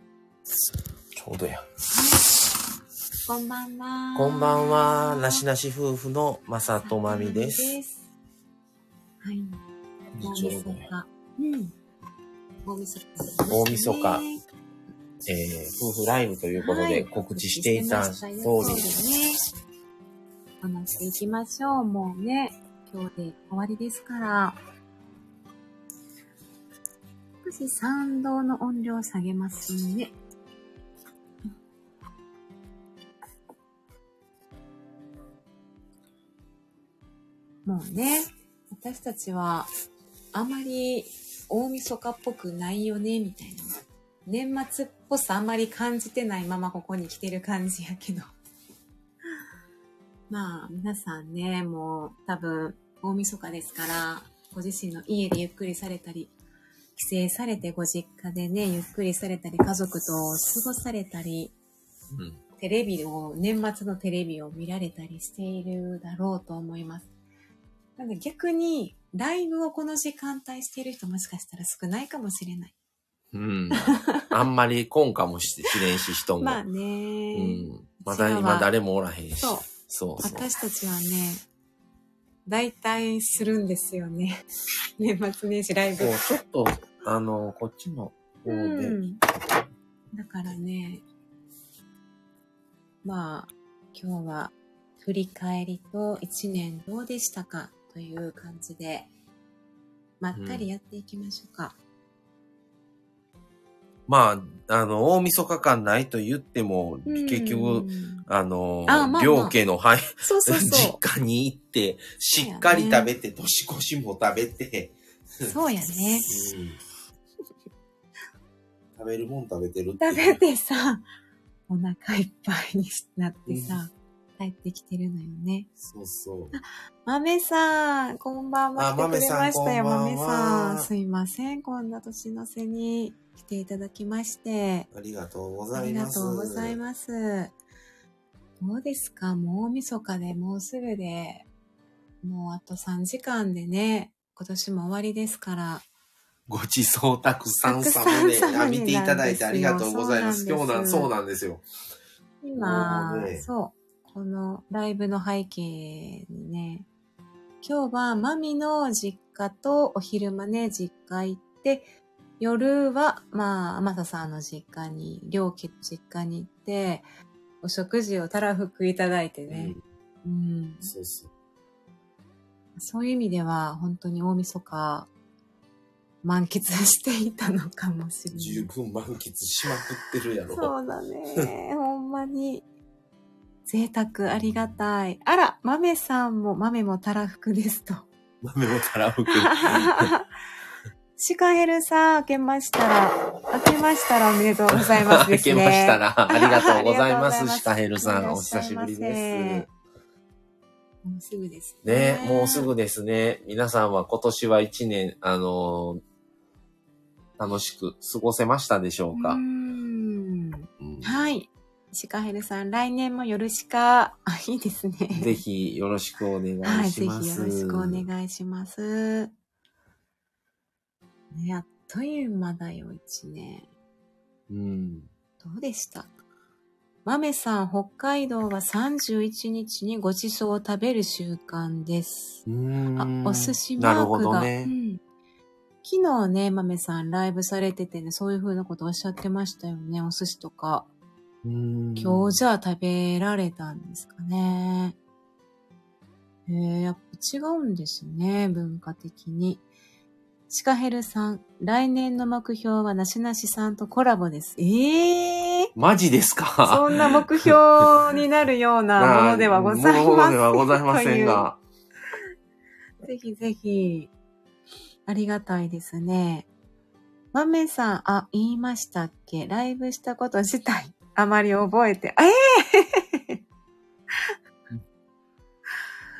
。ちょうどや。こんばんは。こんばんは、なしなし夫婦のまさとまみです。はい。大ちょ晦うどや。日。うん。大晦日。大晦日えー、夫婦ライブということはでい告知していた通り、そうですね。話していきましょう。もうね、今日で終わりですから。少し賛同の音量下げますね。もうね、私たちはあまり大晦日っぽくないよね、みたいな。年末っぽさあんまり感じてないままここに来てる感じやけど。 まあ、皆さんね、もう多分大晦日ですから、ご自身の家でゆっくりされたり、帰省されてご実家でね、ゆっくりされたり、家族と過ごされたり、うんテレビを、年末のテレビを見られたりしているだろうと思います。なんで逆に、ライブをこの時間帯している人もしかしたら少ないかもしれない。うん。あんまりこんかもしれんし、人も。まあねうーん。まだ今誰もおらへんし。そうそうそう。私たちはね、大体するんですよね。 年末年始ライブ。もうちょっと、あの、こっちの方で、うん。だからね、まあ、今日は振り返りと一年どうでしたかという感じで、まったりやっていきましょうか。まあ、あの、大晦日間ないと言っても、うん結局、、あの、あまあまあ両家の、はい、そうそう 実そ家に行って、しっかり食べて、年越しも食べて、う。そうやね。食べるもん食べてるっていう食べてさ、お腹いっぱいになってさ、帰ってきてるのよね。そうそう。豆さん、こんばんは。あ来てくれました豆さんこよ、豆んばんはさん。すいません、こんな年の瀬に来ていただきまして。ありがとうごあざいりがます。とうございます。どうですかもう大晦日でもうすぐで、もうあと3時間でね、今年も終わりですから。ごちそうたくさんさたまくで、さんさあまで見ていただいてありがとうございます。そ今日うななんん、ですそうなんですよ。今、もうねそう、このライブの背景にね、今日はマミの実家とお昼間ね、実家行って、夜は、まあ、天田さんの実家に、両家の実家に行って、お食事をたらふくいただいてね、うんそうそう。そういう意味では、本当に大晦日、満喫していたのかもしれない。十分満喫しまくってるやろ。そうだね。ほんまに。贅沢ありがたい。あら、豆さんも、豆もたらふくで すと。豆もたらふ く。シカヘルさん、明けましたら、明けましたらおめでとうございます で開けすね。ましたら、 ありがとうございま。ありがとうございますすシカヘルさん、いらおっし久ゃいしぶませりです。もうすぐですね、もうす。ぐですね。皆さんは今年は一年、あのー楽しく過ごせましたでしょううか、ん。うんはい。シカヘルさん、来年もよろしか。あ、いいですね。ぜひよろしくお願はいい、しぜひよまろす。しくお願いします。ね、あっという間だよ、一年。うん。どうでした豆さん、北海道は31日にごちそうを食べる習慣です。うーあん、お寿司なマるほークどが。ねう。ん昨日ね、豆さんライブされててね、そういう風なことおっしゃってましたよね、お寿司とか。うん今日じゃあ食べられたんですかね。えー、やっぱ違うんですね、文化的に。シカヘルさん、来年の目標はなしなしさんとコラボです。えー、マジですそかんな目標になるような ものではございものませでん。はございませんが。ぜひぜひ、ありがたいですね。まめさん、あ、言いましたっけライブしたこと自体、あまり覚えて、え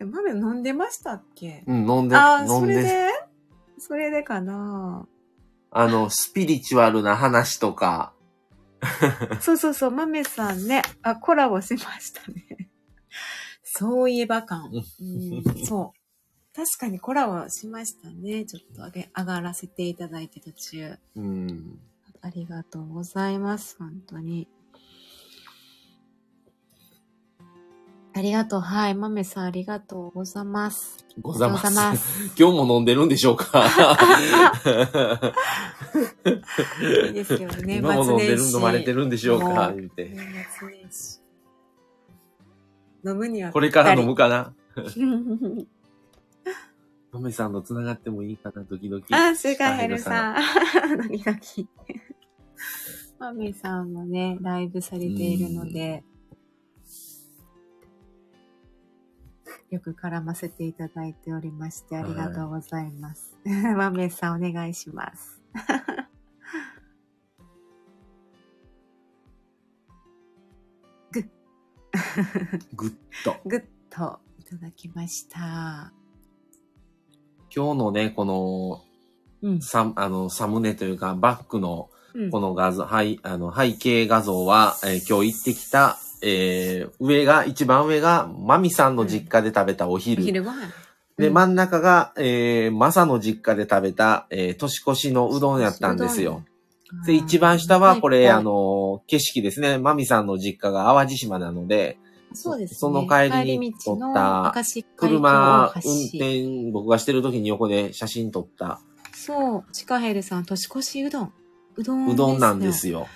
えまめ飲んでましたっけうん、飲んで、あー、飲そんれで、でそれでかなあの、スピリチュアルな話とか、そうそうそう、まめさんね。あ、コラボしましたね。そういえば感。うん、そう。確かにコラボしましたね。ちょっと上げ上がらせていただいて途中。うん。ありがとうございます。本当に。ありがとう。はい。まめさん、ありがとうございます。ごございます。ざいます。 今日も飲んでるんでしょう か いいですけど ね。今も飲んでる、年始飲まれてるんでしょうかもう言うて。年末年始飲むにはこれから飲むかなむ。のめさんと繋がってもいいかな、時々。あ、すがヘルさ ん。ドキドキ。マミさんもね、ライブされているので、よく絡ませていただいておりまして、ありがとうございます。 マミさん、お願いします。グッと。グッといただきました。今日のね、この、うん。サあのサムネというか、バックのうんこの画像、はい、あの、背景画像は、えー今日行ってきた、えー上が、一番上が、マミさんの実家で食べたお昼。お昼ご飯。で、うん真ん中が、えーマサの実家で食べた、えー年越しのうどんやったんですよ。うどん。で、一番下は、これ、はいあ、の、景色ですね。マミさんの実家が淡路島なので、そうですね。その帰りに帰道の撮った明石海車、峡大橋運転、僕がしてる時に横で写真撮ったそう、チカヘルさん、年越しうどん。うどん、うどんなんですよ。よ。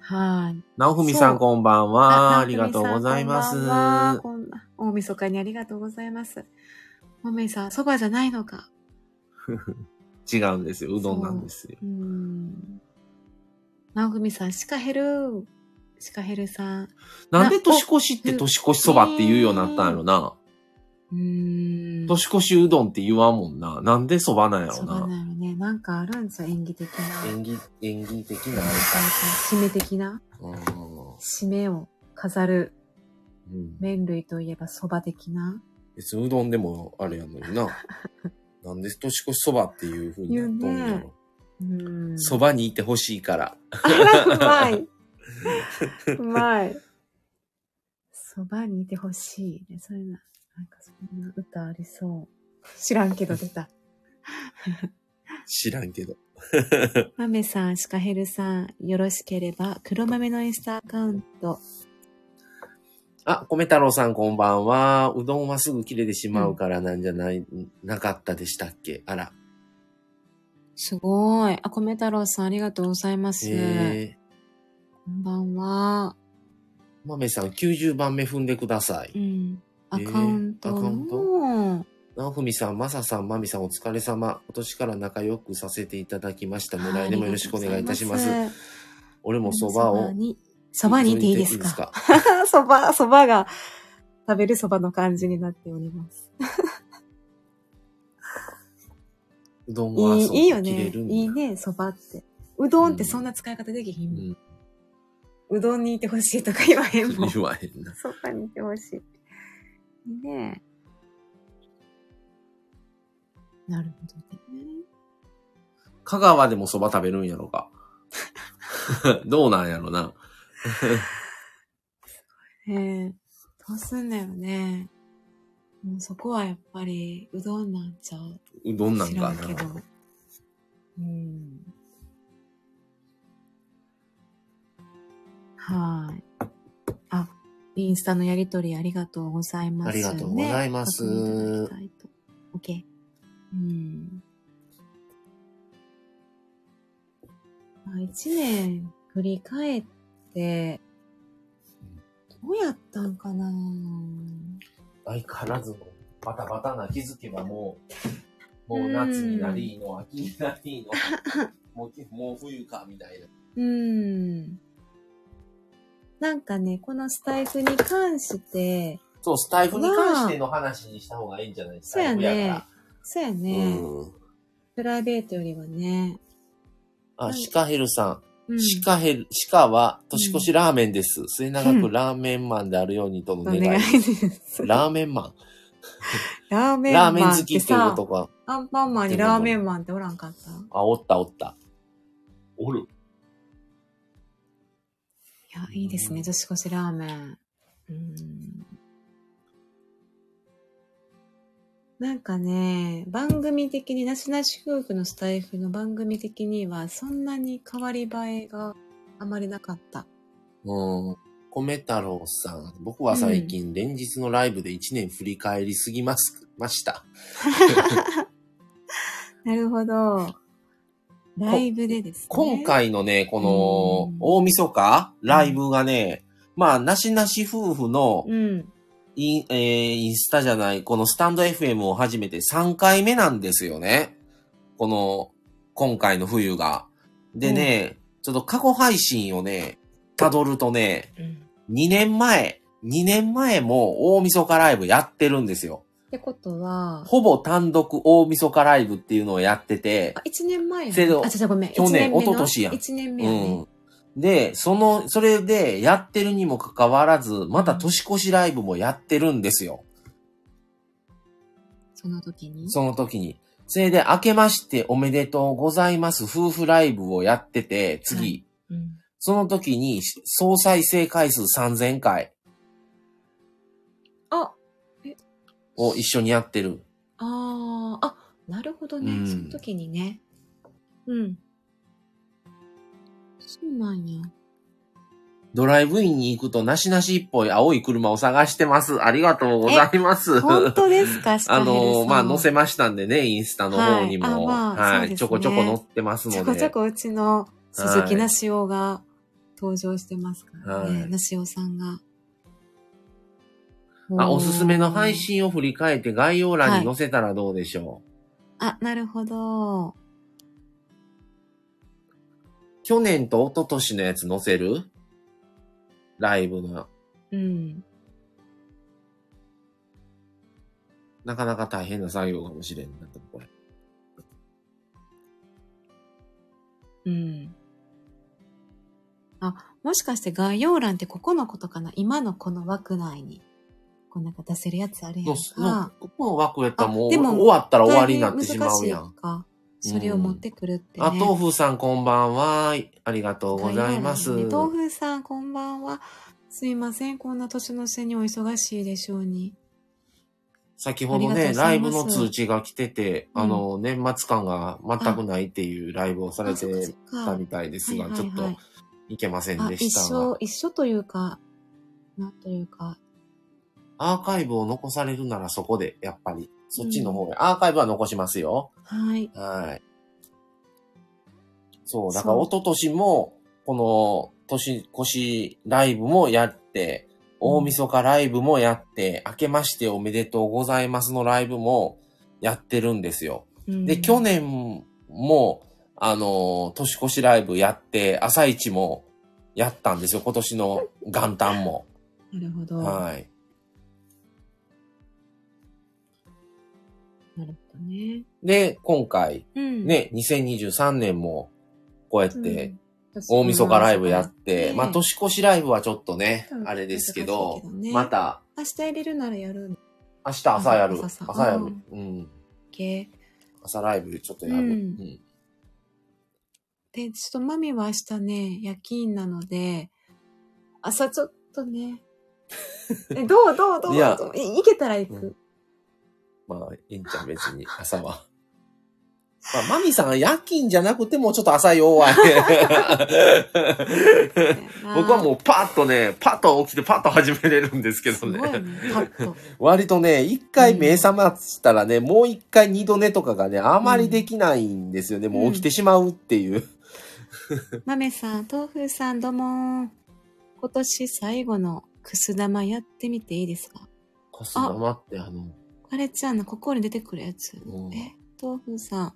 はい。なおふみさそんうこんばんは。ありながとうございます。こんばんはこんな大晦日にありがとうございます。マメさん、そばじゃないのか。違うんですよ。うどんなんですよ。うーん。なおぐみさん、シカヘル。シカヘルさん。なんで年越しって年越しそばって言うようになったんやろな。うーん。年越しうどんって言わんもんな。なんでそばなんやろそばな。なのね。なんかあるんですよ、演技的な。演技、演技的なあ締め的な。れか。締めを飾るうん。麺類といえばそば的な。別にうどんでもあれやのに な。なんで年越しそばっていう風になったんや言うねろ。うーん。そばにいてほしいから。うま い。うまい。そばにいてほしいね。そういうな、なんかそんな歌ありそう。知らんけど出た。知らんけど。豆さん、シカヘルさん、よろしければ、黒豆のインスタアカウント。あ、米太郎さんこんばんは。うどんはすぐ切れてしまうからなんじゃない、なかったでしたっけあら。すごい。あ、米太郎さん、ありがとうございます。えこんばんは。。ー、豆さん90番目踏んでくださいうん。アえーカウントアカウンの、なおふみさん、まささん、まみさんお疲れ様。今年から仲良くさせていただきました。もうは来年もよろしくお願いいたします。ありがとうございます俺もそばそばを。に、そばにいていいですかか そば、そばが、食べるそばの感じになっております。うどんはいそうい、いいよ切れね。るんだいいね、そばって。うどんってそんな使い方できひうんもん、ん。うどんにいてほしいとか言わへんもん。そ言わへんな。ばにいてほしい。いいね。なるほどね。香川でもそば食べるんやろか。 どうなんやろな。ええどうすんだよね。もうそこはやっぱり、うどんなんちゃううどんなん知からんな。けど。うん。はい。あ、インスタのやりとりありがとうございます、ありがとうございますね。オッケー。うん。まあ、一年振り返って、どうやったんかな相変わらずのバタバタな気づけばもう、もう夏になりの、秋になりの、もうもう冬かみたいな。うん。なんかね、このスタイフに関して、そう、スタイフに関しての話にした方がいいんじゃないですそか。うスタやイフやねか。そうやらね。うん。プライベートよりはね。あ、シカヘルさ。うんん。シカヘル、シカは年越しラーメンです。末永くラーメンマンであるようにとのお願い。願いです。ラーメンマラーン。メンラーメンマン好っきてっていうさこ、とか。アンパンマンにラーメンマンっておらんかったあ、おったおった。おる。いや、いいですね、うん年越しラーメン。うん。なんかね、番組的に、なしなし夫婦のスタイフの番組的には、そんなに変わり映えがあまりなかった。うん。米太郎さん、僕は最近連日のライブで1年振り返りすぎます、ました。なるほど。ライブでですね。今回のね、このうん、大晦日、ライブがね、まあ、なしなし夫婦のうん。イン、えーインスタじゃない、このスタンド FM を始めて3回目なんですよね。この、今回の冬が。でね、ちょっと過去配信をね、辿るとね、2年前、2年前も大晦日ライブやってるんですよ。ってことは、ほぼ単独大晦日ライブっていうのをやっててあ、、1年前せどあ、違うごめん。去年一目の一昨年やん一年目やね。うん。で、その、それでやってるにもかかわらず、また年越しライブもやってるんですよ。その時に。その時に。それで、明けましておめでとうございます。夫婦ライブをやってて、次、はいうん。その時に総再生回数3000回あ、を一緒にやってる。ああ、あ、なるほどうね。んその時にね。うん。そうなん や。ドライブインに行くとなしなしっぽい青い車を探してます。ありがとうございます。本当ですか あのーまあ、載せまましたんでね、インスタの方にも。はいあまあそうですねちょこちょこ載ってますので。ちょこちょこうちの鈴木なしおが登場してますからはね。いなしおさんが。あ、ーおすすめの配。信を振り返って概要欄に載せたらどうでしょう。あ、なるほど。去年と一昨年のやつ載せるライブの。うん。なかなか大変な作業かもしれんなと、これ。うん。あ、もしかして概要欄ってここのことかな今のこの枠内に。こうなんか出せるやつあるやのんのか。ここの枠やったらもうあで終もわったら終わりになってしまうや大変難しんい。か。それを持ってくるって、ねあ、豆腐さんこんばんは。ありがとうございます。概要欄にね豆腐さん、こんばんは。すいません。こんな年の瀬にお忙しいでしょうに。先ほどね、ありがとうござライいまブすの通知が来てて、うんあの、年末感が全くないっていうライブをされあそてっかそっかたみたいですが、はいはいちょはいっといけませんあで一したが緒、一緒というか、なんというか。アーカイブを残されるならそこで、やっぱり。そっちの方が、アーカイブは残しますよ。はい。はい。そう、だからそう一昨年も、この、年越しライブもやって、うん大晦日ライブもやって、明けましておめでとうございますのライブもやってるんですよ。うんで、去。年も、あの、年越しライブやって、朝一もやったんですよ。今年の元旦も。なるほど。はい。なるほどね。で、今回、うん。ね、2023年も、こうやっうん、て、大晦日ライブやって、うんまあ、年越しライブはちょっとねう、んあれですけど難しいけど、ねまた、明日入れるならやるんだっ明日朝やる。朝朝朝やるう。うん。け朝ライブちょっとやる。ううんん。で、ちょっとマミは明日ね、夜勤なので、朝ちょっと ね、えどうどうどういやどうい行けたら行く。うんまあ、いいんちゃう、別に、朝は。まあ、マミさんは夜勤じゃなくても、ちょっと朝弱 い。僕はもううパッとね、パッと起きてパッと始めれるんですけすどごいね、ね。パッと。割とね、一回目覚ましたらね、もう一回二度寝とかがね、あまりできないんですよね。もう起きてしまうっていう。マメさん、豆腐さん、どうも。今年最後のくす玉やってみていいですかこす玉ってあの、カレちゃんのここに出てくるやつ。うんえ、豆腐さん。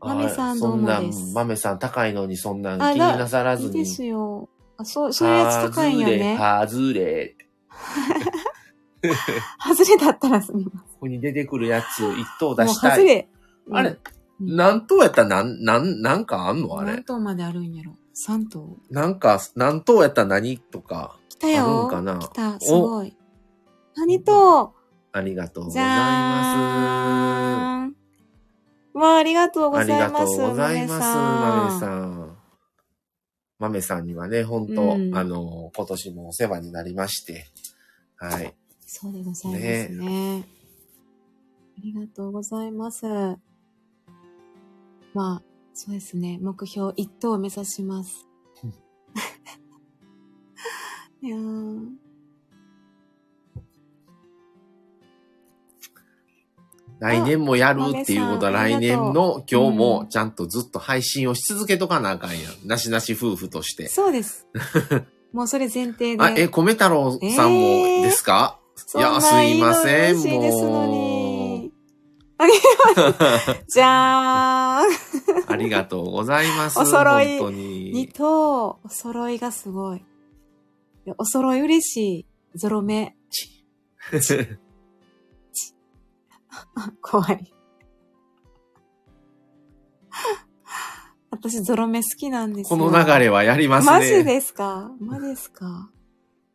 あ豆さんどうもですそんなん、豆さん高いのにそんなんあ気になさらいずいに。ですよ。あ、そう、そういうやつ高いんよね。はずれ、はずれ。外れだったらすみまここに出てくるやつ、一等せ出ん。もうした外い。れ。あれ、うん何等やったら何、何、何かあんのあ何れ。頭まであるんやろ ?3 頭。なんか、何等やったら何とか。来たよ。あるんかな来た。すごい。何頭ありがとうごじざゃいーます。ん。わあ、ありがとうごあざりがいとまうす。ございます、ままめめささん。ん。まめさんにはね、本当、うんあの、今年もお世話になりまして。はい。そうでございますね。りがとうございます。まあ、そうですね。目標一等を目指 します。いやー来年もやるっていうことはあ豆さん来年ありがのとう今日もちゃんとずっと配信をし続けとかなあかんやん。なしなし夫婦として。そ うです。もうそれ前提で。あ、え、米太郎さんもですか、そんないやすいませんいいの嬉しいですのに。じゃ ーん。ありがとうございます。お揃い本当二に。等、お揃いがすごい。いやお揃い嬉しい。ゾロ目。あ怖い。私、ゾロ目好きなんです こよ。の流れはやりますね。マジですかマジですか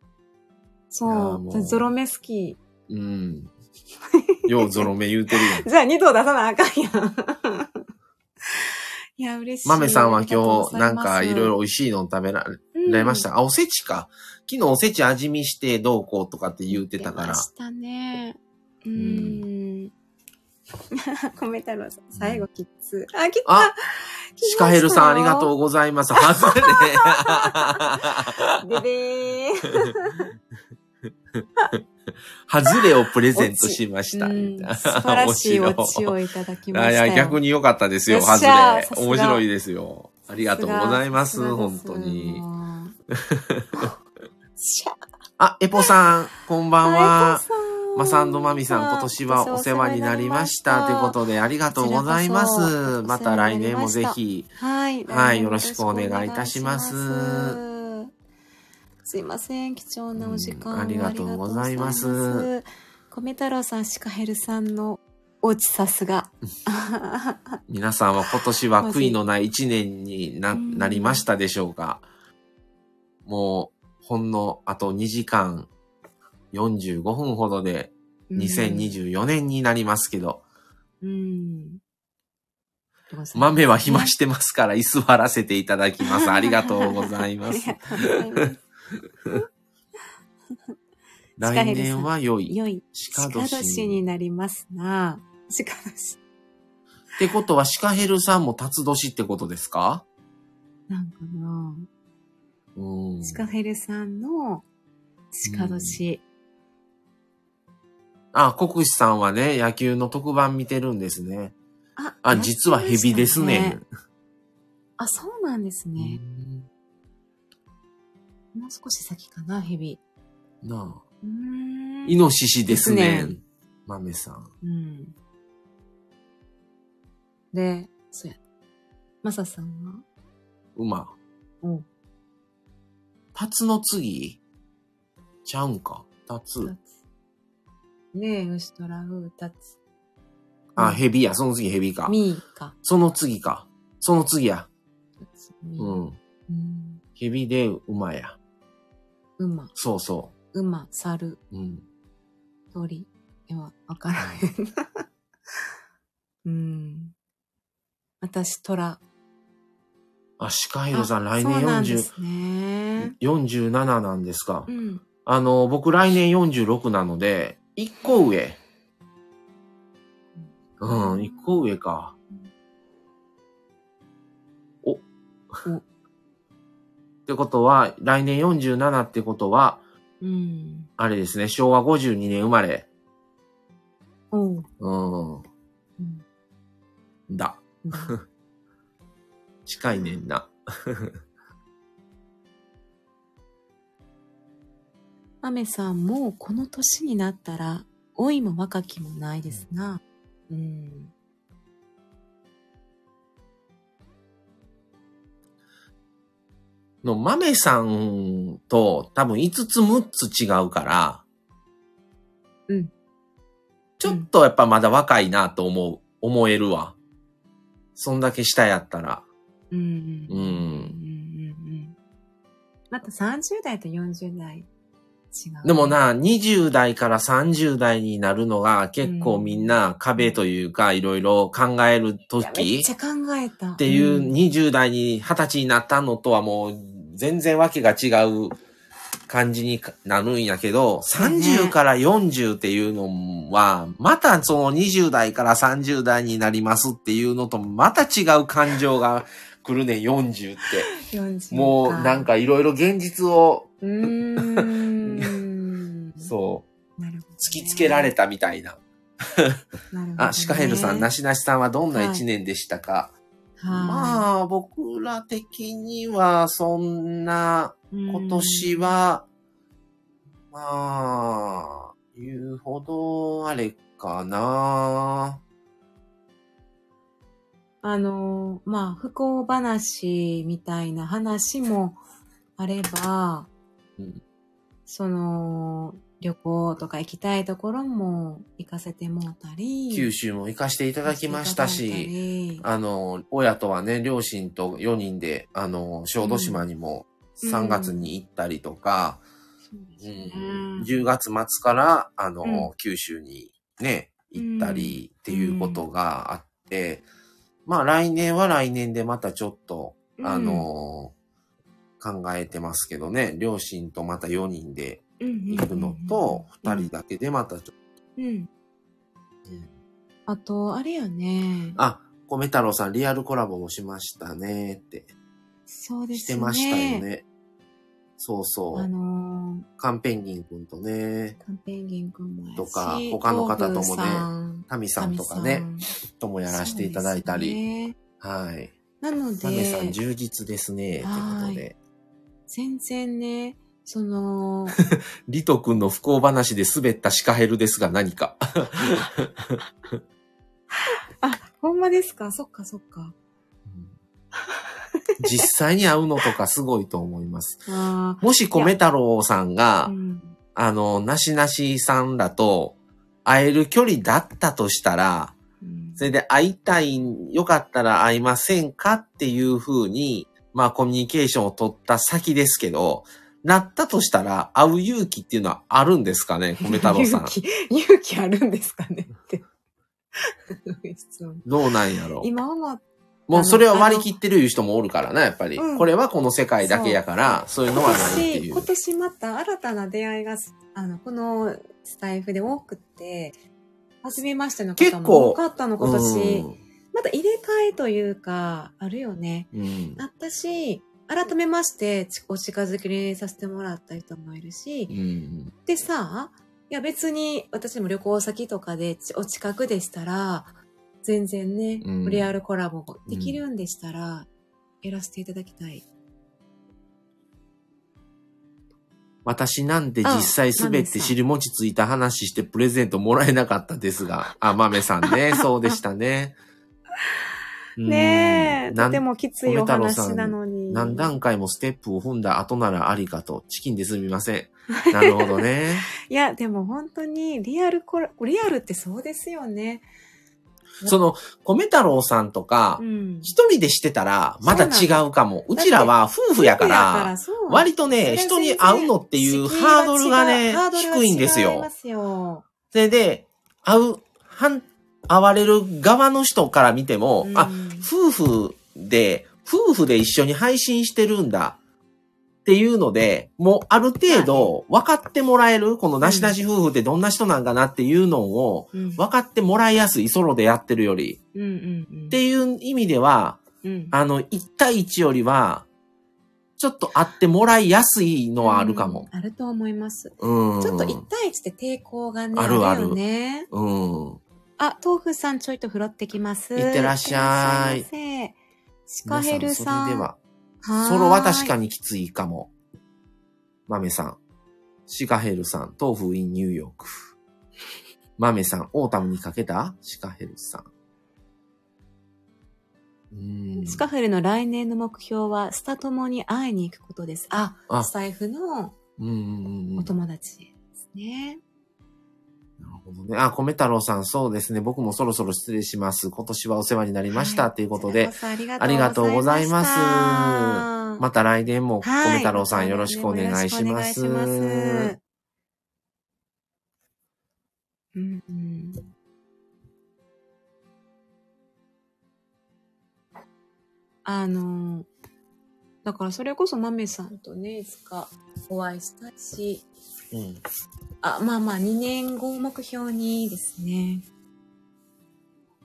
いやーそもう。うゾロ目好き。うん。ようゾロ目言うてる やん。じゃあ2頭出さなあかんやん。 いや、嬉しい。豆さんはありがとう今ご日ざないんますかいろいろ美味しいの食べられまし。うんた。あ、おせちか。昨日おせち味見してどうこうとかって言うてたか出らま。したね。うーん。 米太郎さん、最後キッズ。あ、来たあシカヘルさんありがうとうございます。はずれ。ででーはずれをプレゼントしました。うん みたいな素晴らしい面白おチをいただきまあしいたよ。や、逆にに良かったですよ、よっはずしゃれ。さすが面白いですよ。ありがとうございます、本当に。しゃあ、エポさん、こんばんあはエ。コさんマサンドマミさん、今年はお世話になりました。ということで、ありがとうございまこちらこす。そまた来年もぜひ。はい。はいよろしくお願いいたしますよろしくお願いいたします。すいません、貴重なお時間を、うんありがとうございますありがとうございます。米太郎さん、シカヘルさんのおうちさすが。皆さんは今年は悔いのない一年になうんなりましたでしょうかもう、ほんのあと2時間45分ほどで2024年になりますけど、うん。うん。豆は暇してますから居座らせていただきます。ありがとうございあまりすが。とうございます。カヘ来ルさ年んは良い。良い。鹿鹿年になりますな。鹿年。ってことは、シカヘルさんも辰年ってことですかなんかな。うん。シカヘルさんの鹿年。あ、国士さんはね、野球の特番見てるんですね。ああ、実はヘビですね。。あ、そうなんですね。うんもう少し先かな、ヘビ。なあ。うーんイノシシですねですね。豆さん。うん。で、そうや。マサさんは馬。うん。タツの次ちゃうんか。タツ。ねえ、ウシトラウタツ。あ、ヘビや。その次ヘビか。ミーか。その次か。その次や。タツミーうん。うん。ヘビで馬や。馬、そうそ馬、猿、う。うん。鳥。いや、わからへん。うん。私、虎。あ、シカヘルさんあ来年そうなんで40、すね。 47なんですかう。ん。あの、僕来年46なので、1個上。うん、1個上か。お。ってことは、来年47ってことは、うん。あれですね、昭和52年生まれ。おう。ううんん、だ。近いねんな。アメさん、もうこの年になったら、老いも若きもないですな。うん。の、豆さんと多分5つ6つ違うから、うん。ちょっとやっぱまだ若いなと思う、思えるわ。そんだけ下やったら。うん。うんうん。また30代と40代違う。でも。な、20代から30代になるのが結構みんな壁というか、いろいろ考えるいやめっ時ちゃ考えた。っていうん20代に20歳になったのとはもう全然わけが違う感じになるんやけど、うね30から40っていうのは、またその20代から30代になりますっていうのと、また違う感情が来るね、40って。 40もうなんかいろいろ現実を、うーんそう、なるほどね突きつけられたみたいな。なるほどねあ、シカヘルさん、なしなしさんはどんな1年でしたか、はいまあ、僕ら的には、そんな、今年は、まあ、言うほど、あれかな。あの、まあ、不幸話みたいな話もあれば、うんその、旅行とか行きたいところも行かせてもうたり、九州州も行かせていただきましたし、しあの、親とはね、両親と4人で、あの、小豆島にもうん3月に行ったりとか、そうですうねん10月末から、あの、う九州にね、行ったりっていうことがあって、まあ来年は来年でまたちょっと、あ、のー考えてますけどね、両親とまた4人で行行くのと、2人だけでまたちょっうんうんと、うんあと、あれやね。あ、米太郎さんリアルコラボもしましたねって、そうですしてね。ましたよ。ね。そうそあう。のカンペンギンくんとね、ー、カンペンギン君もやしとか他の方ともね東宮さんタミさんとかね、ともやらせていただいたり、り。はい。なのでタ、メさん充実ですね、ってことで。全然ね、そ の、リト君の不幸話で滑ったシカヘルですが何 か。あ、ほんまですかそっかそっか。実際に会うのとかすごいと思います。あもし米太郎さんが、ーうん、あの、なしなしさんらと会える距離だったとしたら、うんそれで会いたい、よかったら会いませんかっていう風に、まあコミュニケーションを取った先ですけど、なったとしたら会う勇気っていうのはあるんですかね、米太郎さん 勇。気、勇気あるんですかねって。質問どうなんやろう。今思っもうそれは割り切ってるいう人もおるからな、やっぱり。うんこれはこの世界だけやから、そういうのは今ないって年、い今う。年また新たな出会いが、あの、このスタイフで多くて、初めましての方結も構多かったの今年。また入れ替えというか、あるよね。うん。うんあったし、改めまして、ちお近づきにさせてもらった人もいるうし、ん。でさ、いや別に私も旅行先とかでちお近くでしたら、全然ね、うんリアルコラボできるんでしたら、やらせていただきたい。私なんて実際あ滑っ豆さてん尻餅ついた話してプレゼントもらえなかったです が。あ、豆さんね。そうでしたね。ねうえ、んなとんてもきついお話なのに。何段階もステップを踏んだ後ならありかと。チキンですみません。 なるほどね。いや、でも本当にリアルコラ、リアルってそうですよね。その、米太郎さんとかう、ん。一人でしてたらまた違うかも。うちらは夫婦やから、そう、割とね、それは全人然に会うのっていう敷居ハードルが違ねうハー、ドルが低いんです違いよま。すよ。それで、会う、はん、会われる側の人から見ても、うんあ、夫婦で、夫婦で一緒に配信してるんだ。っていうので、もうある程度分かってもらえる、このなしなし夫婦ってどんな人なんかなっていうのをうん分かってもらいやすい、ソロでやってるより。うんうんうん。っていう意味では、うん、あの、1対1よりは、ちょっと会ってもらいやすいのはあるかも。うんあると思います。うん。ちょっと1対1で抵抗がね、ああるるあるよね。うん。あ、豆腐さんちょいとふろってきます。いってらっしゃいってらっしゃいませ。シカヘルさん。皆さんそれでーは、いソロは確かにきついかも。豆さん、シカヘルさん、豆腐 in ニューヨーク。豆さん、オータムにかけたシカヘルさん。うーん。スカフェルの来年の目標は、スタともに会いに行くことです。あ、あスタイフのうんうんうんうおん。なる友達ですね。ほどね。あ、米太郎さん、そうですね。僕もそろそろ失礼します。今年はお世話になりました。はいということこで、ちらこそあありりががととううごござざいいまますす。また来年もは米い太郎さんよろしくお願いしまよす。ろくお願いしますうんうんあの、だからそれこそマメさんとね、いつかお会いしたし、うん。あ、まあまあ、2年後を目標にですね、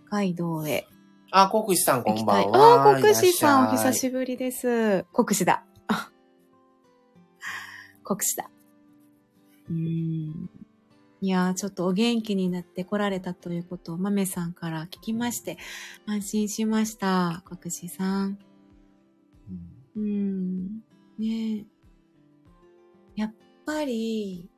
北海道へあ、国士さんこ行きんたばい。んは。ああ、国士さんおいらっゃい久しぶりです。国士だ。あ国士だ。うーん。いやー、ちょっとお元気になって来られたということをマメさんから聞きまして、安心しました。国士さん。うんうーん。ねえ。やっぱり、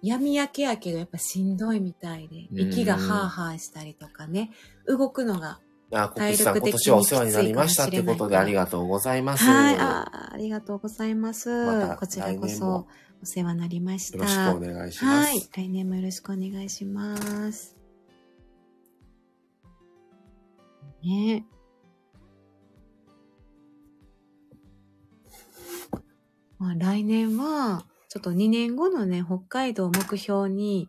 闇明けやけどやっぱしんどいみたいで、息がハーハーしたりとかね、動くのがあ、国士さん、体力今的に年はお世話になりましたってことでありがとうございます。はい、あーありがとうございます。またこちら来こ年もそお世話になりました。よろしくお願いしまはいす。、来年もよろしくお願いします。ねまあ、来年は、ちょっと2年後のね、北海道を目標に、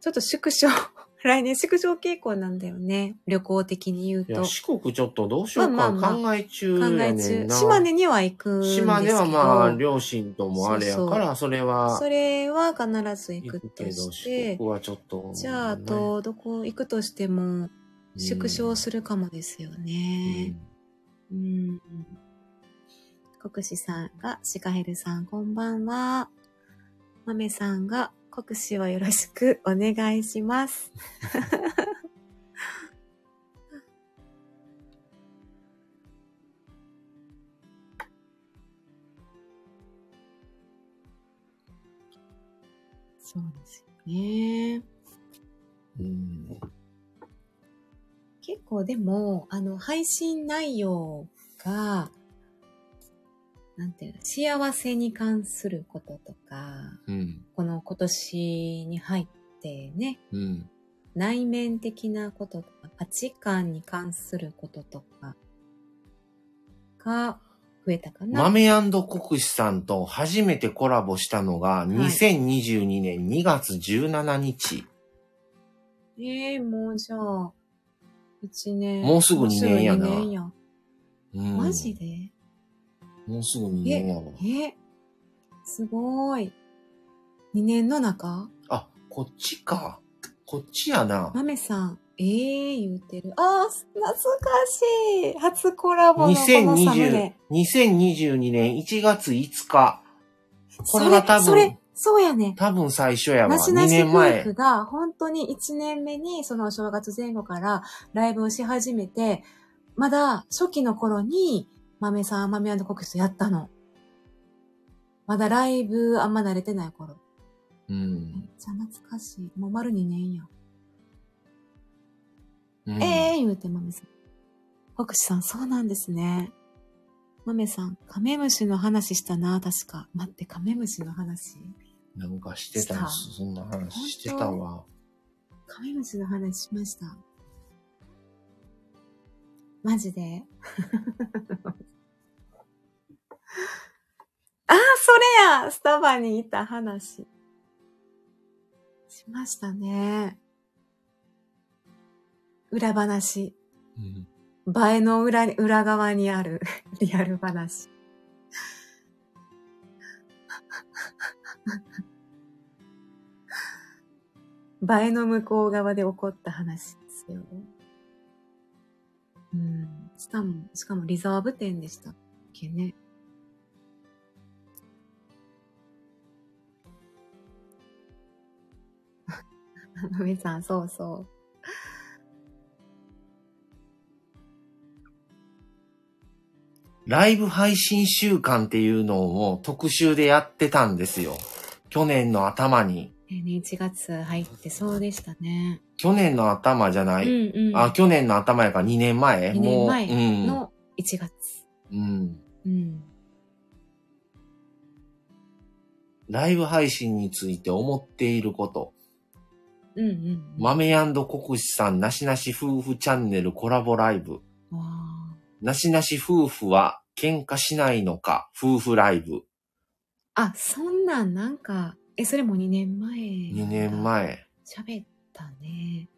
ちょっと縮小、 来年縮小傾向なんだよね。旅行的に言ういと。や、考四国ちょっとどうしようまあかまあま考え中やねえんな。中。島根には行くんですけど。島根はまあ、両親ともあれやから、それはそれは必ず行行くくけとど、し四て、国はちょっと。じゃあ、あと、どこ行くとしても、縮小するかもですよね。うん。国士さんが、シカヘルさん、こんばんは。マメさんが、国士をよろしくお願いします。 そうですよね。うん。うん結構でも、あの、配信内容が、なんていうの、幸せに関することとか、うん。この今年に入ってね、うん。内面的なこととか、価値観に関することとか、が増えたかな。豆国士さんと初めてコラボしたのが、2022年2月17日。ええもうじゃあ、一年。もうすぐ二年やなもうすぐ二年やうんマジで、もうすぐ2年やわ。え、すごーい。2年の中あ、こっちか。こっちやな。マメさん、ええ言うてる。ああ、懐かしい。初コラボのこのサム2020ネ。 2022年1月5日。これが多分それ、それそうやね。多分最初やわ。なしな2し年教前育。が、本当に1年目に、そのお正月前後からライブをし始めて、まだ初期の頃に、マメさん、マメ国士とやったの。まだライブあんま慣れてない頃。うん。じゃあ懐かしい。もう丸2年や。うんええ言うて、豆さん。国士さん、そうなんですね。豆さん、カメムシの話したな、確か。待って、カメムシの話なんかしてしたた、そんな話してたわ。カメムシの話しました。マジで ああ、それやスタバにいた話。しましたね。裏話。うん映えの裏に、裏側にある リアル話。映えの向こう側で起こった話ですよ。うん。しかも、しかもリザーブ店でしたっけね。 マミさん、そうそう。ライブ配信週間っていうのを特集でやってたんですよ。去年の頭に。ね、1月入ってそうでしたね。去年の頭じゃない。うんうん。あ、去年の頭やから2年前2年前もう、うん。の1月。うん。うん。ライブ配信について思っていること。うんうん。わ豆国士さんなしなし夫婦チャンネルコラボライブ。あなしなし夫婦は喧嘩しないのか夫婦ライブ。あ、そんなんなんか、え、それも2年前。 2年。前。喋ったね。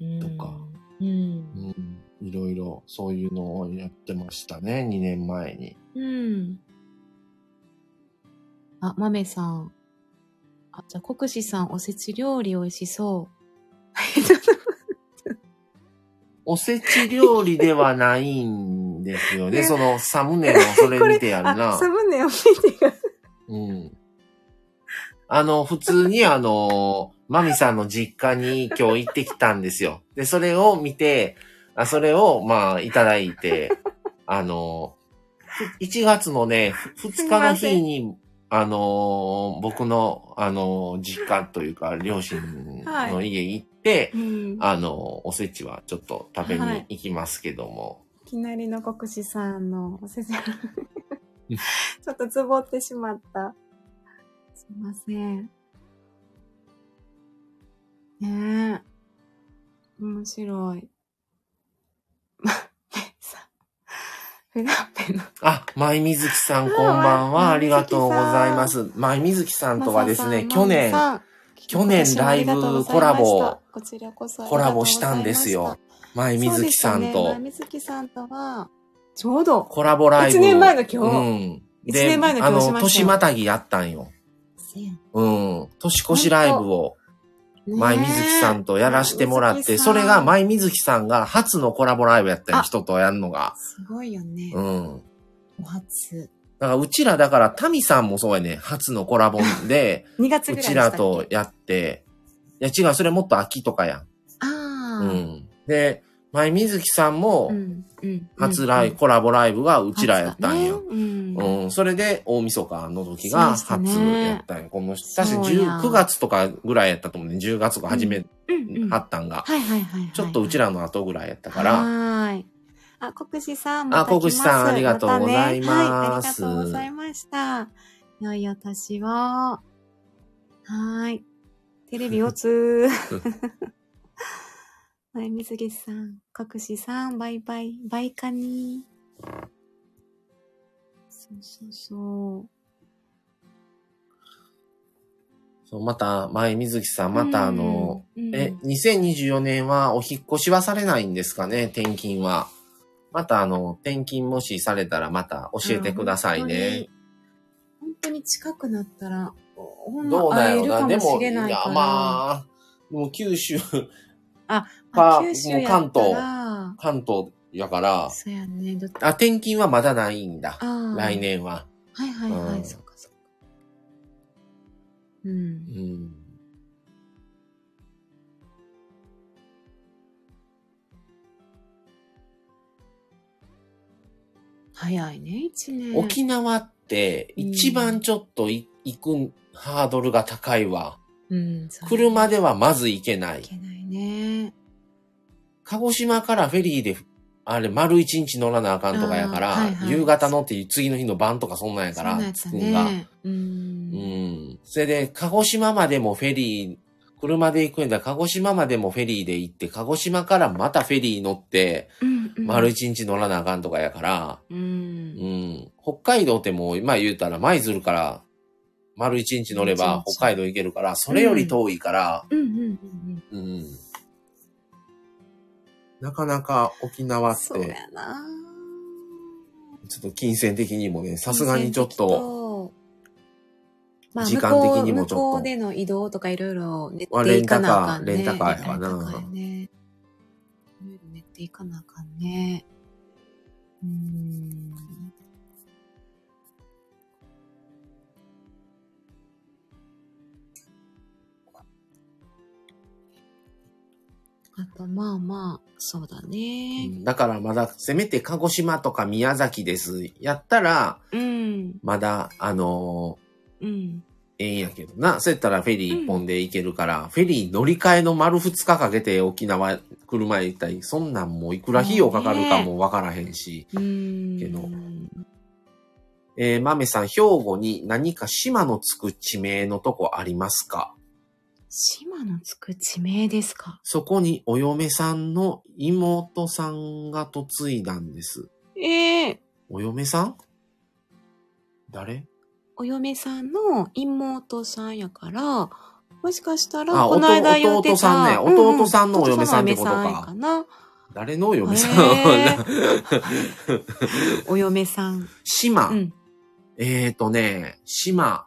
うんとか。うん。うん、いろいろそういうのをやってましたね、2年前に。うん。あ、まめさん。あ、じゃあ、国士さん、おせち料理美味しそう。おせち料理ではないんですよね。ねそのサムネのそれ見てやる あ、なサ。ムネを見てが。うん。あの、普通にあの、マミさんの実家に今日行ってきたんですよ。で、それを見て、あそれをまあいただいて、あの、ふ1月のね、2日の日に、あの、僕の、あの、実家というか、両親の家行って、うん。いあの、おせちはちょっと食べに行きますけども。きなりの国士さんのおせち。ちょっとズボってしまった。すいません。ねえ。面白い。 ま、めさん。フラッペのあ、舞みずきさんこんばんは。あありがとうございます。舞みずきさんとはですね、去年、去年ライブコラボ、コラボしたんですよ。。舞みずきさんと水木さんとは、ちょうど、コラボライブ。一年前の今日うん。一年前の今日しましたあの、年またぎやったんよ。うん。年越しライブを、舞みずきさんとやらしてもらって、それが前舞みずきさんが初のコラボライブやったよ、あ人とやるのが。すごいよねう。ん。お初。だから、うちら、だから、タミさんもそうやね、初のコラボで、 2月うぐらいでちしたっらけと、やって、いや違う、それもっと秋とかやん。あうあ。ん。で、前水木さんもう、ん。うん。初ライブ、ブ、コラボライブがうちらやったんやよ。うん。それで、大晦日の時がそう初でしたねやったんよ。この、確かそうや9月とかぐらいやったと思うね。10月とか始め、うん。あはったんが。いはいはいはい。ちょっとうちらの後ぐらいやっただから、はーい。あ、国士さん、あまた来国士さんますありがとうございまたすねはい、ありがとうございました。良いお年を。はーい。テレビをつ ー。はい、水木さん、国士さん、バイバイ、バイカニそうそうそう。そうまた、前水木さん、またあの、うん、うんえ、2024年はお引っ越しはされないんですかね転勤は。またあの、転勤もしされたらまた教えてくださいね。。本当に本当に近くなったら、ほんどまうだ会えよるな。かでもしも、いれや、ないから。まあ、でも九州、あ、か九州やっもうた関ら、関東やから、そうやね。どっあ、転勤はまだないんだ。あー来。年は。はいはいはい、うんそっかそっか。うんう。ん。早いね、一年。沖縄って、一番ちょっとい行くハードルが高いわ。うん、そう車ではまず行けないい。けないね。鹿児島からフェリーで、あれ、丸一日乗らなあかんとかやから、あーはいはい夕方乗って次の日の晩とかそんなんやそかうなら、んやつだ着くんが。ね。う。うんん。それで、鹿児島までもフェリー、車で行くんだ鹿児島までもフェリーで行って、鹿児島からまたフェリー乗って、うん。うん丸。一日乗らなあかんとかやから、う。うんん。北海道ってもう、今言うたら、舞鶴から丸一日乗れば一日北海道行けるから、それより遠いから、うんうんうんうん。なかなか沖う縄ん。っそうて、やな。ちょっと金銭的にもね、さすがにちょっと、と、まあ、時時間間的的ににももちちょょっとっと。向こうでの移動とかいろいろ練っあていかなあかんね。レンタカーレンタカーやわなレンタカーやね。いろいろ練っていかなあかんね。うーん。あと、まあまあ、そうだうね。んだからまだ、せめて鹿児島とか宮崎です。やったら、うん。まだ、あのうん。ーええんやけどな。そうやったらフェリー一本で行けるから、フェリー乗り換えの丸2日かけて沖縄車へ行ったり、そんなんもういくら費用かかるかもわからへんし。うーん。けどえー、豆さん、兵庫に何か島のつく地名のとこありますか島のつく地名ですかそこにお嫁さんの妹さんが嫁いだんです。ええお嫁さん誰お嫁さんの妹さんやから、もしかしたら、あこの間言っ弟てた弟さんね弟さんのお嫁さんってことか弟さんのお嫁さんやな誰のお嫁さん、へお嫁さん。 島。うん。えーとね、島。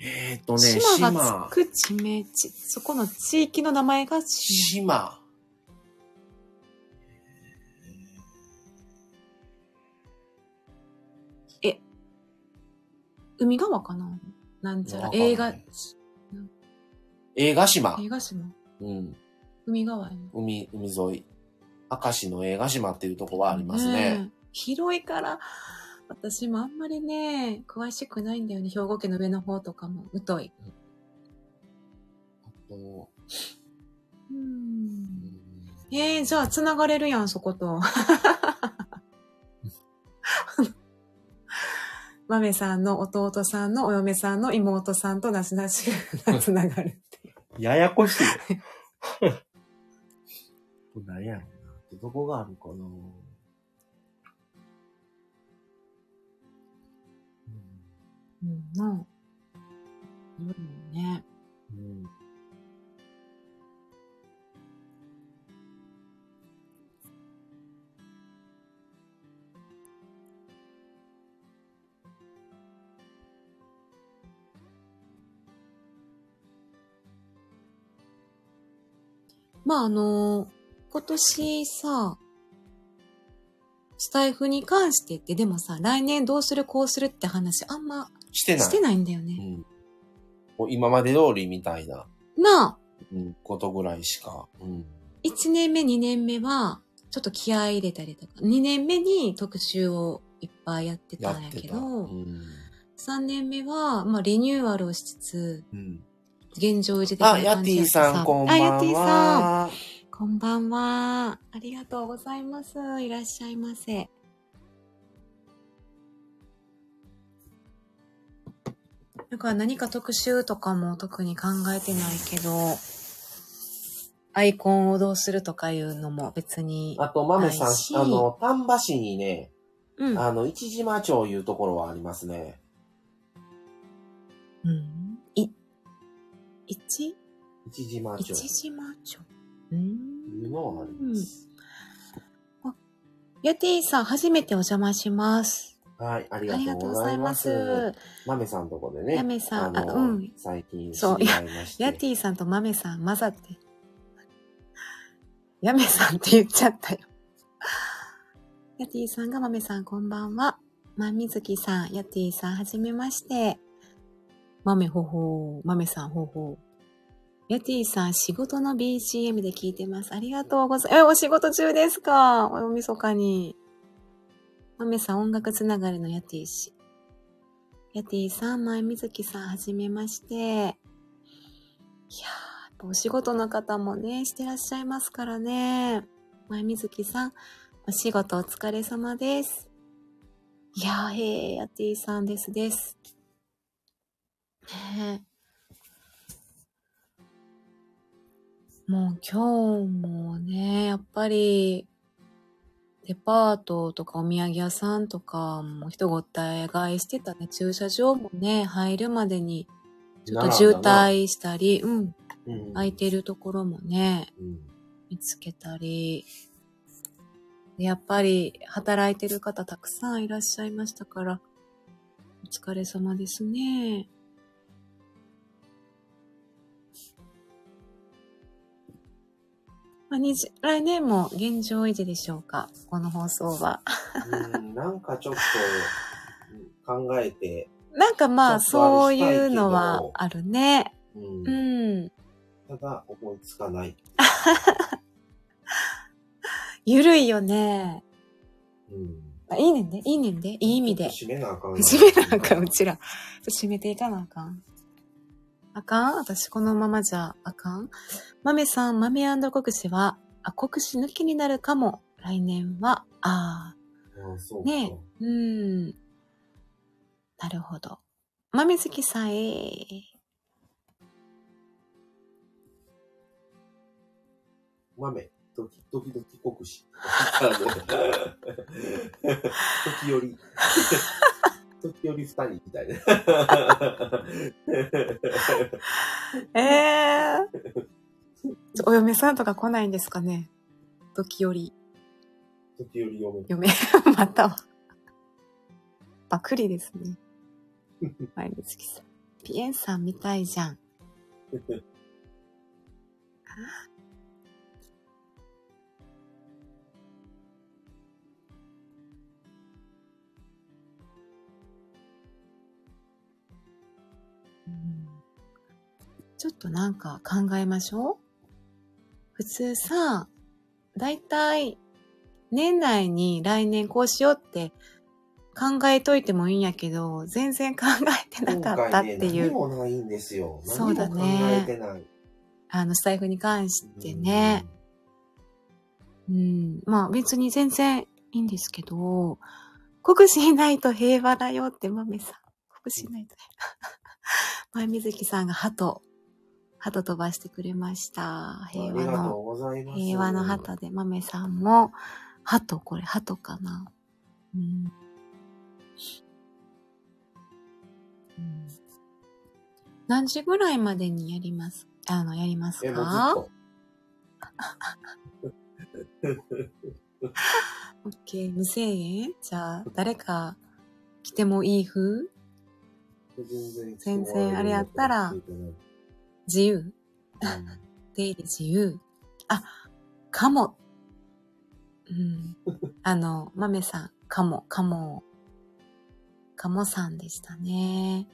えーとね、島がつく地名、ちそこの地域の名前が島。島。海川かななんちゃらわ。かんない映画、映画島。映画島うん。海川やね海、海沿い。明石の映画島っていうとこはありますね。え広いから、私もあんまりね、詳しくないんだよね。兵庫県の上の方とかも、疎い。あとう。うんんえー、じゃあ繋がれるやん、そ こと。マメさんの弟さんのお嫁さんの妹さんとなしなしが繋がる。ややこ しい。何やろな。どこがあるかな。うんうん、な夜もね。うんまああの今年さ、スタイフに関してって、でもさ、来年どうするこうするって話あんましてない。してないんだようね。んもう今まで通りみたいな、なあ、うんことぐらいしか。うん1年目、2年目は、ちょっと気合い入れたりとか、2年目に特集をいっぱいやってやたんやってけた。ど、うん3年目は、まあ、リニューアルをしつつ、うん現状維持的あ、なヤ感テじィやったさんこんばんは。あ、ヤティさん。こんばんは。ありがとうございます。いらっしゃいませ。だから何か特集とかも特に考えてないけど、アイコンをどうするとかいうのも別に。あと、マメさないしん、あの、丹波市にね、うん。あの、一島町いうところはありますね。うん。い、一一島町一い島町。うん。うのはあります。ヤティさん、初めてお邪魔します。はい、ありありがとがとううごござざいいま。ますす。マメさんとこでね。マメさんあの、あうん最近知そうり合いまして。ヤティさんとマメさん混ざって。ヤメさんって言っちゃったよ。ヤティさんがマメさんこんばんは。まみずきさん、ヤティさんはじめまして。マメほほー、マメさんほほー。ヤティさん仕事の BGM で聞いてます。ありがとうございます。え、お仕事中ですかおみそかに。マメさん音楽つながりのヤティ氏。ヤティさん、まみずきさんはじめまして。いやーやっぱお仕事の方もね、してらっしゃいますからね。前水木さん、お仕事お疲れ様です。いやー、へー、やっていさんですです。ねえ。もう今日もね、やっぱり、デパートとかお土産屋さんとかも人ごったえ買いしてたね。駐車場もね、入るまでにちょっと渋滞したり、うん、うん空いてるところもね、うん見つけたり。でやっぱり働いてる方たくさんいらっしゃいましたから、お疲れ様ですね。まあ、にじ来年も現状維持でしょうかこの放送は。 うんなんかちょっと考えて、なんかまあ、ちょっとあそうれしたいけどいうのはあるね。うんうん。ただ思いつかない。ゆるいよね。うんあいいねんで、いいねんで、いい意味で。締めなあかんな。締めなあかん、うちら。ちょっと締めていかなあかん。あかん私このままじゃあかん豆さん、豆国士は、あ、国士抜きになるかも。来年は、あああそうあ、かねえ、うん。なるほど。豆好きさん、えー豆、時々国士。時より、時より二人みたいな。 ええお嫁さんとか来ないんですかね。時折時折読める。読め、 または。ばっくりですね。前光月さん。ピエンさんみたいじゃん。うんちょっとなんか考えましょう。普通さ、だいたい年内に来年こうしようって考えといてもいいんやけど、全然考えてなかったってい今回ね、何う、もないんですよ。そうだね何も考えてない。あの、スタイフに関してね。うん、まあ別に全然いいんですけど、国士いないと平和だよって豆さん。国士いないと 平和。前水木さんが鳩、鳩飛ばしてくれました。うん。平あ和りがとの、うございます。平和の鳩で豆さんも、鳩、これ鳩かな。うん。うん何時ぐらいまでにやりますあの、やりますえ、もうずかっと。オッケー、無制限じゃあ、誰か来てもいい風全然全然あれやったらうん自由出入り自由あ、かも。うん。あの、豆さん、かも、かも。かもさんでしたね。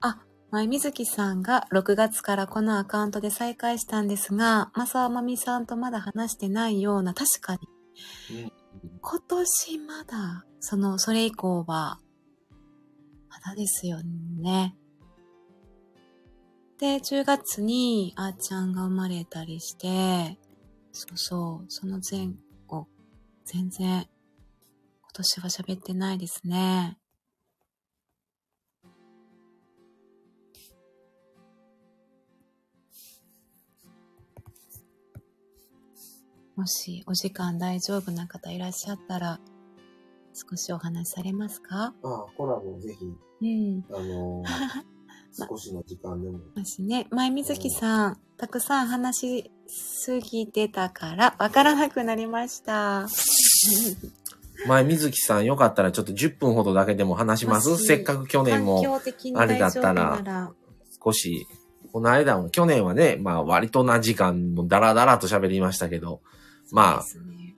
あ、前みずきさんが6月からこのアカウントで再開したんですが、まさまみさんとまだ話してないような、確かにうん。今年まだ、その、それ以降は、まだですよね。で、10月にあーちゃんが生まれたりして、そうそう、その前後、全然、今年は喋ってないですね。もしお時間大丈夫な方いらっしゃったら、少しお話しされますかああ、コラボぜひ、うん。あのー 少しの時間でも。もしね、前水木さん、たくさん話しすぎてたから、わからなくなりました。前、水木さん、よかったらちょっと10分ほどだけでも話しますもしせっかく去年環も境的に大丈夫あなれだったら、少し、この間も、去年はね、まあ割とな時間もダラダラと喋りましたけど、まあそうですね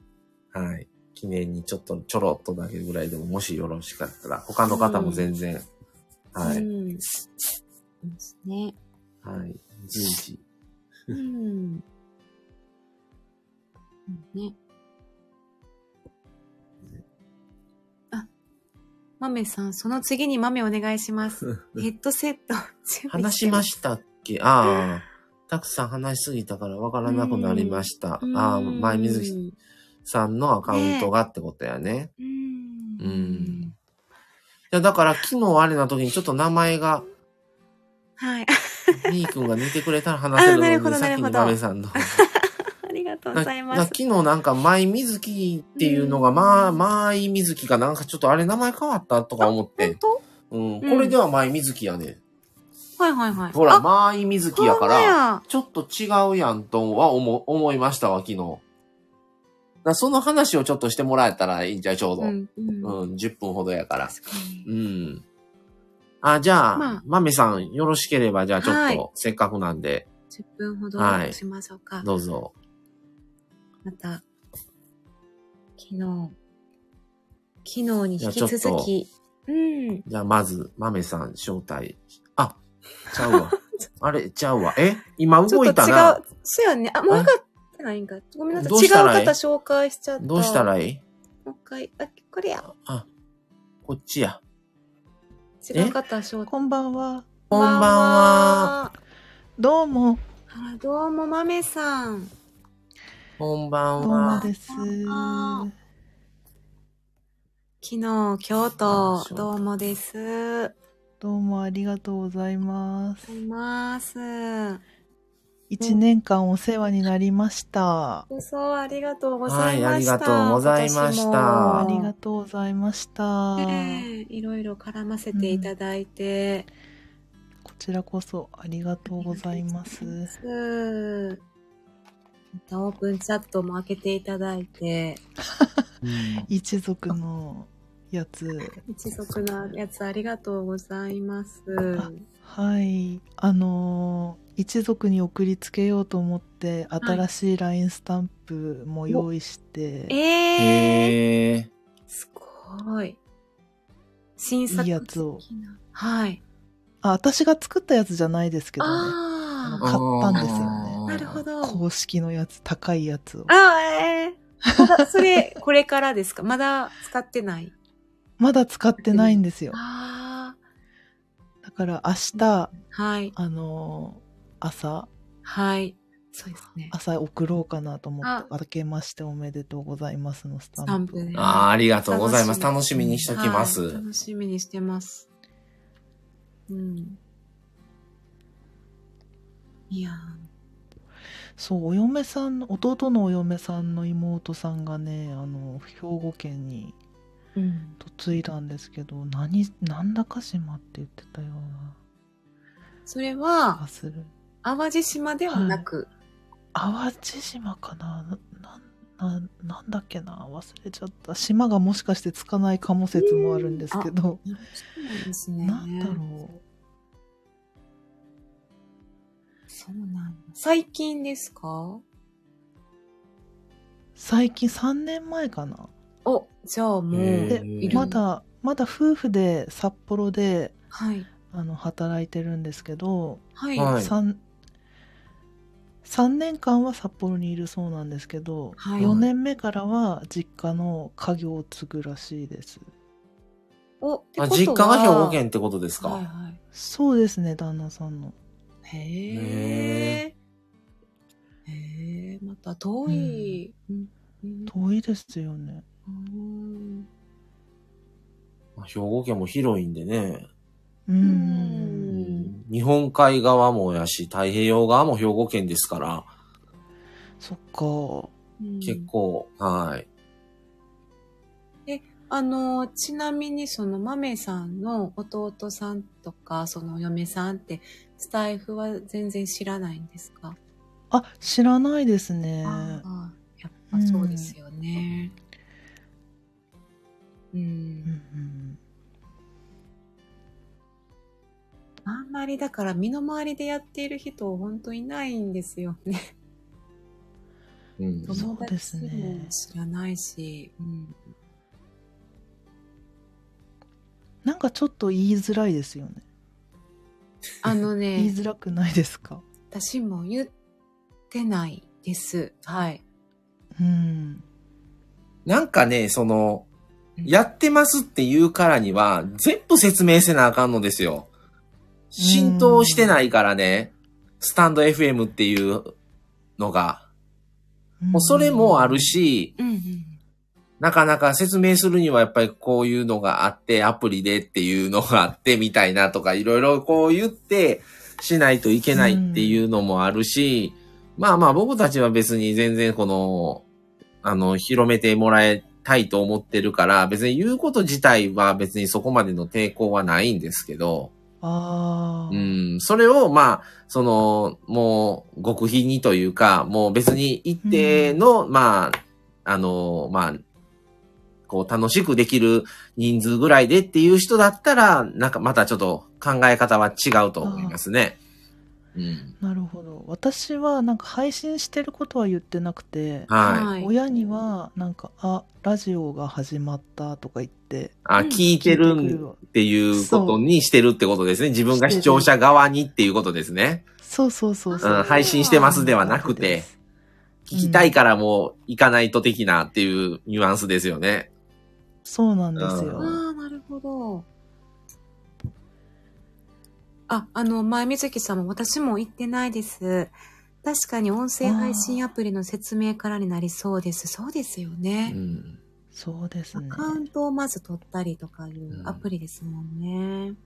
はい。記念にちょっとちょろっとだけぐらいでも、もしよろしかったら、他の方も全然、はうい。ん。そうですね。はい。随時。うん。ね。あ、豆さん、その次に豆お願い します。ヘッドセット。話しまししたっけああ。たくさん話しすぎたからわからなくなりました。ああ、前水木木。さんのアカウントがってことやね。ううんん。いや、だから昨日あれな時にちょっと名前が、はい。 みーくんが似てくれたら話せるあなるのほで、どさっきのなるほど豆さんの。ありがとうごなざいなます昨。日なんか、舞水木っていうのが、うんまあ、舞水木かなんかちょっとあれ名前変わったとか思って本。当うん、うんこれでは舞水木やね。はいはいはい。ほら、あ、舞水木やかほんまら、やちょっと違うやんとは思思いましたわ、昨日。だからその話をちょっとしてもらえたらいいんじゃう、ちょうど。ううん、ん、うん。 10分ほどやから。確かに。うん。あ、じゃあ、まあまめさん、よろしければ、じゃあちょっと、はいせっかくなんで、 10分ほどはいしましょうか。どうぞ。また、昨日、昨日に引きいやちょっ続とき、うん。じゃあ、まず、まめさん、招待。あ、ちゃうわ。あれ、ちゃうわ。え今ちょ動っいとた違うな。。そうやね。あ、もう分かってないんか。ごめんなさい。どう違うしたらいい方紹介しちゃった。どうしたもらいいう一回、あ、これや。こっちや。違う方紹介。こんばんは。こんばんは。こんばんは。どうも、あ、どうも、まめさん。こんばどんうはも。です。こんばんは昨日、京あ都そ、うどうもです。どうもありがとうございまごすざ。います。一年間お世話になりました。ごそうありがとうござはいいあましりがた。とうございました今あ年りもがとうございました。ねえいろいろ絡ませていただいて、こちらこそありがとうございます。うんたオープンチャットも開けていただいて、一族のやつ。一族のやつありがとうございます。はい。あのー一族に送りつけようと思って、新しい LINE スタンプも用意して、えー、へえ。すごい。新作いいやつを的な。はい。あ、私が作ったやつじゃないですけどね。あ買ったんですよねあ、あなるほど。公式のやつ、高いやつを。あえー、まだそれ、これからですかまだ使ってない。まだ使ってないんですよ。あだから明日、あ、はい、あのー朝、はい。そうですね。朝送ろうかなと思っあて、明けましておめでとうございますのスタスタンンププ。ね。あーありがとうございます。楽楽しみにしときます。はい楽しみにしてます。うん。いやそう、お嫁さんの、弟のお嫁さんの妹さんがね、あの、兵庫県にー、うん。嫁いだんですけど、何、なんだか島って言ってたようそれな気がは、する。淡路島ではなく、淡路島かなな、な、ななんだっけな忘れちゃった。島がもしかしてつかないかも説もあるんですけど、そうなんですね。なんだろう。そうなんだ。最近ですか最近3年前かな。お、じゃあもへう、でーい、るまだ、まだ夫婦で札幌で、はい。あの、働いてるんですけど、はい。はい三3年間は札幌にいるそうなんですけど、はい4年目からは実家の家業を継ぐらしいですお、ってあことは実家が兵庫県ってことですか、はいはい。そうですね旦那さんのへえ。へえ、また遠い。うん遠いですよねうんまあ兵庫県も広いんでね。ううんん。日本海側もやし、太平洋側も兵庫県ですから、そっかうん結。構、はい。あの、ちなみにその豆さんの弟さんとか、そのお嫁さんって、スタイフは全然知らないんですかあ知らないですねああ、やっぱそうですよね。う。うんうんんあんまりだから身の回りでやっている人本当いないんですよね。うんそうですね友達も知らないし、 うん、なんかちょっと言いづらいですよねあの言いね、づらくないですか私も言ってないです。はい。うんなんかね、その、やってますって言うからには、全部説明せなあかんのですよ。浸透してないからね、スタンド FM っていうのが。もうそれもあるし、うんうん。なかなか説明するにはやっぱりこういうのがあって、アプリでっていうのがあってみたいなとか、いろいろこう言ってしないといけないっていうのもあるし、まあまあ僕たちは別に全然この、あの、広めてもらいたいと思ってるから、別に言うこと自体は別にそこまでの抵抗はないんですけど、あうあん、それを、まあ、その、もう、極秘にというか、もう別に一定の、まあ、あの、まあ、こう、楽しくできる人数ぐらいでっていう人だったら、なんかまたちょっと考え方は違うと思いますね。うん。なるほど私はなんか配信してることは言ってなくてはい。親にはなんか「あラジオが始まった」とか言ってあ、うん聞いてるんっていうことにしてるってことですね。自分が視聴者側にっていうことですね。そうそうそうそうう、ん、配信してますではなくて。聞きたいからもう行かないと的なっていうニュアンスですよね。そうなんですよ、うんああ、なるほど。あ、あの、前水木さんも私も言ってないです。確かに音声配信アプリの説明からになりそうです。そうですようね。ん。そうですアねカウントをまず取ったりとかいうアプリですもんね。うん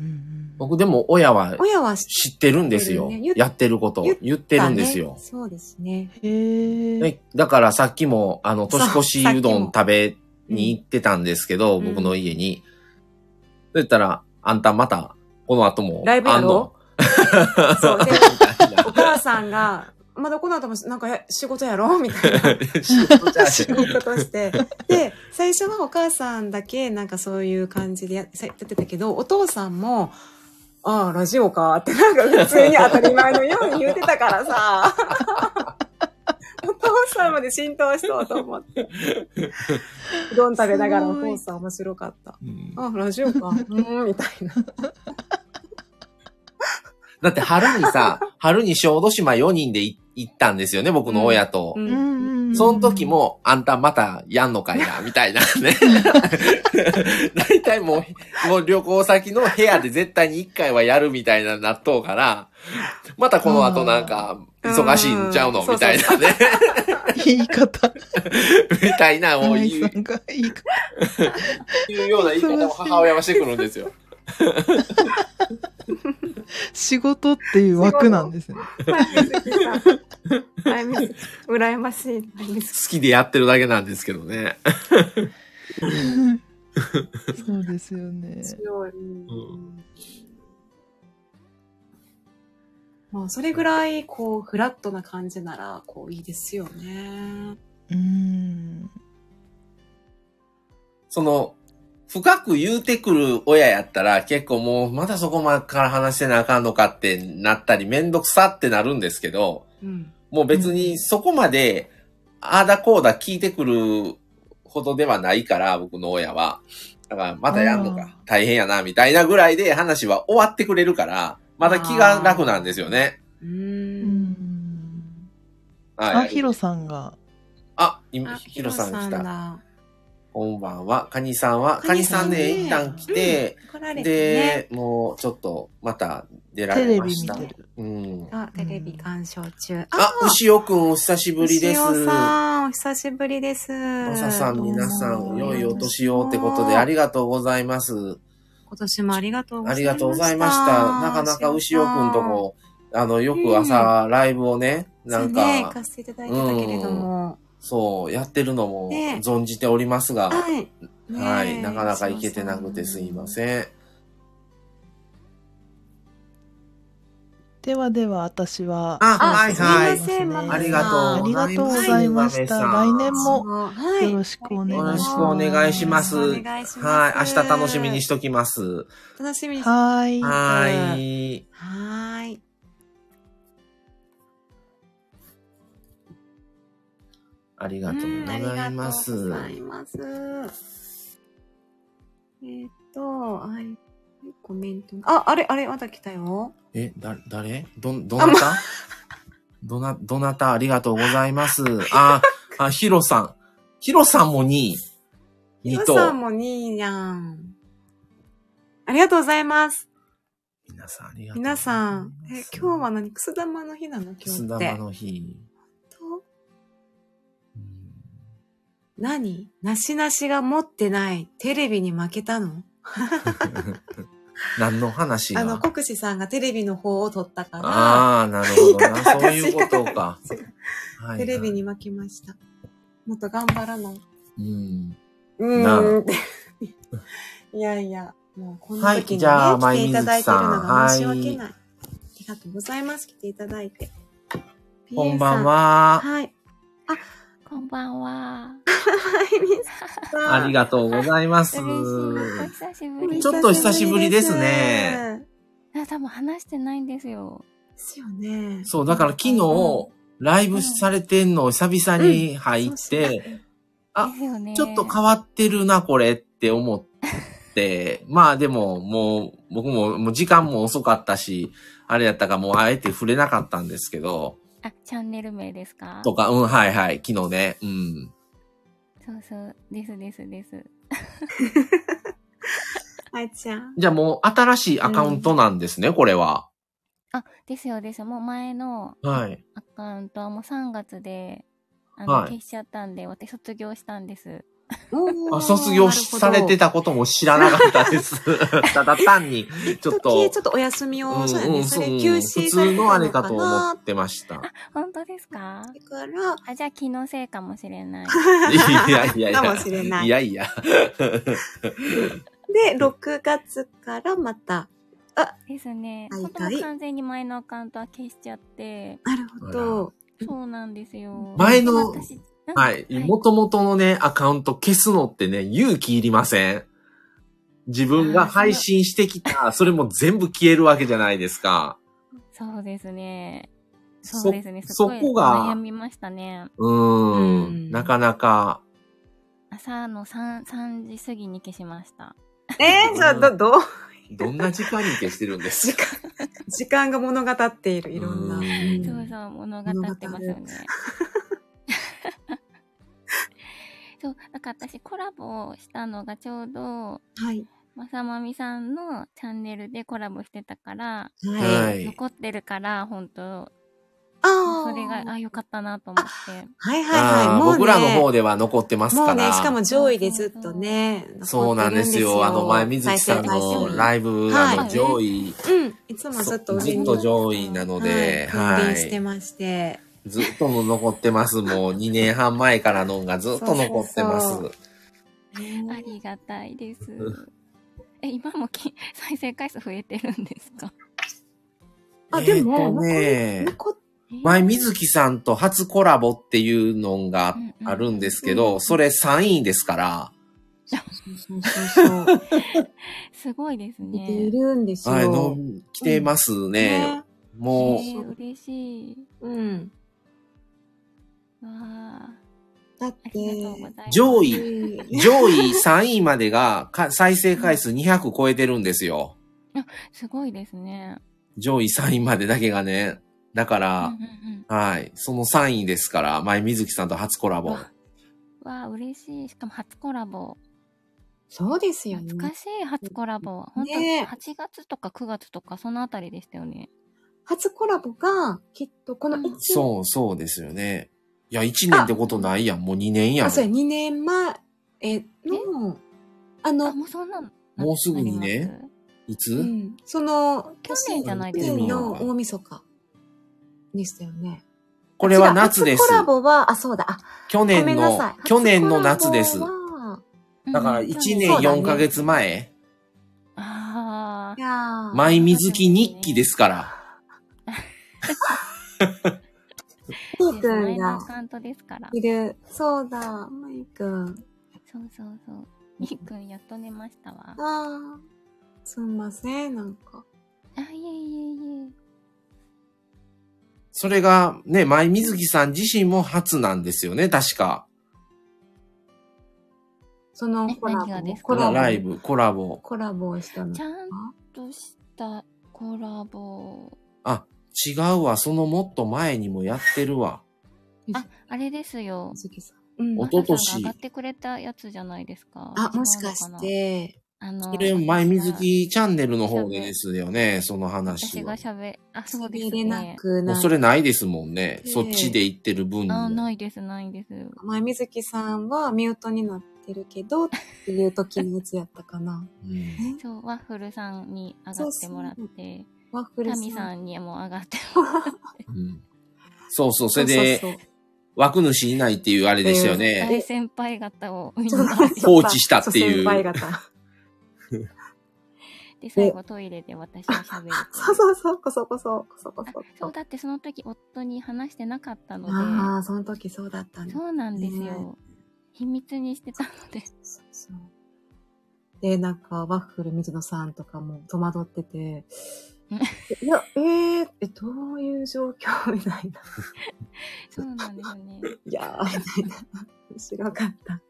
うん僕でも親は親は知っ知ってるんですよ知ってるね。言っやってること言っ言ってるたねんですよ。そうですね。へえねだからさっきも、あの、そう年越しうどんさ食べに行ってたんですけど、うん僕の家に。そしたら、あんたまた、この後も、ライブやろあんの そうでみたいなお母さんが、まだこの後もなんかえ仕事やろみたいな。仕事じゃない 仕事として。で、最初はお母さんだけなんかそういう感じでややってたけど、お父さんも、ああ、ラジオかってなんか普通に当たり前のように言ってたから さ。お父さんまで浸透しそうと思って。うどん食べながらお父さん面白かった。うんああ、ラジオか。うーん、みたいな。だって春にさ、春に小豆島4人でい行ったんですよね、僕の親と。うん うんうんその時も、あんたまたやんのかいな、みたいなね。大体もう、もう旅行先の部屋で絶対に一回はやるみたいな納豆から、またこの後なんか、忙しいんちゃうのうんみたいなね。言い方みたいな、を花井言さうんが言い方言うような言い方を母親はしてくるんですよ。仕事っていう枠なんですねはい、み羨ましい。はいみずき好きでやってるだけなんですけどね。 そうですよね強い。んまあ、それぐらい、こう、フラットな感じなら、こう、いいですよね。うんその、深く言うてくる親やったら結構もうまだそこまでから話してなあかんのかってなったりめんどくさってなるんですけど、うん。もう別にそこまで、ああだこうだ聞いてくるほどではないから、僕の親は。だからまたやんのあーか、大変やな、みたいなぐらいで話は終わってくれるから、まだ気が楽なんですよね。う。うんんはあい。ヒロさんがあ、今、あヒロさん来ヒロた。だこんばんは。カニさんは、カカニニささんんねね、一旦来て、来られてで、ね。もうちょっとまた出らテれレビまし見た。てるうん。あ、テレビ鑑賞中。あ、牛尾くんお久しぶりです。しおさん、お久しぶりです。マサさん、どうも皆さん、良いお年をってことどうでもありがとうございます。今年もありがとうござあいました。りがとうございました。なかなか牛尾くんとこ、あの、よく朝、ライブをね、ななんんか、そうね、行か、かせていただいてたけれども。そう、やってるのもね存じておりますが、はい。ねはい、なかなか行けてなくてすいません。ではでは私はああはいはいすいませんマミさんありがとうございます。ありがとうござはいましたい来年もはいよろしくお願いしよまろしすくお願いします。よろはしい、くお願いし明ます日楽しみにしときます。楽しみにしははーいはい。ーい。ありうがとうごんありざがいとうまごす。ざいます。えーっと、はい。コメント。あ、あれ、あれ、また来たよ。え、だ、誰ど、どなたどな、どなたありがとうございます。あ、あ、ヒロさん。ヒロさんも2位。ヒ2ロと。さんも2位やん。ありがとうございます。皆さんありがとうございます。皆さん。え、今日は何くす玉の日なのキ今日スっ玉て。の日。とうん何なしなしが持ってないテレビに負けたの何の話があの、国士さんがテレビの方を取ったから、ああ、なるほど 言いな。方そういうこと私か。はいはい テレビに負けました。もっと頑張らない。うん。うなあーんって。いやいや、もうこのはい時に、ねじゃあ来ていただいてるのが舞水申しさん訳ない。ありがとうございます。来ていただいて。こんばん PA は。さん。はい。こんばんは。はい、ミスさん。ありがとうございます。嬉しい。お久しぶり。ちょっと久しぶりですねあ多分話してないんですよ。ですよね。そう、だから昨日、ライブされてんのを久々に入っそうて、そうあですよね。ちょっと変わってるな、これって思って、 まあでも、もう、僕も、もう時間も遅かったし、あれやったか、もうあえて触れなかったんですけど、あ、チャンネル名ですかとか、うん、はいはい、昨日ね、うん。そうそう。ですですです。あいちゃん。じゃあもう新しいアカウントなんですね、これは。あ、ですよですよ。もう前のはい。アカウントはもう3月で、あの、はい消しちゃったんで、私卒業したんです。あ卒業されてた。たことも知らなかったです。ただ単に、ちょっと時々ちょ。っとお休みうを、んそうだね。うんそそうれ普休止され通てのあたれのかかと思なってま した。本当ですかだから、あ、じゃあ気のせいかもしれ ない。 いやいやいや。かもしれないいやいや。で、6月からまた、ですね。はい本当もはいう完全に前のアカウントは消しちゃって、なるほど。そうなんですよ。前の私はい。もともとのね、アカウント消すのってね、勇気いりません。自分が配信してきた、それも全部消えるわけじゃないですか。そうですね。そそうですね。すごいそこが悩みましたね。うー。うんんなかなか。朝の 3, 3時過ぎに消しました。えー、じゃあ、ど、どう どんな時間に消してるんです時か間、時間が物語っている、いろんな。ううんそうんそう、物語ってますよね。そう、だから私コラボをしたのがちょうど、はい。まさまみさんのチャンネルでコラボしてたから、ははい。い。残ってるから、本当ああ。それが、あ、よかったなと思って。 はいはいはあい。ーもうね、僕らの方では残ってますもか。うね、しからも上位でずっとね、そうなんですよ。あの前、水木さんのライイブ、はいあの上位、ブ。うん。いつもずっとず上っに。と上位なので、はい。は君臨してい。まして。ずっとも残ってます。もう2年半前からのがずっと残ってまそうすそうそ。ありがたいです。え、今もき再生回数増えてるんですかあ、でえーも、とね残っ前、水木さんと初コラボっていうのがあるんですけど、それ3位ですから、そうそうそうそう。すごいですいてねい。るんですよ。はい、の来てますね。えもー嬉しい。うん。わあ、だっあて、りがとうございます。上位うう、ん上位3位までがか再生回数200超えてるんですよ。すごいですね。上位3位までだけがね。だかうんらう、んはい、その3位ですから、前水木さんと初コラボ。うん、わあ、嬉しい。しかも初コラボ。そうですよね。懐かしい初コラボ。本当ねえ8月とか9月とかそのあたりでしたよね。初コラボが、きっとこの1年、そう、そうですよね。いや、1年ってことないやん。もう2年やあ、ん。そうや、2年前の、ああ、の、もうそんなの。もうすぐにねなります。いうつん、その、去年じゃないで去すか年の大晦日でしたよね。これは夏です違う初。コラボは、あ、そうだ。あ、去ご年めんなのさい。、去年の夏です初コ。ラボはだから1年そうだね4ヶ月前、あいやーマイ水木日記ですから。ピーくんあ。前のアがカウントですから。いる。そうだ、マイくん。そうそうそう。みーくん、やっと寝ましたわ。あー、すんません、なんか。あ、いえいえいえ。それがね、マイ水木さん自身も初なんですよね、確か。そのえコラ何がボで、すかコラボ、ライブ、コラボ。コラボをしたのち。ゃんとしたコラボ。あ、違うわ、そのもっと前にもやってるわ。あ、あれですよ。鈴木さん。うんおマとサとさしんが上がってくれたやつじゃないですか。あ、もしかし違うのて、かな。あの、それ、マイ水木チャンネルの方でですよね、その話私はが。喋、あ、そうです喋れなね。くもうなそる。れないですもんね。ねそっちで行ってる分にも。あ、ないです、ないです。前水木さんはミュートになってるけど、っていう時のやつやったかな。うんねそう、ワッフルさんに上がってもらっそうて、ワッフルタさん。ミさんにも上がってうんそうそう、そそれうそうそう、で、枠主いないっていうあれでしたよえね。ー大先輩方をみんちょなっと待って放置したっていうそう先輩方。で、最後トイレで私が喋る。そうそうそう、こそこそ、こそこあそ。そうだってその時夫に話してなかったのああ、その時そうだったで、ね。そうなんですねよ。秘密にしてたので。そうそうで、なんか、ワッフル水野さんとかも戸惑ってて、いや、えー、え、どういう状況みたいな。そうなんですよね。いやー、みたいな。面白かった。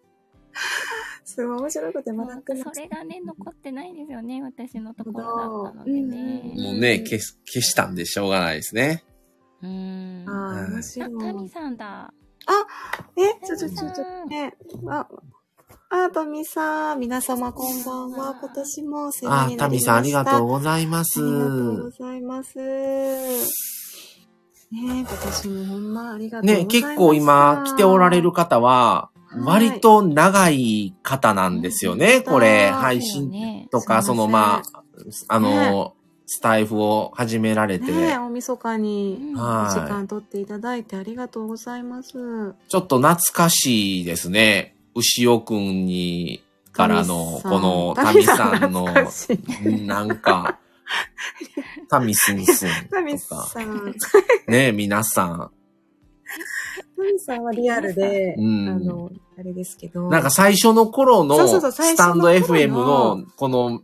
すごい面白くて、まだくそれがね、残ってないですよね、私のとこなるほろどだったのでね。うんもうね、消す消したんでしょうがないですね。うーん。あ、あー面白い。タミさんだ。え、ちょちょちょちょ、ね、あ、あ、とみさん、皆様こんばんは。今年もお世話あに、なタりまミした。さんありがとううございます。ありがとうございます。ねえ、今年もほんまありがとうございね、ます。結構今来ておられる方は、割と長い方なんですよね、これ。あー配そうよ信ね。とか、すそいませんのまあ、あの、スタイフを始められて、ねえ、大晦日にうんおはい時間取っていただいてありがとうございます。ちょっと懐かしいですね。牛尾くんに、からの、この、タミさんの、タミさん懐かしいなん か、タミスンスンタミとか、さん。ね、皆さん、マミさんはリアルで、うんあの、あれですけど。なんか最初の頃のそうそうそう最ス初タのン頃ドの FM のこの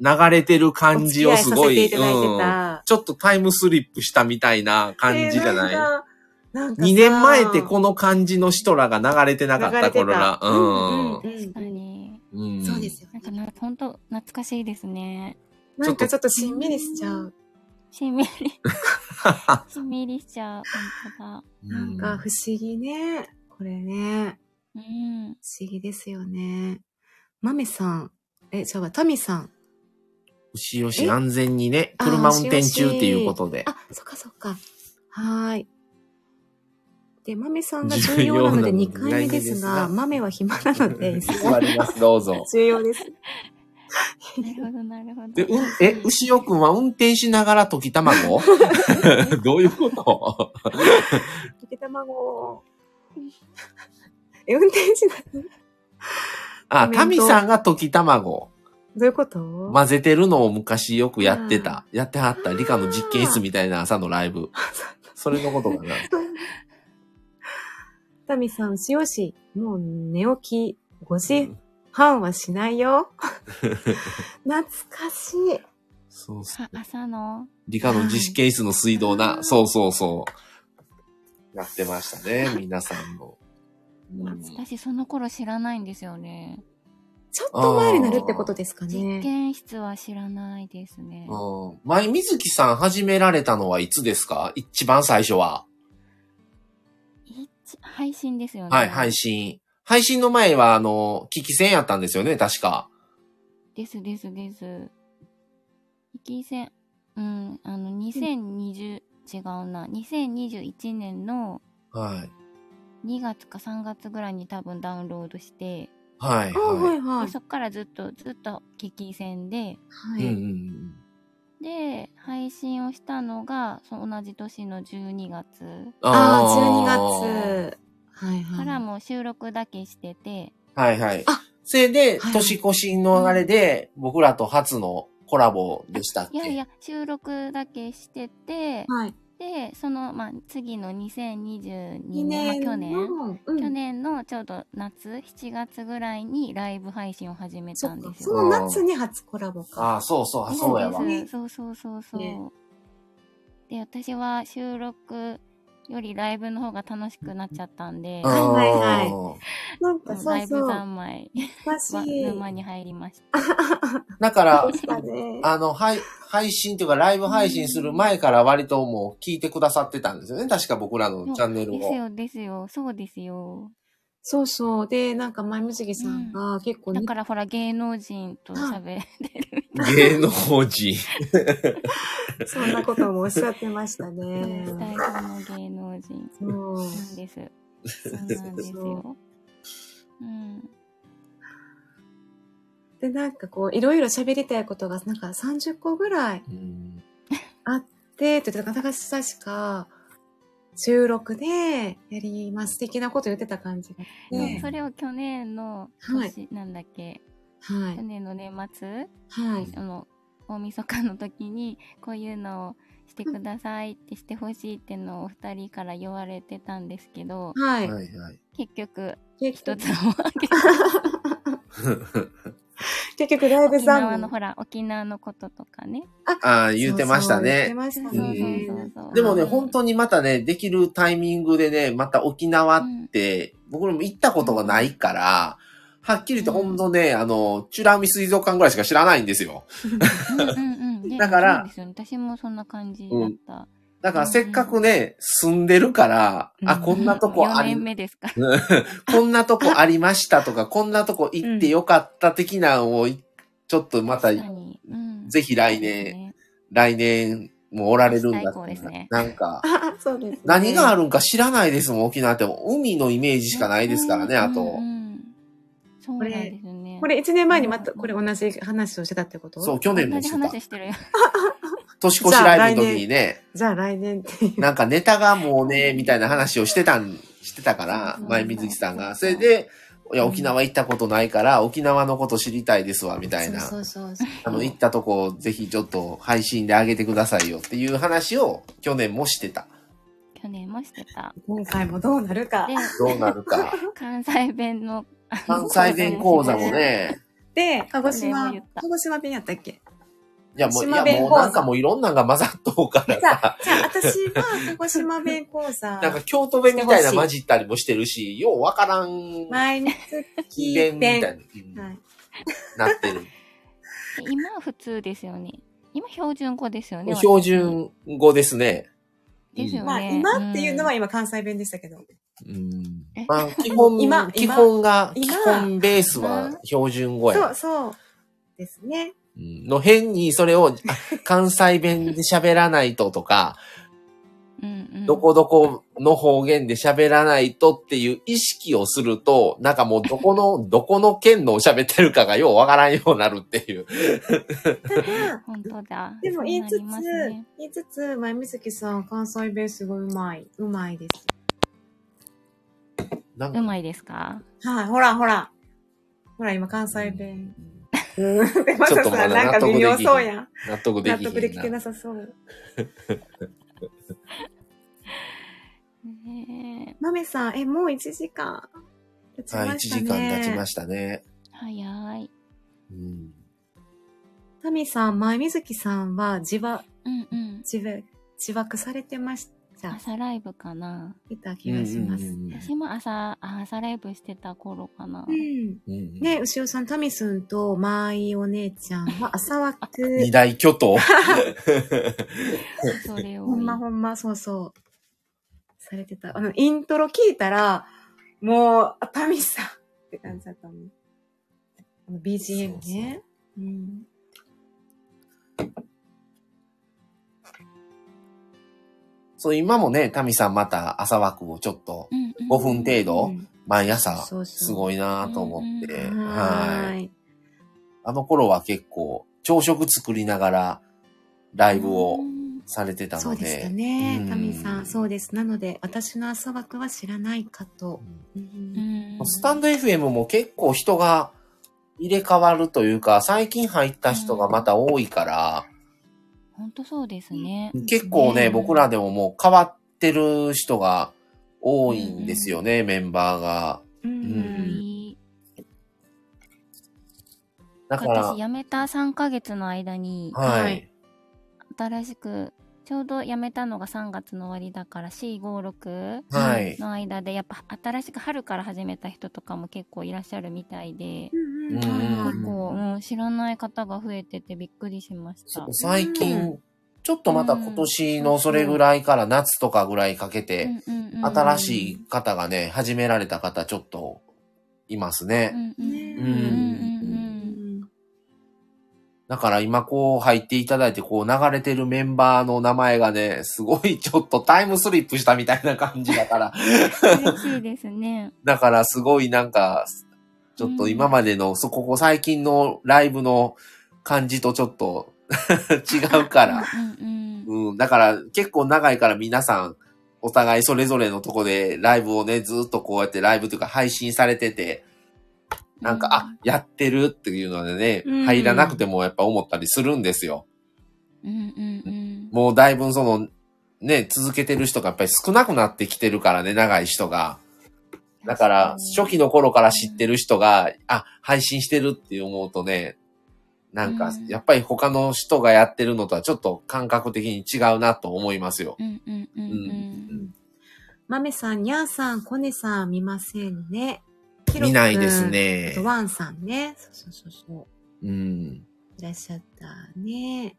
流れてる感じをすごお付き合い、いさせていただいてうんたちょっとタイムスリップしたみたいな感じじゃない、えーんかなんかさ2年前ってこの感じの人らが流れてなかった頃ら。流れてたうんうん確かに。うんうん。そ うですよなんかね。な、ほんと懐かしいですね。なんかちょっとしんみりしちゃう。しんみり、しんみりしちゃう。本なんうかん不思議ね。これね。当だ。うん。不思議ですよね。マメさん。え、じゃあ、タミさん。牛よえし安全にね、あー車運転中っていうことで。あ、そっかそっか。はーい。で、マメさんが重要なの重で要なので2回目二回目ですですがが、マメは暇なの で、座ります、どうぞ。 重要です。なるほど、なるほで、ど。うえ、牛尾くんは運転しながら溶き卵どういうこと溶き卵を。 え、運転しない。どあ、コメントタミさんが溶き卵。ういうこと 混ぜてるのを昔よくやってた。やってはった。理科の実験室みたいな朝のライブ。それのことかな。タミさん、しおし、もう寝起き5時半はしないよ。懐かしい。そうそうあ朝の、理科の実験室の水道な。そうそうそう。やってましたね、皆さんの。うん私その頃知らないんですよね。ちょっと前になるってことですか実ね。験室は知らないですね。うん。前、水木さん始められたのはいつですか一番最初は。一配信ですよね。はい、配信。配信の前は、あの、危機戦やったんですよね、確か。ですですです。引き線、うん、あの、2020、違うな、2021年のはい。 2月か3月ぐらいに多分ダウンロードして、はい、あははい。はいで。そっからずっと、ずっと聞き戦で、はいうんうんい。うん。で、配信をしたのが、その同じ年の12月ああ、ー12。月。はいはい。からもう収録だけしてて、はいはい。あそれで、はい年越しのあれで、僕らと初のコラボでしたっけいやいや、収録だけしてて、はい。で、その、まあ、次の2022 2年、まあ、年去年。の、うん去年のちょうど夏7月ぐらいにライブ配信を始めそたっんかですそよ。の夏に初コラボあか。あ、そうそう、あそうやわ。ですそうそうそうそう。ねで私は収録よりライブの方が楽しくなっちゃったんで、あはいはいうんなんかそラうイそブう。三昧懐かし。はい沼に入りました。だからで、したね。あの、はい、配信というか、ライブ配信する前から割ともう聞いてくださってたんですよね。確か僕らのチャンネルですを。よですよそうですよ。そうそう。で、なんか前水木さんが結構だね、からほら芸能人と喋る。芸能 人。そんなこともおっしゃってました ね。代表の芸能人そう。なんです。そうなんですよ。うん。で、なんかこう、いろいろ喋りたいことが、なんか30個ぐらいうんで、って言ってたから、確か、収録でやります。素敵なこと言ってた感じがそうね。それを去年のはい年、なんだっけは去い。年の年末はい。あの大晦日の時にこういうのをしてくださいってしてほしいってのをお二人から言われてたんですけどははいい。はい。結局結一局つもあげて 結局ライブ沖さん縄のほら沖縄のこととかねああ、言うてましたね。そうそう言ってましたね。そうそうそうそうでもね、うん本当にまたね、できるタイミングでね、また沖縄って、僕らも行ったことがないから、はっきり言ってほんとね、あの、チュラミ水族館ぐらいしか知らないんですよ。うんう んうんねだからそうですよね私もそんな感じだった、だからせっかくね、住んでるから、あ、うんこんなとこあ4り年、目ですか こんなとこありましたとか、こんなとこ行ってよかった的なのを、いちょっとまた、確かにうんぜひ来年そうですね来年もおられるんだ最った高らですねなんか、あ、 そうです、ね。何があるるんか知らないですもん、沖縄って。海のイメージしかないですからね、あと。うんうんそうなんですねこれ1年前にまたこれ同じ話をしてたってことそう、去年同もじしてた話。してるよ 年越しライブの時にね、じゃあ来年っていう。なんかネタがもうね、みたいな話をしてたん、してたかそうらそう、前水木さんが。そそうれそうで、いや、沖縄行ったことないから、沖縄のこと知りたいですわ、みたいな。そうそうそう。あの、行ったとこ、ぜひちょっと配信で上げてくださいよっていう話を去年もしてた。去年もしてた。今回もどうなるかで、どうなるか。関西弁の、 関西弁講座もね、で、鹿児島去年も言っ、た鹿児島弁やったっけいやもう、い島や弁もう講座なんかもういろんなのが混ざっとうからじゃさあ、、じゃあ私は鹿児島弁講座なん、か京都弁みたいな混じったりもしてるし、ようわからん、毎日非聞弁いみたいなて、、うんはい。なってる。今は普通ですよね。今標準語ですよね。標準語ですね。ですよねまあ、今っていうのは今関西弁でしたけど、うんえまあ、基本、今基本が、基今本ベースは標準語そう、や。そうですね。うんの変にそれを、あ関西弁で喋らないととか、私。うんうんどこどこの方言で喋らないとっていう意識をすると、なんかもうどこの、どこの県の喋ってるかがようわからんようになるっていう。ただ、本当だ。でも言いつそつ、うなりますね言いつつ、前みずきさん、関西弁すごいうまい、うまいでなんうかまいですかす。はい、ほらほら。ほら、今関西弁。うん。 で、まちょっさとまださん、なんか微妙そうやん。納得で納き得できへてんなな。さそう。ねえまめさん、え、もう1時間経ちはい、1ました時ね。間経ちまししたね。早い。うんた。タミさん、前水木さんは、自爆、うんうん。自爆、自爆されてました。朝ライブかな。いた気がします。うんうんうん私も朝、あ朝ライブしてた頃かな。うん。うんね、うしおさん、タミスンと、まいお姉ちゃんは、朝枠。二大巨 頭。それを。ほんまほんま、そうそう。されてた。あの、イントロ聞いたら、もう、あタミさんって感じだったもん。あの BGM ね。うん。そう、今もね、タミさんまた朝枠をちょっとうんうん5分程う度、ん毎朝そうそう、すごいなぁと思って、うんははーい。い。あの頃は結構、朝食作りながら、ライブをうんされてたそのうでしたで、うねん。タミさん、そうです。なので、私の朝枠は知らないかと。うんうんスタンド FM も結構人が入れ替わるというか、最近入った人がまた多いから、本当そうですね。結構ね、うん僕らでももう変わってる人が多いんですよね、メンバーが。うんうんいいだから私、辞めた3ヶ月の間に、ははいい。新しく、ちょうど辞めたのが3月の終わりだから、456はい。の間で、やっぱ新しく春から始めた人とかも結構いらっしゃるみたいで、うんうんうんはい結構、うん、知らない方が増えててびっくりしました。そう最う近、ちょっとまた今年のそれぐらいから夏とかぐらいかけて、新しい方がね、始められた方ちょっといますいね。ねうん。うんだから今こう入っていただいてこう流れてるメンバーの名前がね、すごいちょっとタイムスリップしたみたいな感じだから、嬉しいですね。だからすごいなんか、ちょっと今までの、そここ最近のライブの感じとちょっと 違うから。うんうんうんうん、だから結構長いから皆さん、お互いそれぞれのとこでライブをね、ずっとこうやってライブというか配信されてて、なんか、あ、やってるっていうのでねうん、入らなくてもやっぱ思ったりするんですよ。うんうんうん。もうだいぶその、ね、続けてる人がやっぱり少なくなってきてるからね、長い人が。だから、初期の頃から知ってる人が、あ、配信してるって思うとね、なんかうん、やっぱり他の人がやってるのとはちょっと感覚的に違うなと思いますよ。うんうんうんうん。まめさん、にゃーさん、こねさん見ませんね。見ないですあねと。ワンさんね。そうそうそうそうん。う。いらっしゃったね。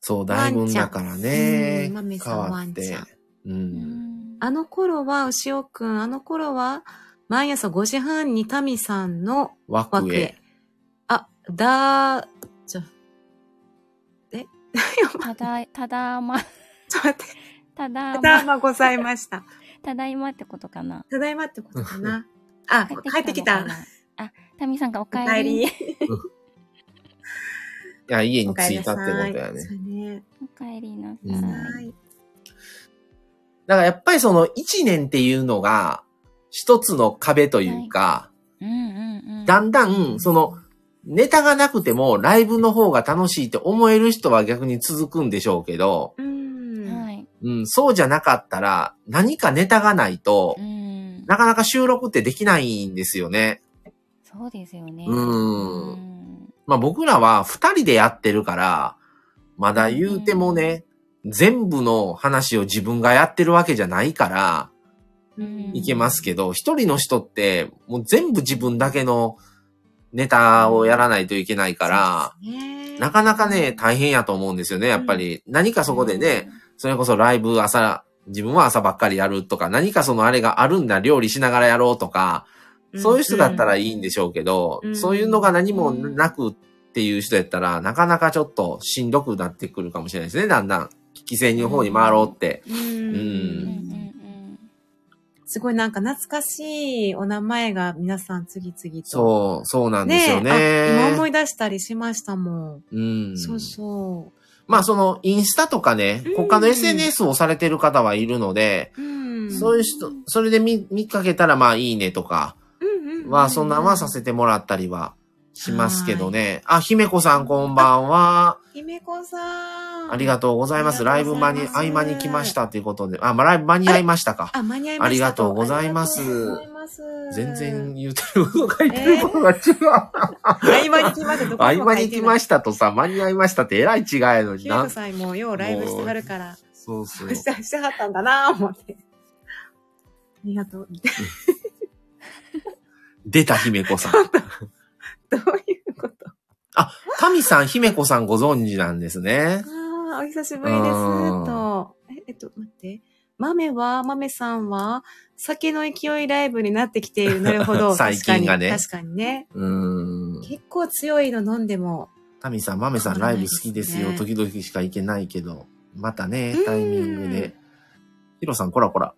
そう、だいぶんだからねうん。豆さ変んわワっンちてゃん。う。うんんあの頃は、牛尾くん、あの頃は、毎朝5時半にタミさんの枠枠へへ。。あ、だー、ちょ、え ただ、ただま、ちょっと待って。ただただいま、まございました。ただいまってことかな。ただいまってことか な。あ、帰ってきたのか。な。あ、タミさんがおお帰帰りり。。いや、家おに帰着りいなたっさてこい。とやね。そうね。お帰りなうさ。はいい。だからやっぱりその一年っていうのが、一つの壁というか、うんうんうん。だんだん、その、ネタがなくてもライブの方が楽しいって思える人は逆に続くんでしょうけど、うん。うん、そうじゃなかったら、何かネタがないとう、ん。なかなか収録ってできないんですよね。そうですよね。う。うんん。まあ僕らは二人でやってるから、まだ言うてもね、全部の話を自分がやってるわけじゃないから、うんいけますけど、一人の人って、もう全部自分だけのネタをやらないといけないから、そうですねなかなかね、大変やと思うんですよね、やっぱり。何かそこでね、それこそライブ朝、自分は朝ばっかりやるとか、何かそのあれがあるんだ、料理しながらやろうとか、そういう人だったらいいんでしょうけど、うんそういうのが何もなくっていう人やったら、なかなかちょっとしんどくなってくるかもしれないですね、だんだん。危機性の方に回ろうって。うんうん。うんすごいなんか懐かしいお名前が皆さん次々と。そう、そうなんですよね。えあ今思い出したりしましたもん。うん。そうそまあそのインスタとかねうん、他の SNS をされてる方はいるので、う。うん。そういう人、それで見見かけたらまあいいねとかうんうんうんは、そんなんはさせてもらったりはしますけどね。あ、姫子さんこんばんは。姫子さん。ありがとうございます。あラりイがとブうご間ざいに、ます合間に来ましたということで。あ、まあライブ間に合いましたか。あ、間に合いましたありがとうございますありがとうございます全然。言うてることが言ってることが違う。 合間に来ました。どこ合間に来まししたとさ、間に合いましたってえらい違いやのに姫な子。さんもようライブしてはるから、そうそう。してしてはったんだなぁ思って。ありがとう。 出た姫子さ ん。どういうこと タミさん、姫子さんご存知なんですね。ああ、お久しぶりですうん、と。え、えっと、待って。豆は、豆さんは、酒の勢いライブになってきている。なるほ ど。最近がね確かに確かにね。うーん。結構強いの飲んでも。タミさん、マメさん、変わラらイなブい好ですきねですよ。時々しか行けないけど。またねう、んタイミングで。ヒロさん、こらこら。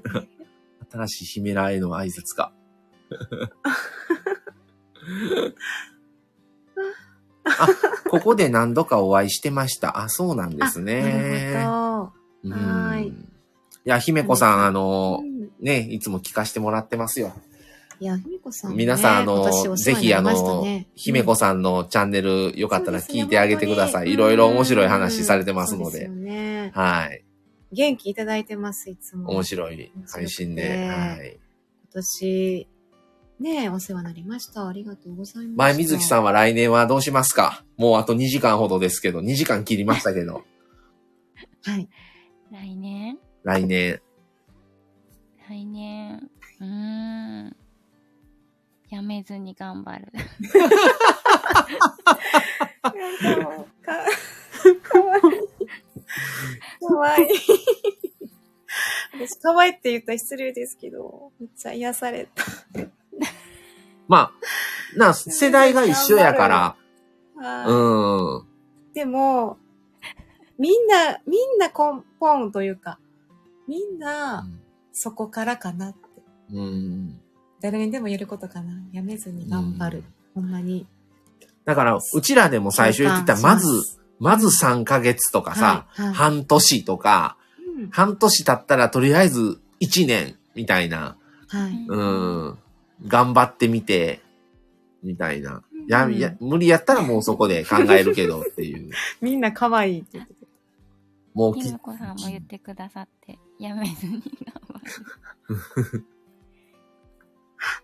新しい姫らへの挨拶か。あ、ここで何度かお会いしてました。あ、そうなんですね。なるほうんはいいや、姫子さん、あのど。う、んね、いつも聞かせてもらってますよ。いや、ひめこさん、ね。皆さん、あ今年の、お世ぜ話にひ、なありましたのね、姫子ささんのチャンネル、よんかったら聞いてあげてください。いろいろ面白い話されてますのそうでですよ。ね。はい。元気いただいてます、いつも。面白い配信で。面白くてはい。今年、ねえお世話になりました。ありがとうございます。前水木さん。んは来年はどうしますかもうあと2時間ほどですけど、2時間切りましたけ ど、はい。来年来年。来年。うーん。やめずに頑張る。なんかもうか、かわいい。かわいい。私、かわいいって言ったら失礼ですけど、めっちゃ癒された。まあ、な、世代が一緒やかはら、いうん。でも、みんな、みんな根本というか、みんな、そこからかなって。うん。誰にでもやることかな。やめずに頑張る。ほんまに。だから、うちらでも最初言ってた、まず、まず3ヶ月とかさ、はいはい半年とか、うん半年経ったらとりあえず1年みたいな、はい。うん、頑張ってみて、みたいな。や、うんや、無理やったらもうそこで考えるけどって いう。みんな可愛いって言ってたもうひきむ、こさんも言ってくださって、やめずに頑張る。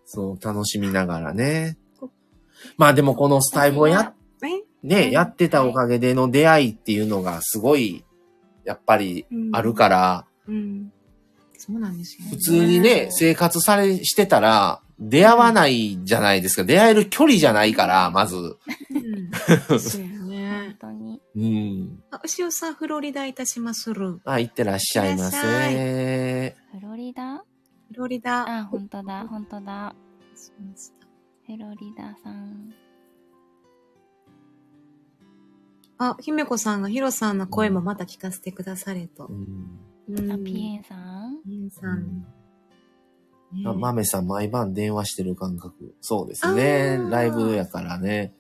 そう、楽しみながらね。まあでもこのスタイルをや、えね、やってたおかげでの出会いっていうのがすごい、やっぱりあるら。から、うん。そうなんですよ、ね。普通にね、生活され、してたら、出会わないじゃないですか。出会える距離じゃないから、まず。うん。そうよ本 ね。当に。うん。あ、牛尾さん、フロリダいたしまする。フあ、行ってらっしゃいまいらっしせ。フロリダロリダ。あ、本当だ、本当だ。しましたフロリダさん。あ、ひめこさんがヒロさんの声もまた聞かせてくだされとう。ん。うんあ、ピエンさんピエンさん。ねあなマるメさん、毎晩電話してる感覚。そうですねあ。ーライブやからね。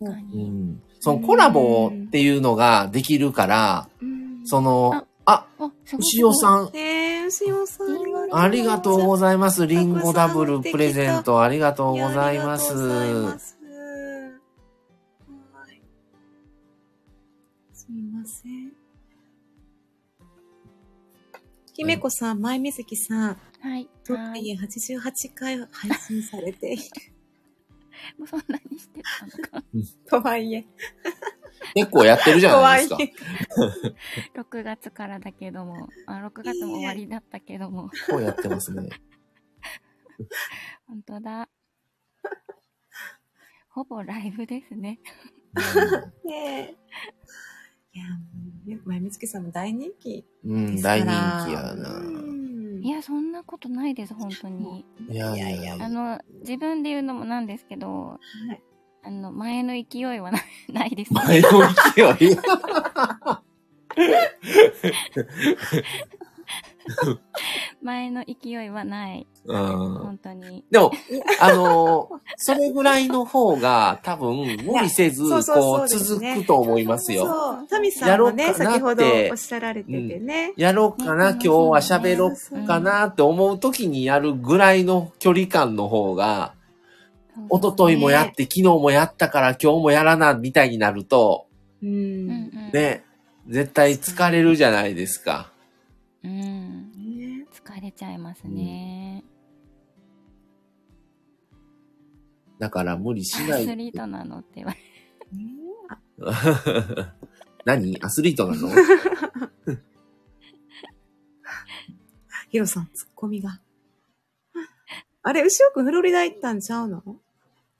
確かうに。ん。そのコラボっていうのができるから、うんその、あ、あ、すごい。牛尾さん、ねえ、牛尾さんありがとうございざいます。リンゴダブルプレゼント、ありがとうございまありがとうございすま。す。はいすみません。姫子さん、前みずきさん、はい。とっはてーい。い88回配信さ れているもうそんなにしてたのか。とはいえ、結構やってるじとゃなはいいですか。え、 6月からだけども、あ、6月も終わりだったけども、結構やってますね。本当だ。 ほぼライブですね。ねえ。いや、もうね前みつきさんも大人気うでん、す大から。人気やうな。んいや、そんなことないです、本当に。いやいやいや あの、自分で言うのもなんですけはど、いあの、前の勢いはな ないです、ね。前の勢い。前の勢いはない。うん。本当に。でも、あのーそれぐらいの方が多分無理せず、いやそうそうこうそうです続ねくと思いますよ。そう、タミさんもね、やろうかなって先ほどおっしゃられててね。やろうかな、うん今日は喋ろうかなって思う時にやるぐらいの距離感の方が、一昨日もやって、昨日もやったから今日もやらな、みたいになると、う。うんんねうん。ね、絶対疲れるじゃないですか。うん。疲れちゃいますね。だから無理しアないス。リートなのって言われて。ねあ 何アスリートなのヒロさん、ツッコミが。あれ、牛尾くんフロリダ行ったんちゃうの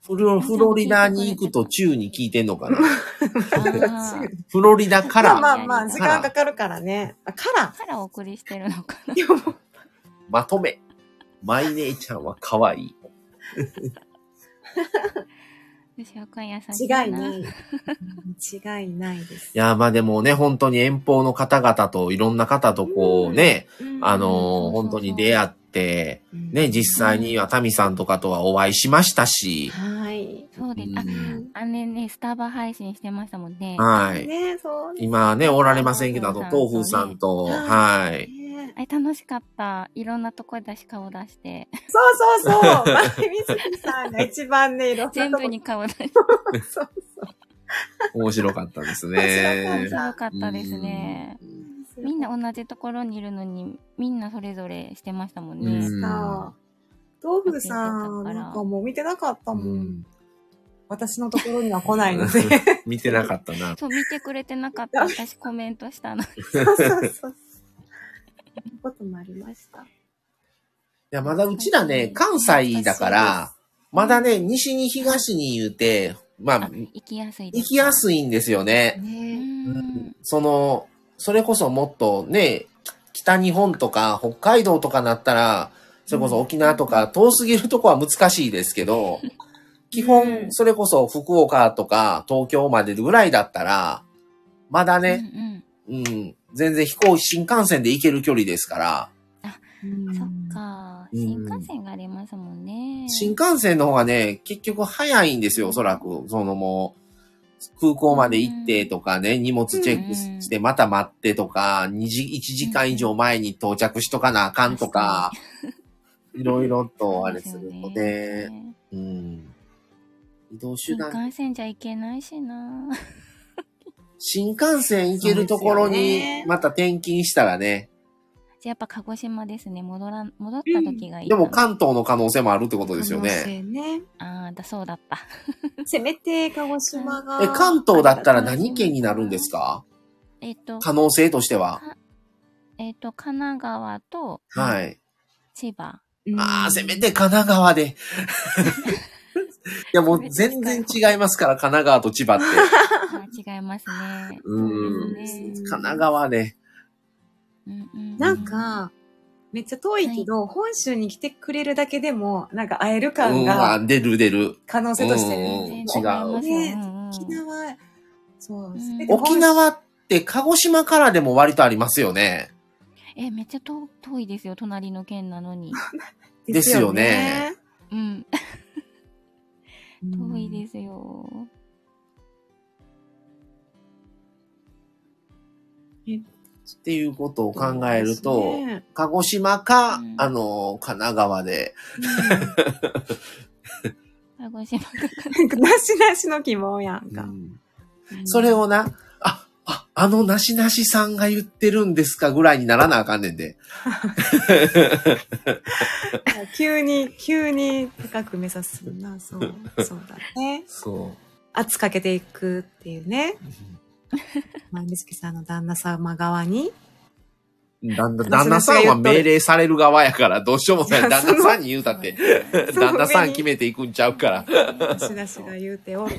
フロフロリダに行くと宙に聞いてんのかな あーフロリダかまあまら、あまあ、時間かかるからね。あ、からからお送りしてるのかな。でもまとめ。マイ姉ちゃんは可愛い。吉岡君優し違いな。いない。うん違いないですい。や、まあでもね、本当に遠方の方々といろんな方とこうね、あのーそうそうそう本当に出会って、うんね、実際にはタミさんとかとはお会いしましたし、はい。そうです。うあ、んあれね、スタバ配信してましたもんね。あはい。ねそうね。今ね、おられませんけど、あと、豆豆腐腐ささんんとと、ねはい。ねれ楽しかった。いろんなとこ出し顔出して。そうそうそう。まみずきさんが一番ね、いろんな全と部こ。に顔出して。そうそう。面白かったです面ね面。白かったですね。みんな同じところにいるのに、みんなそれぞれしてましたもんうね。ん。さあ、豆腐さんなんかもう見てなかったうもん。ん私のところには来ないので。見てなかったな。そう、見てくれてなかった。私コメントしたの。そうそうそう。そういうこともありました。いや、まだうちらね、関西だから、まだね、西に東に言うて、まああ、行きやすいで行す。きやすいんですよね。うねん。その、それこそもっとね、北日本とか北海道とかなったら、それこそ沖縄とか遠すぎるとこは難しいですけど、基う本、んそれこそ福岡とか東京までぐらいだったら、まだね、うんうんうん、全然飛行、新幹線で行ける距離ですから、うんそっか。うん新幹線がありますもんね。新幹線の方がね、結局早いんですよ、おそらく。そのもう、空港まで行ってとかね、荷物チェックして、また待ってとか、2時、1時間以上前に到着しとかなあかんとか、いろいろとあれするので、うん。移動手新段、幹線じゃ行けないしな。 新幹線行けるところそうですによね、また転勤したらね、じゃあやっぱ鹿児島ですね。戻らん、戻った時がいいでかな。も関東の可能性もあるってことですよ可能ね。性ね。ああ、だ、そうだった。 せめて鹿児島が。え、関東だったら何県になるんですかえっと、可能性としては。かえっと、神奈川とはい。千葉。うんああ、せめて神奈川 で。いや、もう全然違いますから、神奈川と千葉っ て。あ違いますね。 うんそうですね神奈川で。うんうんなん、か、めっちゃ遠いけど、本州に来てくれるだけでも、なんか会える感うん、あが出る出る。可能性としてうんね。全違然違いますよねうんうん沖縄、そう、んすべて本州沖縄って鹿児島からでも割とありますよね。え、めっちゃ遠遠いですよ、隣の県なの に。ですよね。うん。遠いす。ですよ。っていうことを考えると、そうですね鹿児島か、うんあの、神奈川で。鹿児島かなんかなしなしの疑問やんうか。んそれをな、あ、あ、あのなしなしさんが言ってるんですかぐらいにならなあかんねんで。急に、急に高く目指すもんな。そう、そうだね。そ圧かけていくっていう ね。う。まみすきさんの旦那様側に。旦那旦那さんは命令される側やから、どうしようもない。いや旦那さんに言うたって、旦那さん決めていくんちゃうから。なしなしが言うてを。う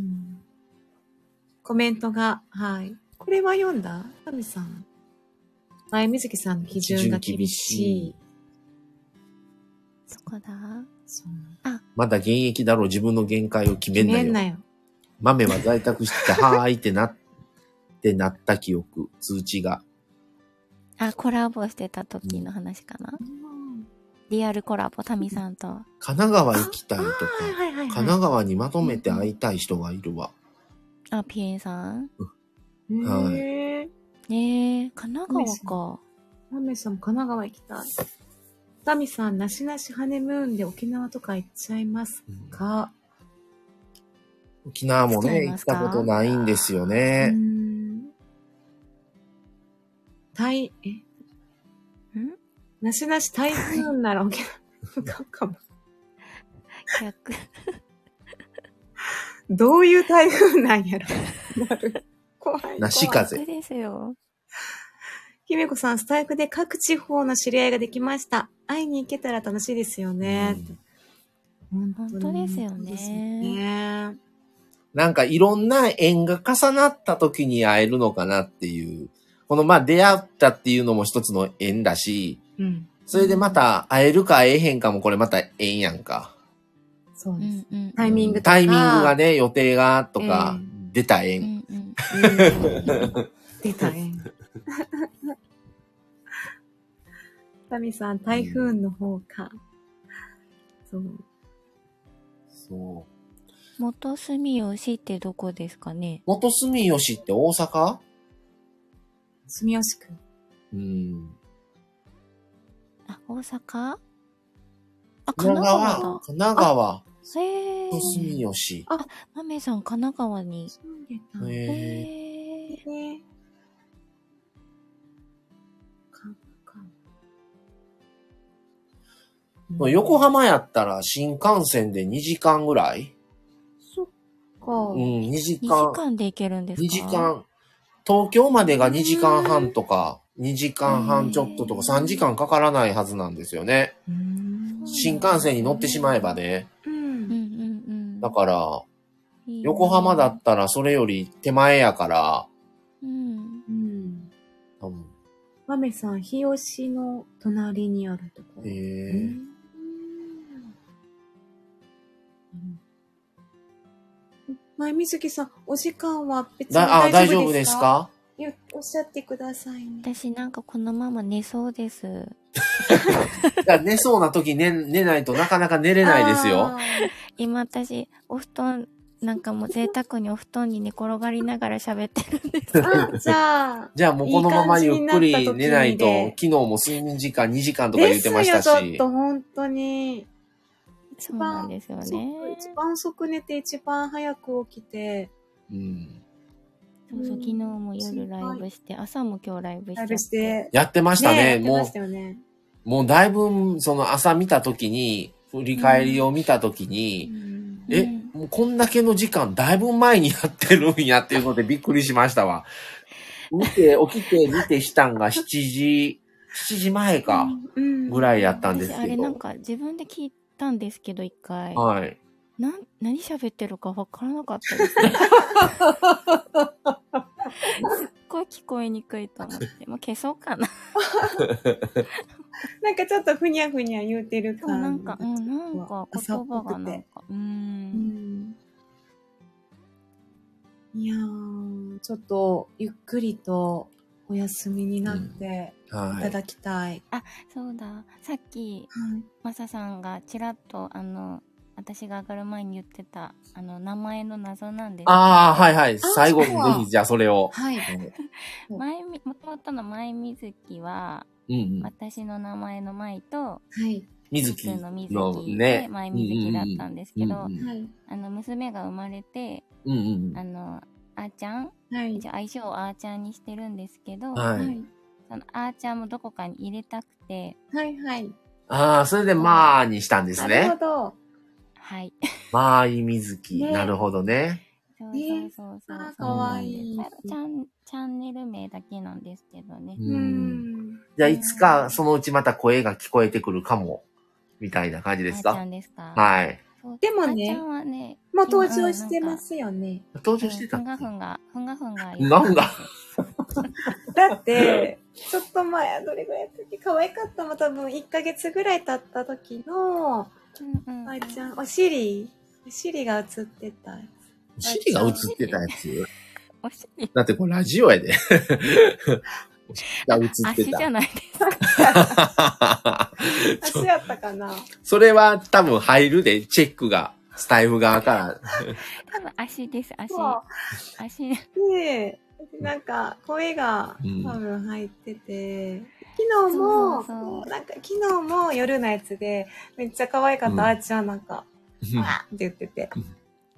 んコメントが、はい。これは読んだ神さん。前水木さんの基準が厳しい。そこだ。そうまだ現役だろう、自分の限界を決め決んなめよん。なよ。豆は在宅してて、はーいってなってなった記憶、通知が。あ、コラボしてた時の話かな。リアルコラボ、タミさんと。神奈川行きたいとか、はいはいはい、神はい。奈川にまとめて会いたい人がいるわ。あ、ピエンさん。川へえ。えー、神奈川か。ラメさんも神奈川行きたい。タミさん、なしなしハネムーンで沖縄とか行っちゃいますか、沖縄も行っちゃね、い行まっすかたことないんですようーね。ん。台、えんなしなし台風なら沖縄向かうかも。逆。どういう台風なんやろ。なる。怖い。怖いなし 風逆ですよ。姫子さん、スタイフで各地方の知り合いができました。会いに行けたら楽しいですよね。本本当ですよね本当ですよねなんかいろんな縁が重なった時に会えるのかなっていう。このまあ出会ったっていうのも一つの縁だし、うん。それでまた会えるか会えへんかもこれまた縁やんか。そううです。んうん。タイミングとかタイミングがね、予定がとかう、出たう縁。んうん。うん出たね。 タミさん、台風の方か。そう。そう。元住吉ってどこですかね元住吉って大阪住吉区。うん。あ、大阪あ、神奈神奈川。川神奈川。だ。へえ元ー。住吉。マメさん、神奈川に。住んでたへへええー。ね。かかもう横浜やったら新幹線で2時間ぐらいそっか。うん、2時2間時。間で行けるんですか2時。間。東京までが2時間半とか、2時間半ちょっととかへー3時間かからないはずなんですよね。うん新幹線に乗ってしまえばね。ううんん。うんうん。だから、いいな横浜だったらそれより手前やから、うん。うん。多分マメさん、日吉の隣にあるとこへろ。うえん前水木さん、お時間は別にだあ、大大丈丈夫夫でですすかかゆおっしゃってくださいね。私なんかこのまま寝そうです。だから寝そうな時寝、 寝ないとなかなか寝れないですよ。あー。今私、お布団、なんかもう贅沢にお布団に寝転がりながら喋ってるんであ、す。じゃあ。じゃあもうこのままいいゆ感じっになくった時りにね寝ないと、昨日も睡眠時間2時 間とかで言っすてよ、ましたちょっし。と本当に。一そうな番、んですよそうね。一番遅く寝て一番早く起きて、うんそうそう、昨日も夜ライブして、朝も今日ライブしちゃラっイて。ブして、やってましたね。やってまもしたよね。う、もうだいぶ、その朝見た時に、振り返りを見た時に、うんえ、うんもうこんだけの時間、だいぶ前にやってるんやっていうのでびっくりしましたわ。見て、起きて、見てしたんが7時、7時前か、うんぐらいやったんです私あけれなんど。か自分で聞いたんですけど、一回。はい。なん何喋ってるか分からなかっ たです。すっごい聞こえにくいと思って。もう消そうかな。なんかちょっとふにゃふにゃ言うてるでも感なんか、うん、なんか朝っ言ぽ葉くてがなんか、う。うんんいやー、ちょっとゆっくりとお休みになっていはたい。だきたい。そうだ。さっき、はいマサさんがちらっと、あの、私が上がる前に言ってた、あの、名前の謎なんです。ああ、はいはい。そう最後にぜひ、じゃあそれ を。はい。前み、もともとの前水木は、うんうん。私の名前の前と、はい。水木の水の木ねで、前水木だったんですけど、うんうんはい。あの、娘が生まれて、うんうんあの、あーちゃんはい。じゃあ愛称をあーちゃんにしてるんですけど、はいそのあーちゃんもどこかに入れたくてはいはい。ああ、それで、まあにしたんですなるほね。ど。はいまあいみずき。ねなるほどね。そうねそうそうあー、そうかわいい。チャンチャンネル名だけなんですけどねう。うんん。じゃあ、いつか、そのうちまた声が聞こえてくるかも、みたいな感じですあーちゃかんですかはい。そうでもねあーちゃんはねもう登場してますよね。登場してたうっんふんがけふんがふんがふんがなんだだって、ちょっと前、どれぐらいの時、可愛かったもん多分1ヶ月ぐらい経った時の、うんうんあいちゃん、お尻、お尻が映ってた。お尻が映ってたやつお尻だってこれラジオやで。お尻が映って足じゃな いですた。 足やったかなそれは多分入るで、チェックが、スタイフ側から。多分足です足そ足う。で、なんか、声がうん多分入ってて、昨日も、そうそうそうなんか昨日も夜のやつで、めっちゃ可愛かった、うんあーちゃんなんか、 わーって言ってて、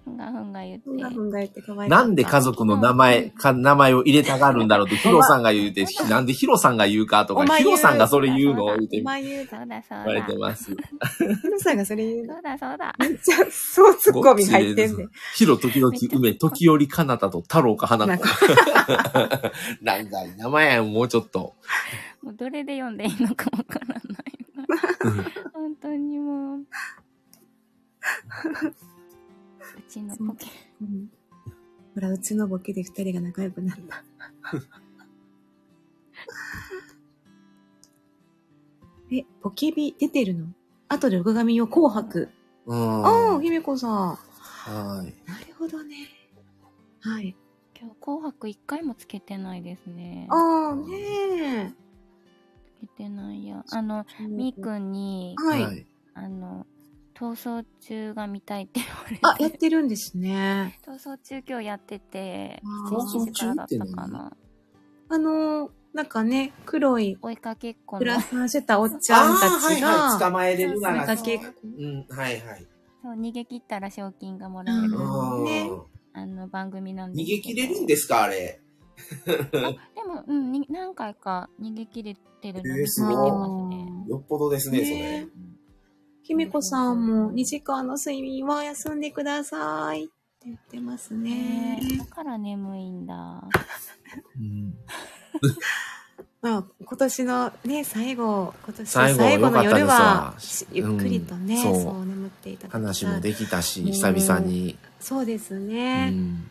ふんがふんが言ってふんがふんが言って可愛かった。なんで家族の名前、か名前を入れたがるんだ ろうって、ヒロさんが言うて、なんでヒロさんが言うかとおか、前ヒ言うロさんがそれ言うのを言うてお、前言うだ。そうだそう言われだてます。ひろさんがそれ言うそなう。だそうだめっちゃ、そうツッコミ入ってんねん。ヒロ時々梅、時折かなたと太郎か花なん子か。なんか、名前やんもうちょっ と。もうどれで読んでいいのかわからないな本当にもううちのポケうんほら、うちのボケで二人が仲良く なった。え、ボケ日出てるの後で録画見よう、紅白。うん。ああ、はひめこさん。い。なるほどね。はい。今日紅白一回もつけてないですねああ、ねつけてないやあのえ。みーくんにはい。い。あの逃走中が見たいって言わあ、れやっててるんですね。逃走中今日やっててあー7時からだった逃走中かってなあのー、なんかね、黒い追いかけっこグのラサンしてたおっちゃんたあーちはいはいが、捕まえれるな追いらかそう。けっこうん、はいはい。そう逃げ切ったら賞金がもらえるうんねあの番組なんで逃すけどげ切れるんですか、あれ。あでも、うん、に何回か逃げ切れてるのえー見すつごけいてますね。よっぽどですね、それね。ひめこさんも2時間の睡眠は休んでくださいって言ってますねね。えだから眠いんだ。うんまあ、今年のね、最後、今年最最後後の良夜はかった、ですしわゆっくりとね、うんそそうう眠っていただきたい話もできたし、うん久々に。そうですうね。ん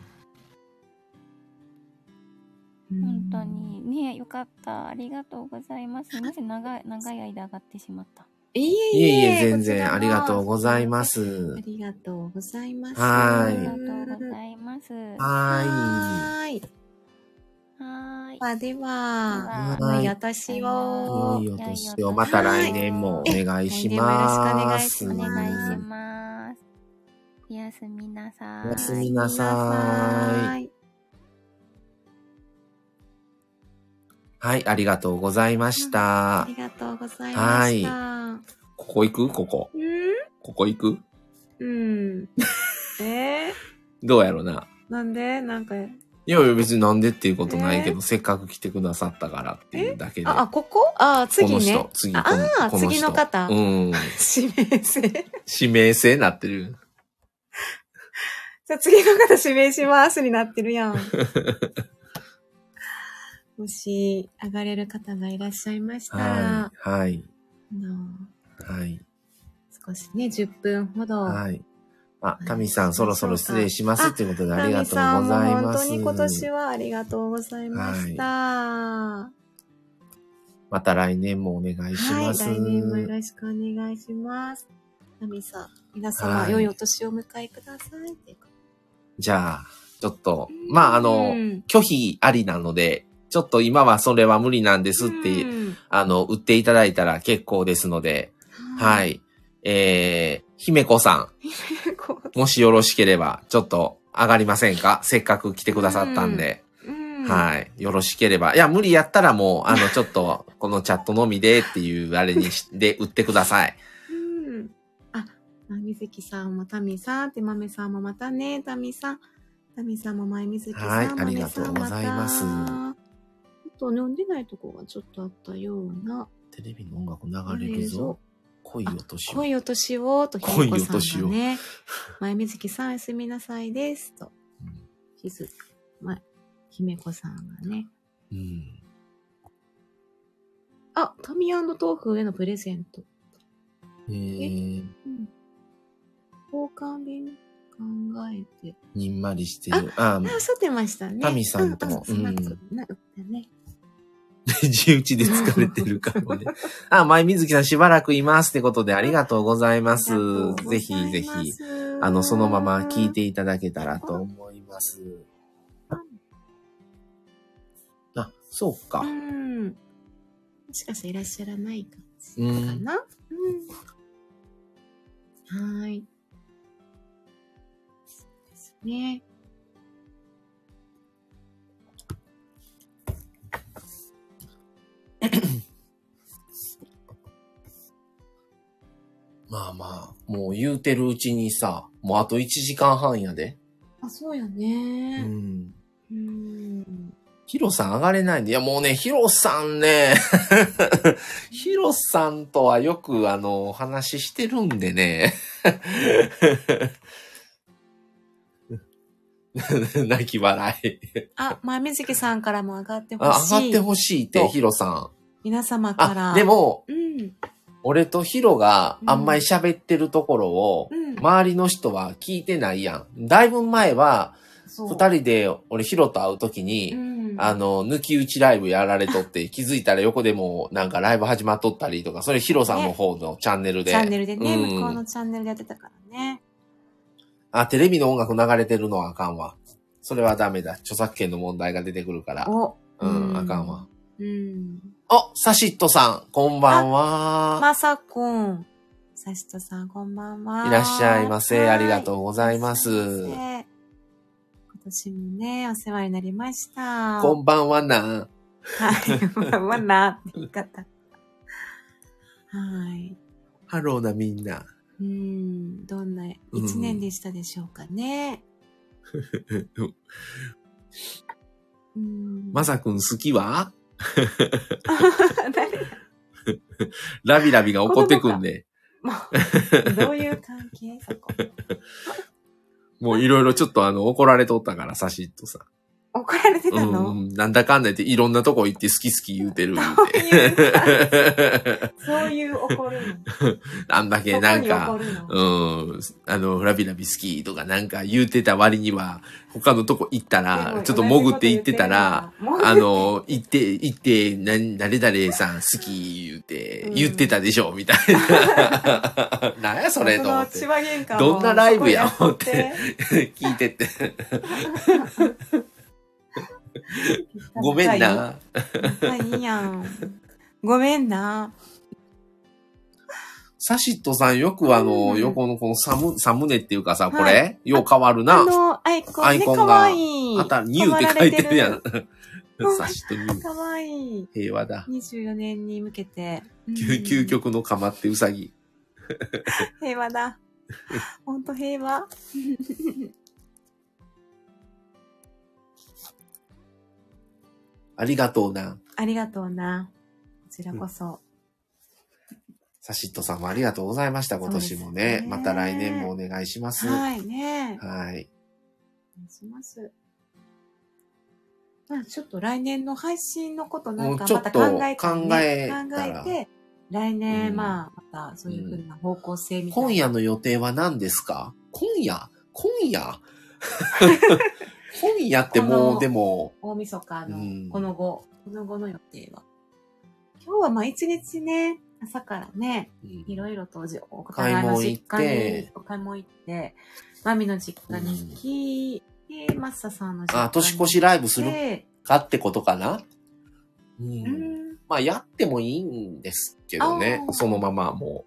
うん本当。に。ねえよかった。ありがとうございます。すみません、長い、長い間上がってしまった。いえいえいえいえ、こ全ちら然もありがとうございますあ。りがとうございます。はあいりがとうございます。はははーい。ーい。まあ、では、は良いいお年ーをい。いーいいお年を、また来年もお願いしはまいす。お来年もよろしく願いしす。ます。おやすみなさい。おやすみなさい。はい、ありがとうございましあたり。がとうございました。ここ行くここ。うんここ行くうん。 えー、どうやろな。なんでなんか、いやいや、別になんでっていうことないけど、せっかく来てくださったからっていうだけで。あ、あ、ここあ、次このね。人、次、このああーこ人次の方うん。指名制。 指名制なってる。じゃあ次の方指名しますになってるや ん。もし、上がれる方がいらっしゃいましたら、はい、はい、あのはい、少しね、10分ほど。はい。あ、タミさん、そろそろ失礼しますっていうことであタりがミとうごさんもざいます。本当に今年はありがとうございました。はまた来年もお願いい、します。来年もよろしくお願いします。タミさん、皆様、はい良いお年をお迎えくださいっていうか。じゃあ、ちょっと、まあ、あの、うん拒否ありなので、ちょっと今はそれは無理なんですって、うんあの、売っていただいたら結構ですので、は。い。えー、姫子さ こん、もしよろしければ、ちょっと上がりませんかせっかく来てくださったんで。ううんはい。よろしければ。いや、無理やったらもう、あの、ちょっと、このチャットのみでっていう、あれにし、で、売ってください。うん。あ、まみずきさんもたみさん、てまめさんもまたね、たみさん。タミさんも前水木さんはいマネありがとうございますさんまたちょっと飲んでないとこがちょっとあったような。 テレビの音楽流れるぞ。濃い音し恋お年をとひよこさ恋お年んをがね。前水木さんおやすみなさいですと。ひず、ま、姫子さんがね。うん。あ、タミヤ豆腐へのプレゼント。えー、交換便考えて。にんまりしてる。ああ、 あ、そうってましたね。タミさんともううスナックうなんかね。地打ちで疲れてるか もね。あ、前水木さんしばらくいますってことでありがとうございますありがとう。ござぜいまひすぜひ、あの、そのまま聞い。ていただけたらと思います。あ、そうかう。ん。もしかしていらっしゃらないかうんかな。うん。はーい。そうですね。まあまあ、もう言うてるうちにさ、もうあと1時間半やで。あ、そうようね。ん。うん。ヒロさん上がれないんで。いやもうね、ヒロさんね、 ヒロさんとはよくあの、お話ししてるんでね。 泣き笑い。あ、まあ、水木さんからも上がってほあしい。上がってほしいって、そうヒロさん。皆様から。あ、で。も、うん。俺とヒロがあんまり喋ってるところを、うん。周りの人は聞いてないやん。だいぶ前は、そう二人で俺ヒロと会うときに、うん、あの、抜き打ちライブやられとって、 気づいたら横でもうなんかライブ始まっとったりとか、それヒロさんの方のチャンネルで。チャンネルでね、うん向こうのチャンネルでやってたからね。あ、テレビの音楽流れてるのはあかんわ。それはダメだ。著作権の問題が出てくるから。お。うん、あかんわ。。うん。お、サシットさん、こんばんは。まさこん。さしとさん、こんばんは。いらっしゃいませ。ありがうとうごございます。今年もね、お世話になりました。こんばんはな。はい。こんばんはな、って言い方。はい。ハローなみんな。うん。どんな一年でしたでしょうかね。うん。まさくん好きは誰ラビラビが怒ってくんね。もう、どういう関係そこ。もういろいろちょっとあの怒られとったから、サシットさん。怒られてたの、うん、なんだかんだ言っていろんなとこ行って好き好き言うてる言そういう感じうて。そういう怒るの。あんだけ なんそこか、に怒るのうん、あの、ラビラビ好きとかなんか言うてた割には、他のとこ行ったでらも、ちょっと潜って行ってた ら、同じこと言ってるな、あの、行って、行って、な、誰々さん好き言うて、うん言ってたでしょ、みたい な。なんやそれと思ってそ。の千葉喧嘩をどんなライブやそこやって聞いてて。ごめん。な。仲いい仲いいやん。ごめんな。サシットさんよくあうの、ん横のこのサム、サムネっていうかさ、こはれ、よう変わるあな。の、アイコンね、アイコンがかわいい。あた、ニューって書いてるやん。 うんサシットニュー。かわいい。平和だ。 24年に向けて。うん究究。極の釜ってうさぎ。平和だ。 ほんと平和。ありがとうな。ありがとうな。こちらこそ。サシットさんもありがとうございました、今年もね。そうですねまた来年もお願いします。ははいね。い。お願いします。まあ、ちょっと来年の配信のことなもんうかちょまったと考えて、ね、考えた考らえて、来年、うんまあ、またそういうふうな方向性みたいな。今夜の予定は何ですか今夜今 夜今夜ってこものう、でも、大晦日の、うんこの後、この後の予定は。今日はまあ一日ね、朝からね、うんいろいろとじお買い互い物の実家行っに、お買い物行って、マミの実家に行き、で、マッサさんの実家に行あ、年越しライブするでかってことかなうんうん、まあ、やってもいいんですけどねあ。ーそのままも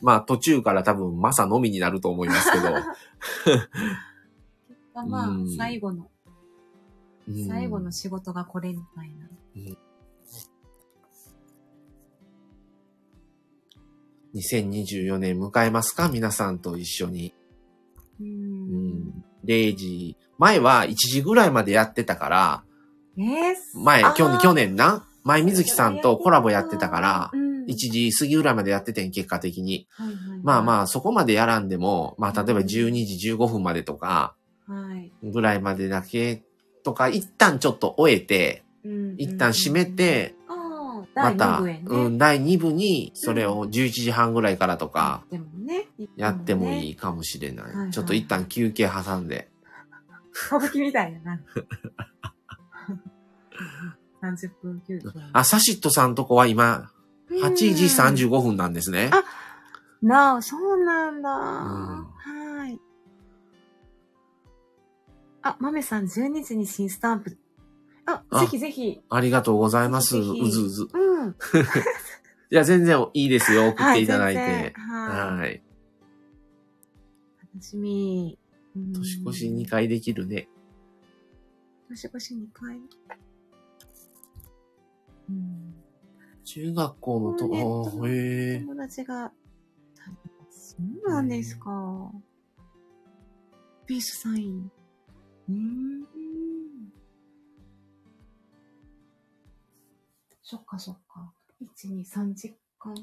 う。まあ、途中から多分、マサのみになると思いますけど。がまあう、ん最後の、うん 最後の仕事がこれみたいな。 2024年迎えますか皆さんと一緒に。う。うんん。0時、前は1時ぐらいまでやってたから、ね前、去年、去年な、前水木さんとコラボやってたから、うん、 1時過ぎぐらいまでやっててん、結果的に。はいはいはいまあまあ、そこまでやらんでも、まあ、例えば12時15分までとか、はい。ぐらいまでだけとか、一旦ちょっと終えて、うん一旦閉め、て、ああ、ま第た、 2部へね。うん、第2部に、それを11時半ぐらいからとか、でもね、やってもいい。いかもしれない。はいはいちょっと一旦休憩挟んで。歌舞伎みたいやな。30分休憩。あ、サシットさんとこは今、うん、 8時35分なんですね。あなあ、そうなんだ。んはい。あ、まめさん、12時に新スタンプ。あ、あぜひぜひ。ありがとうございます。ぜうひぜひずうず。うん。いや、全然いいですよ。送っていただいは全て然。はい。はい。楽しみ。うん年越し2。回できるね。年越し2回。うん。中学校のと、うんああ、へえ。友達が、そうなんですか。ピースサイン。うーん。そっかそっか。1、2、3時間。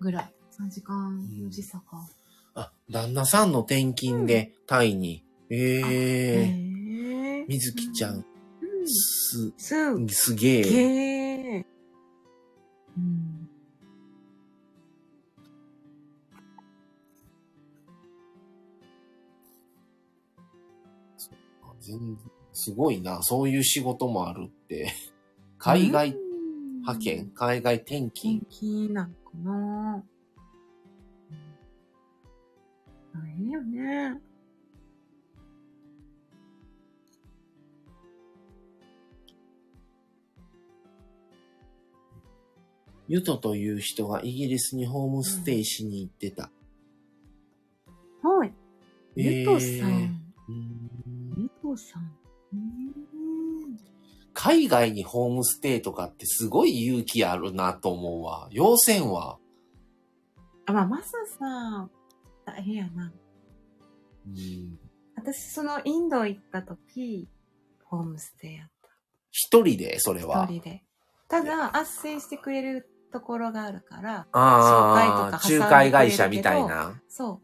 ぐらい。3時間の時差か。あ、旦那さんの転勤で、タイに。へええ。え。みずきちゃうんん、。す、すっすげげえ。え。うん。全すごいな。そういう仕事もあるって。 海外派遣、海外転元勤。気なんかな大変よね。ユトという人がイギリスにホームステイしに行ってた。はい。ゆとさええうん。んゆとさん。うーん海外にホームステイとかってすごい勇気あるなと思うわ。要線は。あ、まあ、マサさん、大変やな。うん私、その、インド行った時、ホームステイやっ一人で、それた。は。一人で。ただ、斡旋してくれるところがあるから、ああ、紹介とか挟んでくれるけど仲介会社みたいな。そ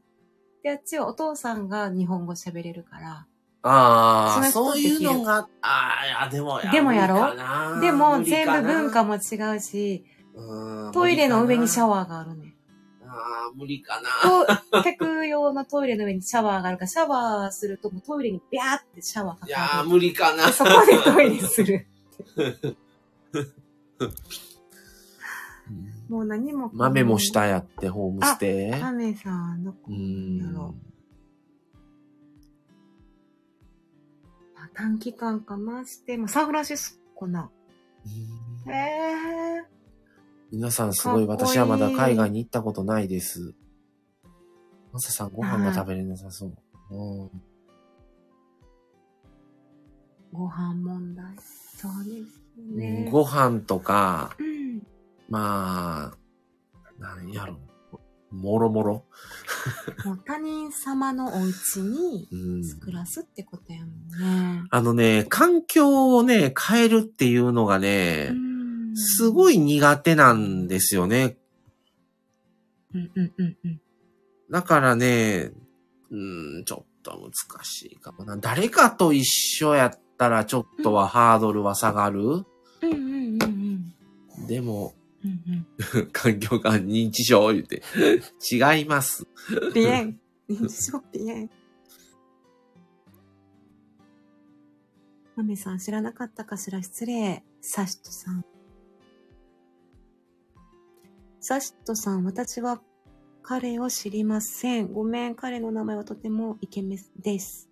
う。で、あっちはお父さんが日本語喋れるから、ああ、そそうういいううののが、ああ、いやでも、でもやろろでも、全部文化も、も違うし、うんトイレの上にシャワワーがあるね。ー。ああ、無理かな。と、客用のトイレの上にシャワーがあるから、シャワーするともうトイレにビャーってシャワーかいやーかる。無理かな。でそこでトイレする。うんもう何 も。豆も。下やって、ホームステイ。豆さんのう子なんだろんう。。あ短期間かなして、もうサンフランシスコな。へえ。皆さんすごい、かっこいい私はまだ海外に行ったことないです。マサさんご飯が食べれなさそう。うんご飯問題。そうですね。ご飯とか、うん。まあ、なんやろ。もろもろ。もう他人様のお家にうん暮らすってことやもんね。あのね、環境をね、変えるっていうのがね、すごい。い苦手なんですよね。うんうんうんうん。だからね、うん、ちょっと難しいかもな。誰かと一緒やったらちょっとはハードルは下がる。うんうんうんうん。でも、うんうん。環境が認知症言って、違います。鼻炎。認知症鼻炎。マメさん知らなかったかしら失礼。サシトさん。サシトさん、私は彼を知りません。ごめん、彼の名前はとてもイケメンです。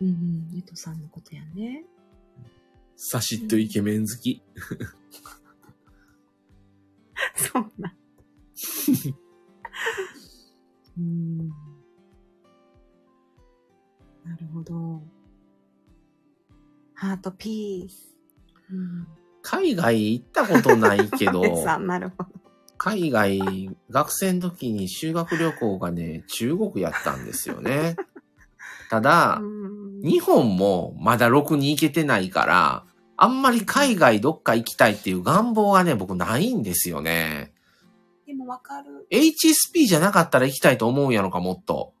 うんうん、ゆとさんのことやね。サシッとイケメン好き。 そうな。うん。なるほど。ハートピース。うん。海外行ったことないけど、 さん、なるほど。海外、学生の時に修学旅行がね、中国やったんですよね。ただ、日本もまだろくに行けてないから、あんまり海外どっか行きたいっていう願望がね、僕ないんですよね。でもわかる。 HSP じゃなかったら行きたいと思うんやのか、もっと。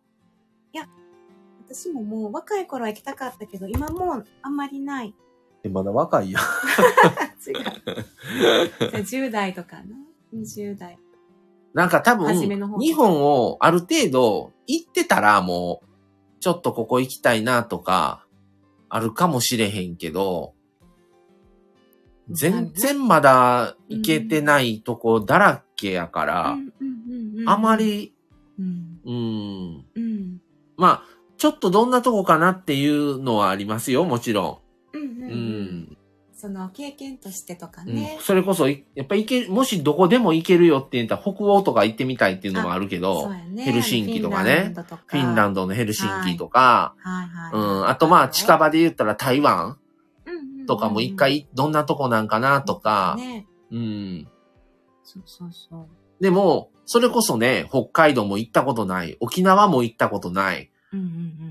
私ももう若い頃は行きたかったけど、今もうあんまり ない。えまだ若いやん。違う。10代とかな。20代。なんか多分初めの方、日本をある程度行ってたらもう、ちょっとここ行きたいなとか、あるかもしれへんけど、全然まだ行けてないとこだらけやから、あま。り、うん。うん、うん。まあ、ちょっとどんなとこかなっていうのはありますよ、もちろうんうん。んう。うんん。その経験としてとかうねん、。それこそ、いやっぱ行け、もしどこでも行けるよって言ったら北欧とか行ってみたいっていうのもあるけど、そうやね。ヘルシンキとかねフィンランドとか。フィンランドのヘルシンキとか、はいはい。うん、あとまあ近場で言ったら台湾うんうんうんうんとかも一回どんなとこなんかなとか、ね。うん。そうそうそう。でも、それこそね、北海道も行ったことない、沖縄も行ったことないうんうん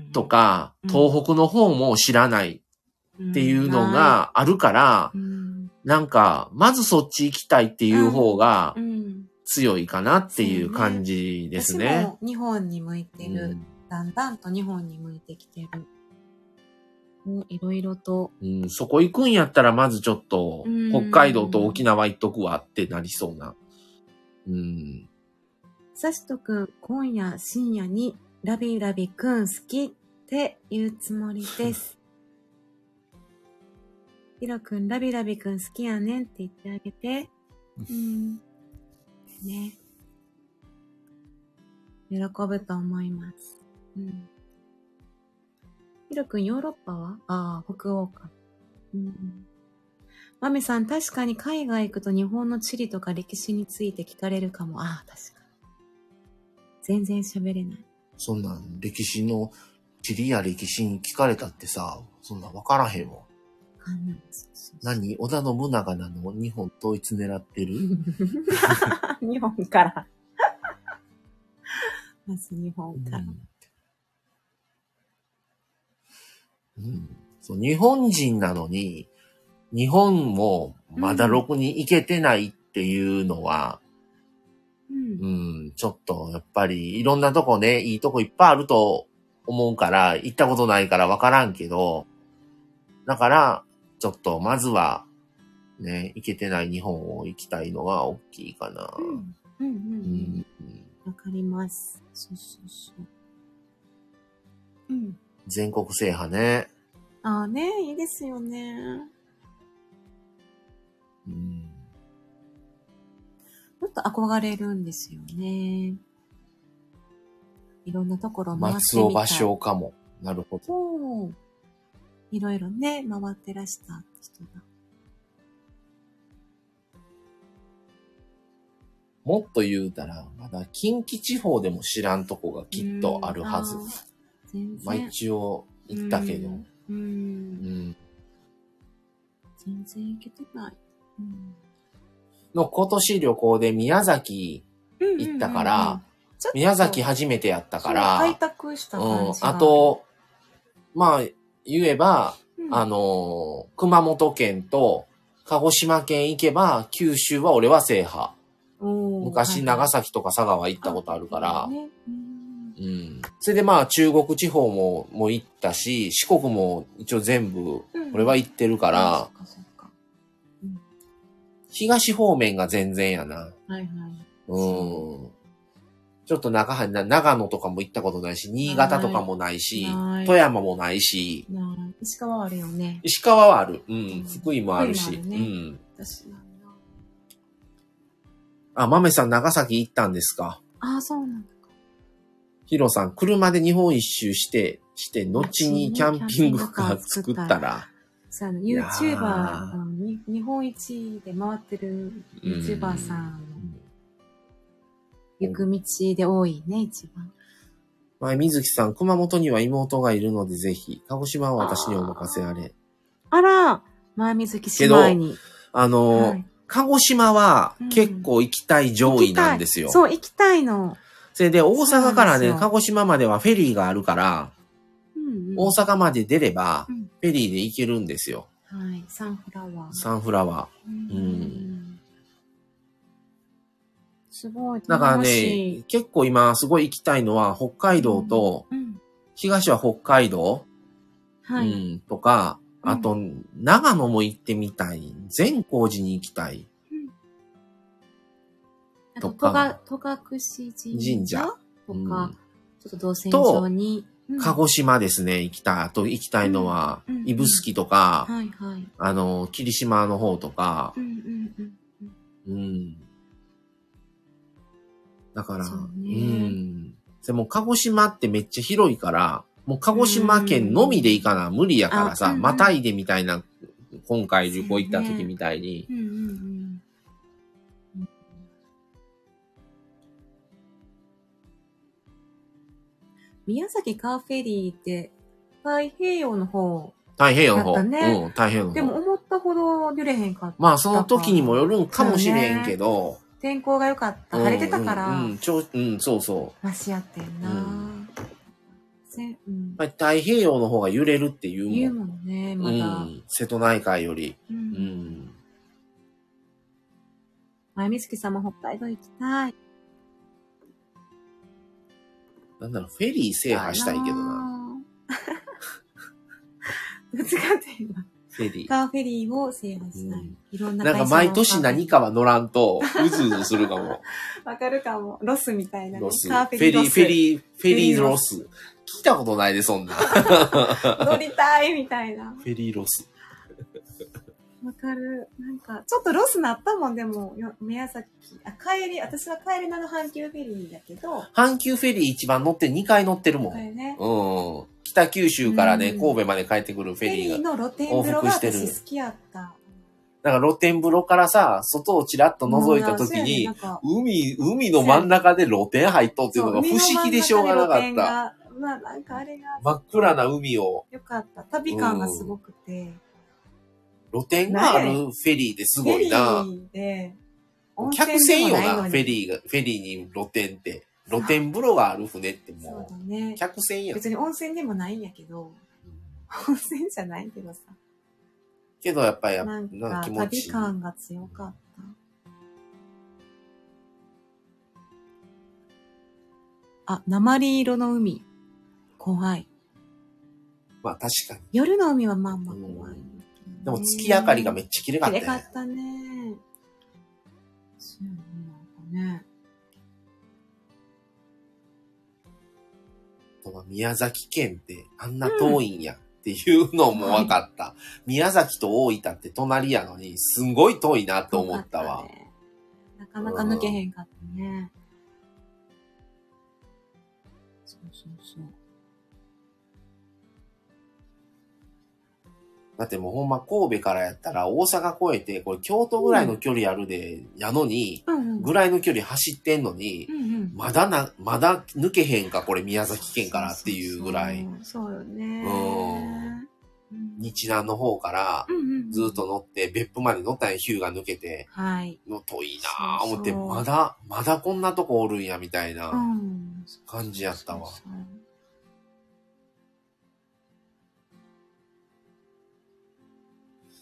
うん。とか、うん東北の方も知らないっっていうの、があるからう、んなんか、まずそっち行きたいっていう方がうん。強いかなっていう感じです私ね。も日本に向いてる。うんだんだんと日本に向いてきてる。もういろいろと。うん、そこ行くんやったら、まずちょっとう、ん北海道と沖縄行っとくわってなりそうな。うん。さしとくん、今夜深夜にラビラビくん好きって言うつもりです。ひろくん、ラビラビくん好きやねんって言ってあげて。うん。ね。喜ぶと思います。うん。ひろくん、ヨーロッパはああ、北欧か。うん。まめさん、確かに海外行くと日本の地理とか歴史について聞かれるかも。ああ、確かに。全然喋れない。そんなん歴史の、地理や歴史に聞かれたってさ、そんなんわからへんわ。わかんない。そうそう何織田信長なの日本統一狙ってる日本から。まず日本うから。ん。うんそう日本人なのに、日本もまだろくに行けてないっていうのは、うんうん、ちょっと、やっぱり、いろんなとこね、いいとこいっぱいあると思うから、行ったことないからわからんけど、だから、ちょっと、まずは、ね、行けてない日本を行きたいのが大きいかな。うんうんうんううんんわかります。そうそうそう。うん。全国制覇ね。ああね、いいですよね。うんちょっと憧れるんですよね。いろんなところ回ってみたい。松尾芭蕉かも。なるほど。そう。いろいろね、回ってらした人が。もっと言うたら、まだ近畿地方でも知らんとこがきっとあるはずうん。あー全然。まあ一応行ったけど。うんう。うんん全然行けてない。うんの今年旅行で宮崎行ったか、うんうんうんうんら、ちょっと宮崎初めてやったかそう開ら、拓したうん感、じがあ、と、まあ、言えば、うんあのー、熊本県と鹿児島県行けば、九州は俺は制覇。おー昔、はいは長崎とか佐賀は行ったことあるからい、ねうんうん。それでまあ、中国地方も、も行ったし、四国も一応全部、うん俺は行ってるから、そっそっか東方面が全然やな。はいはい。うん。ちょっと中はな長野とかも行ったことないし、新潟とかもないし、ない富山もないし、なあ石川はあるよね。石川はある。ううんん。福井もあるし。福井もあうるねん。私なんだ。あ、豆さん長崎行ったんですかああ、そうなんだ。ヒロさん、車で日本一周して、して、後にキャンピングカー作ったら、さあ、やー YouTuber、あのに日本一で回ってる YouTuber さん、行く道で多いね、一番。前、水木さん、熊本には妹がいるので、ぜひ、鹿児島は私にお任せあれ。あら、前水木姉妹に。あのー、はい鹿児島はうん結構行きたい上位なんですよ。行きたいそう、行きたいの。それで大阪からそうなんですねよ、鹿児島まではフェリーがあるから、うんうん、大阪まで出ればうん、フェリーで行けるんですよ。はい、サンフラワー。サンフラワううん。すごい。ー。だから楽しねい、結構今すごい行きたいのは、北海道と、うん。東は北海道、はうい。ん、とか、うんあと、長野も行ってみたい。善光寺に行きたい。あと、と戸か隠神神社社とうんか、ちょっと動線上に。うん鹿児島ですね、行きたい。あと行きたいのはうんうん、指宿とか、はいはい。あの、霧島の方とかう、んうんうん。うん。だから、そううねん。でも、鹿児島ってめっちゃ広いから、もう鹿児島県のみで行かな、無理やからあうんさ、うんまたいでみたいな、今回旅行行った時みたいに。うんうんうん。宮崎カーフェリーって太平洋の方、太平洋のだ方。ったねうん、太平洋のでも方。思ったほど揺れへんかった。まあ、その時にもよるんかもしれんけど。天候が良かった。うん晴れてたから、うん、うんちょうん、そうそう。マシやってんな。うんせうんやっぱり太平洋の方が揺れるっていうもん。言うもんね、まうだ。ん、瀬戸内海より。う。うんん。まゆみつき様、北海道行きたい。なんだろう、フェリー制覇したいけど な。ぶつかって今。フェリー。カーフェリーを制覇したい。うんいろんななんか毎年何か。かは乗らんと、うずうずするか も。わかるかも。ロスみたいなね。ロス。フカーェフェリー、フェリリーロス。ー、フェリフェリーーロロス。聞いたことないで、そんな。フ乗りたいみたいな。ェリーロス。わかる。なんか、ちょっとロスなったもん、でも、よ宮崎。あ、帰り、私は帰りなの阪急フェリーやけど、阪急フェリー一番乗って2回乗ってるもこれん。ね、うん。北九州からね、うん神戸まで帰ってくるフフェェリリーーが。の露天風往呂が復してる私好きやった。だから露天風呂からさ、外をちらっと覗いた時にうん、、そうやねなんか海、海の真ん中で露天入っとっていうのが不思議でしょうがなかそう海っのた。真ん中に露天がまあ、なんかあれが真っ暗な海を、良かった。旅感がすごくて。露天があるフェリーですごいなフェ。リーで、客船よ温でもな、いのにフェリーが、フェリーに露天って。露天風呂がある船ってそうもだう、ね。客船やん。別に温泉でもないんやけど、温泉じゃないけどさ。けどやっぱり、やっぱなんなんかか気持ちいい。旅感が強かった。あ、鉛色の海。怖い。まあ確かに。夜の海はまあまあ怖い。でも月明かりがめっちゃ綺麗か綺った麗かねっ。たね。そうやねなんかね。宮崎県ってあんな遠いんやっていうのも分かった。宮崎と大分って隣やのに、すんごい遠いなと思ったわ。なかなか抜けへんかったね。そうそうそう。だってもうほんま神戸からやったら大阪越えて、これ京都ぐらいの距離あるで、やのに、うんうん。ぐらいの距離走ってんのに、うんうん。まだな、まだ抜けへんか、これ宮崎県からっていうぐらい、そうそうそう。そうよね。うん日南の方からうんうん。ずっ。と乗って、別府まで乗ったんや、ヒューが抜けて、はい。の遠いなぁ思って、そうそう。まだ、まだこんなとこおるんや、みたいうなん感じやったわ。そうそう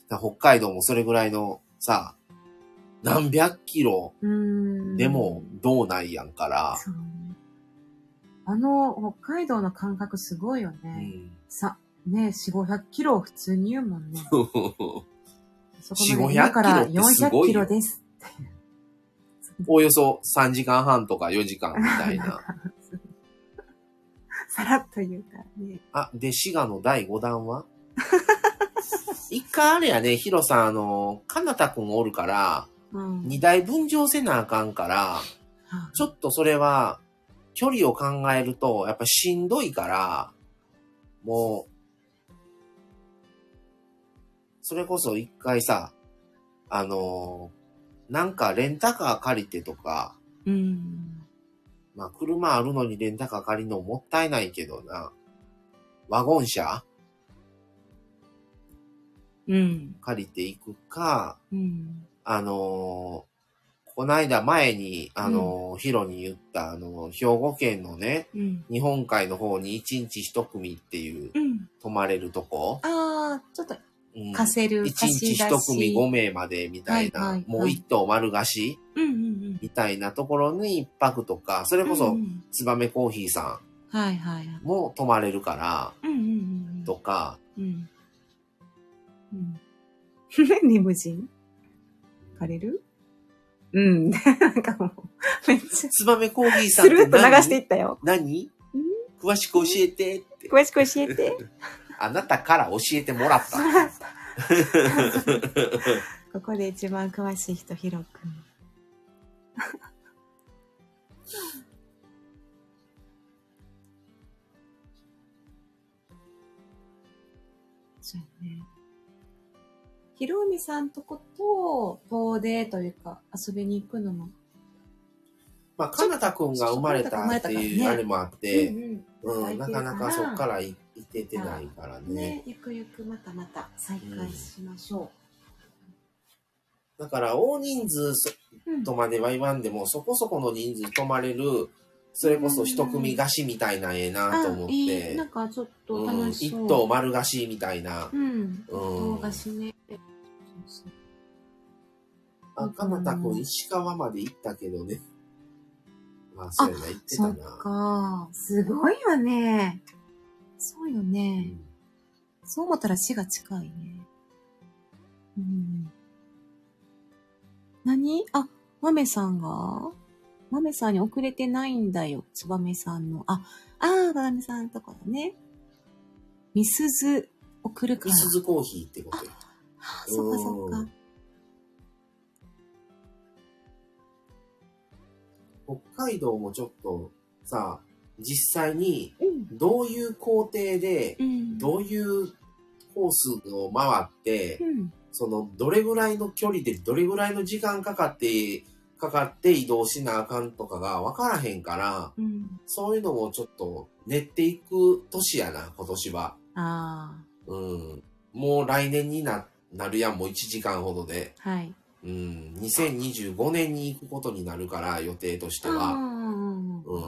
だから北海道もそれぐらいの、さ、何百キロうーん。でも道内やんから、そうね。あの、北海道の感覚すごいよね。うん。さ、ね、4、500キロを普通に言うもんね。そこまで400今からキロってすごい400キよロです。 おおよそ3時間半とか4時間みたいな。さらっと言うからね。あ、で、滋賀の第5弾は 一回あれやね、ヒロさん、あの、かなたくんおるから、うん。二台分譲せなあかんから、はちょっとそれは、距離を考えると、やっぱしんどいから、もう、それこそ一回さ、あの、なんかレンタカー借りてとか、うん。まあ、車あるのにレンタカー借りるのもったいないけどな。ワゴン車うん。借りていくか、うん。あのーこないだ前に、あのーヒロに言った、あのー兵庫県のね、うん。日本海の方に一日一組っていう、うん。泊まれるとこ。ああ、ちょっと、うん貸せる、一貸日し出し。一組5名までみたいな、はいはいはいもう一頭丸菓子うんうんみたいなところに一泊とか、それうん。こうそんうんツバメコーヒーさはいはいはん。いも泊まれるから、うんうんうんうん。とか、うん。 うん。リムジン行かれるうん。 なんかもう、めっ ちゃ、ツバメコーヒーさん スルーっと流していっったよ。何詳しく教えてって。詳しく教えて。あなたから教えてもらった。 ここで一番詳しい人、ヒロ君。 そうやね。ヒロミさんとこと、遠出というか、遊びに行くのも。まあ、かなたくんが生まれたっていうあれもあって、んうん、なかなかそっから行っててないからね。ね、ゆくゆくまたまた再開しましょだから、大人数そ、う。うんとまでは言わんでも、そこそこの人数泊まれる、それこそ一組菓子みたいなんええなと思っあいいなてん、かちょっとうん楽し一そう。頭丸菓子みたいなう、ん。うん動画しね。そうそうあ、かなたくん石川まで行ったけどね。まあ、そうやな、行ってたそっな。か。すごいよね。そうようね。んそう思ったら死が近いね。うん。何あ、マメさんがマメさんに遅れてないんだよ。ツバメさんの。あ、あー、バラメさんのとこだね。みすず、送るかみら。すずコーヒーってことよあー、そっかそっうかん。北海道もちょっとさ、実際にうん。どういう工程で、うん。どういうコースを回ってう、ん。そのどれぐらいの距離でどれぐらいの時間かかって、かかって移動しなあかんとかが分からへんから、うん。そういうのもちょっと練っていく年やな、今年は。あうん。もう来年にな、なるやん、もう1時間ほどで。あ、はい。うん。2025年に行くことになるから、予定としてうんは。うんうん。うん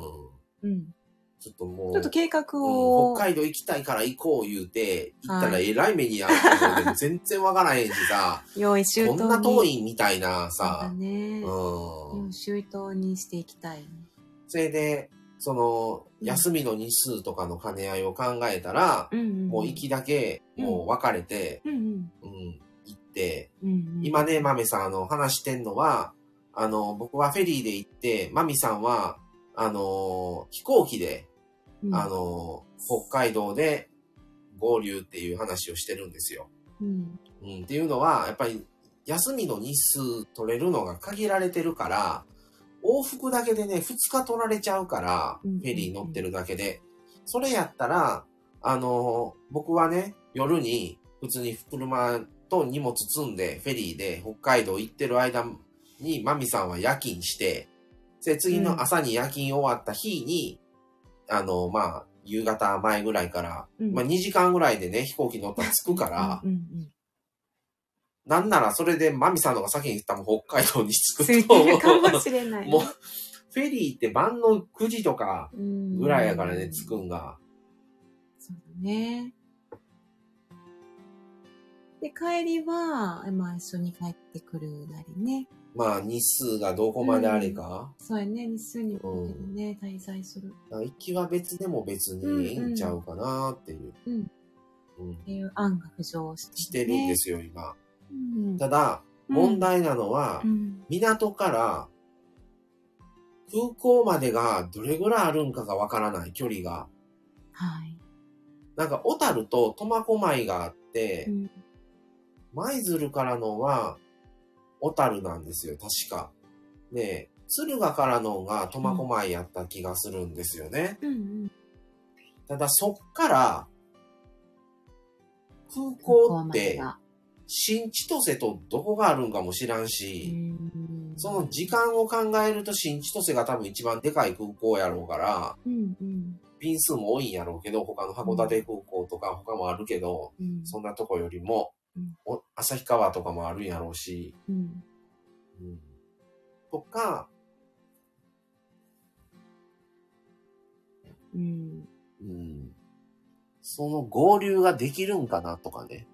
うん。ちょっともう。ちょっと計画うんを。北海道行きたいから行こう言うて、行ったらはえらい目に遭うと思うけど、全然わからへんし さ、用意周到こんに。な遠いみたいなそうださ、ね。う用ん意。周到にしていきたいね。それで、その、うん休みの日数とかの兼ね合いを考えたら、うんうん。もう行きだけ、もう別れて、うんううん。ん、行って、うんうん。今ね、マミさん、あの、話してんのは、あの、僕はフェリーで行って、マミさんは、あのー、飛行機で、うん、あのー、北海道で合流っていう話をしてるんですよ。うん。うん、っていうのは、やっぱり、休みの日数取れるのが限られてるから、往復だけでね、2日取られちゃうから、うフんェリー乗ってるだけで。それやったら、あのー僕はね、夜に、普通に車と荷物積んで、フェリーで北海道行ってる間に、マミさんは夜勤して、で、次の朝に夜勤終わった日に、あのーまあ、夕方前ぐらいから、うんまあ2時間ぐらいでね、飛行機乗ったら着くから、うんうんなんならそれでマミさんの方が先に多分北海道にうん。着ついくてとるか思もしれなう。い。もう、フェリーって晩の9時とかうんぐらいやからね、着く。んが。そうだね。で、帰りは、まあ一緒に帰ってくるなりね。まあ日数がどこまであれか。そうやね、日数に応じてね、滞在するだから行きは別でも別にいいんちゃうかなっていう。うんうんっていう案が浮上して,、。してるんですすよ、今。うん。ただ、うん問題なのはう、ん。港から空港までがどれぐらいあるんかがわからない、距離が。はい。なんか、小樽と苫小牧があって、うん舞鶴からのは、小樽なんですよ、確か。で、敦賀からのが苫小牧やった気がするんですよね。うんうん。ただ、そっから、空港っここまでて、が新千歳とどこがあるんかも知らんうし、んその時間を考えると新千歳が多分一番でかい空港やろうから、うんうん便数も多いんやろうけど、他の函館空港とか他もあるけど、うん。そんなとこよりもうん、お旭川とかもあるんやろうし、うん。とか、うん。うん、その合流ができるんかなとかね。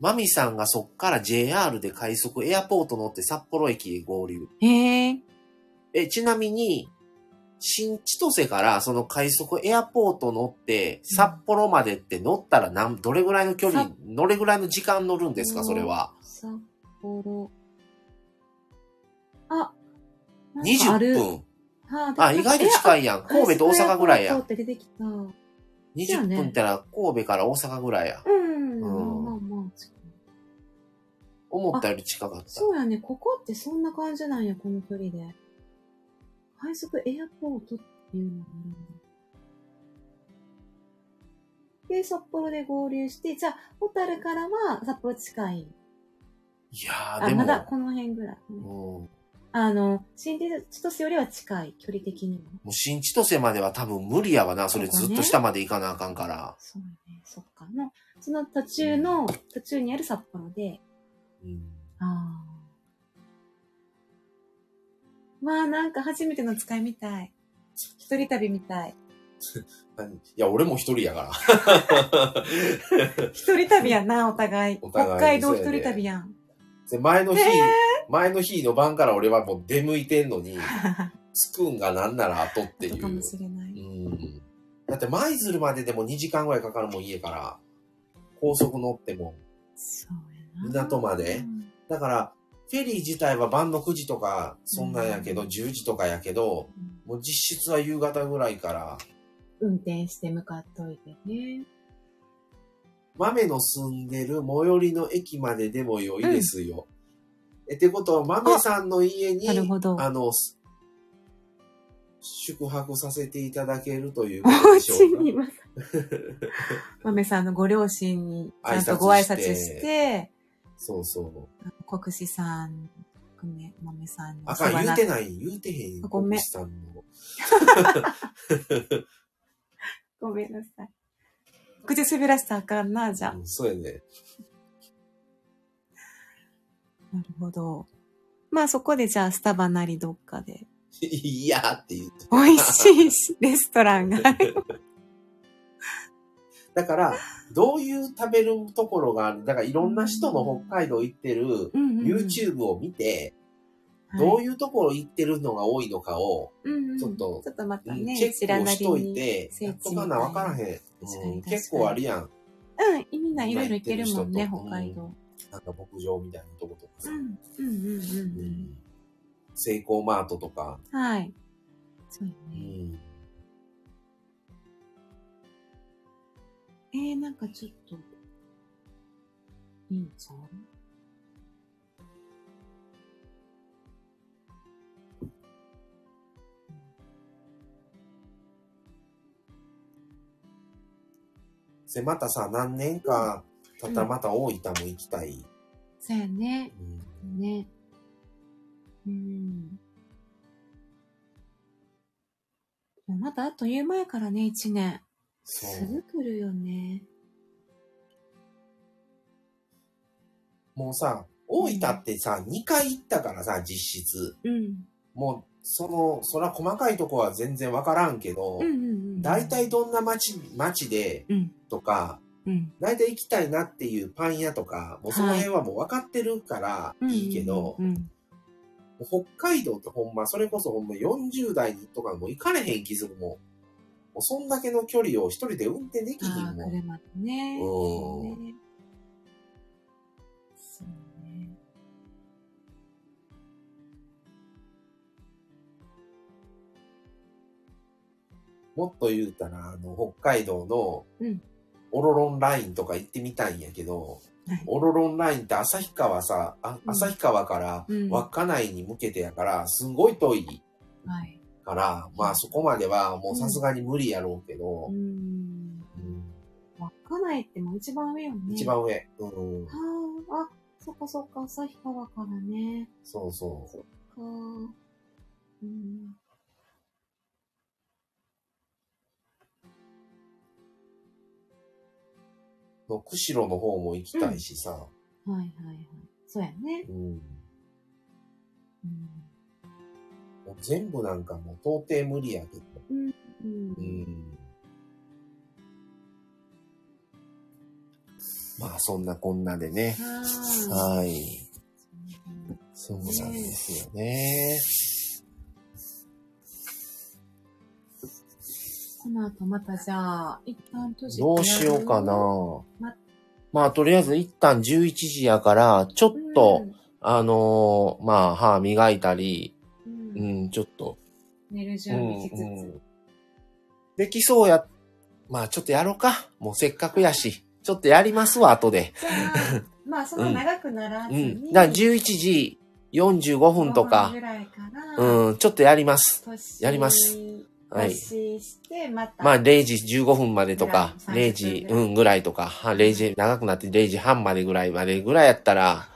マミさんがそっから JR で快速エアポート乗って札幌駅へ合流。へえ。え、ちなみに、新千歳からその快速エアポート乗って、札幌までって乗ったらなん、どれぐらいの距離さ、どれぐらいの時間乗るんですか、それは。札幌。あ、なんかあ20る。分。はあ、あ、意外と近い。いやん。神戸と大阪ぐらいや通っん。て出てきた。うん。そうや20ね分ってら神戸から大阪ぐらいや。んまあまあまあ。思ったより近かった。そうやね。ここってそんな感じなんや、この距離で。快速エアポートっていうのがあるんだ。で、札幌で合流して、じゃあ、小樽からは札幌近い。いやー、あ、でも、まだこの辺ぐらい。うん、もあの、新千歳よりは近い、距離的にも。う新千歳までは多分無理やわな。それずっと下まで行かなあかんから。そうね、そっか。の、その途中の、途中にある札幌で、うんああ。まあ、なんか初めての使いみたい。一人旅みたい。何いや、俺も一人やから。一人旅やな、お互い。 お北互い海そう道や一ね人旅やん。で前の日、ね前の日の晩から俺はもう出向いてんのに、スプーンがなんなら後ってこいとかうも。しれなうい。ん。だって舞鶴まででも2時間ぐらいかかるもん家から。高速乗っても。そうやな。港までうんだから、フェリー自体は晩の9時とか、そんなんやけど、うん10時とかやけど、もう実質は夕方ぐらいから、運転して向かっといてね。豆の住んでる最寄りの駅まででも良いですよ。え、ってことは、豆さんの家に、なるほど。あの、す宿泊させていただけるということおでしょ家うか に、。まさ豆さんのご両親に、ちゃんと挨拶ご挨拶してして、そうそう。国士さん、ね、豆さんにあかん、言うなてない、言うてへん。ごめん奥さんの。ごめんなさい。口滑らしたらあかんな、じゃあうん、そうやね。 なるほど。まあそこでじゃあスタバなりどっかで。いやーって言って。美味しいしレストラ ンがある。 だから、どういう食べるところがある、だからいろんな人の北海道行ってるうんうんうん YouTube を見て、どういうところ行ってるのが多いのかを、うんうんちょっとちょっとまたうんね、チェ知らックをなしりといに。て、聖地やっとかな分からへん確か。うにん、確かに結構あるやん。うん、みんないろいろ行けるもんね、うん北海道。なんか牧場みたいなとことかうさ。ん、うん、ううん、うんん。セイコーマートとか。うん。はい。そうようね。ん。えー、なんかちょっと、いいんちゃうで、またさ、何年か経ったらまた大分も行きたい。そうやね。うんね。うん。もうまたあっという間やからね、一年。そすうぐ。来るよね。もうさ、大分ってさ、2回行ったからさ、実質。うん。もう、その、そら細かいとこは全然わからんけどうんう、んうん。大体、どんな街、街でうん。とか、うん。大体行きたいなっていうパン屋とか、もうその辺はもう分かってるからいいけど、うんうんもう北海道ってほんま、それこそほんま40代とかもう行かれへん気づくもん。もうそんだけの距離を一人で運転できうん。ひああん、もん。車でうね。んそうね。そうね。もっと言うたら、あの、北海道のうん、オロロンラインとか行ってみたいんやけど、はいオロロンラインって旭川さ、あうん旭川からうん稚内に向けてやから、すんごい遠いはい。から、まあそこまではもうさすがに無理やろうけどう、ん。うん稚内ってもう一番上よね。一。番上。うん。はあ、あ、そっかそっか、旭川からね。そうそか。うん。う。の釧路の方も行きたいしさ、はいはいはい。そうやね。うん。うん。もう全部なんかもう到底無理やけど。うんうん。まあそんなこんなでね。ははい。い。そうなんですよね。この後またじゃあ、一旦閉じてどうしようかな。まあ、とりあえず一旦11時やから、ちょっうん。と、あのーまあ、歯磨いたり、う。うんん、ちょっと、寝る準うん備しつうんつ。できそうや、まあ、ちょっとやろうか。もうせっかくやし、ちょっとやりますわ、後で。じゃあ、まあ、そんな長くならずうに。ん。だから11時45分と5かぐ、らいから、うん、ちょっとやります。年やります。ははいい。。して、また。まあ、0時15分までとか、ぐらい0時、 30う分ん、ぐらいとか、は0時、長くなって0時半までぐらいまでぐらいやったら、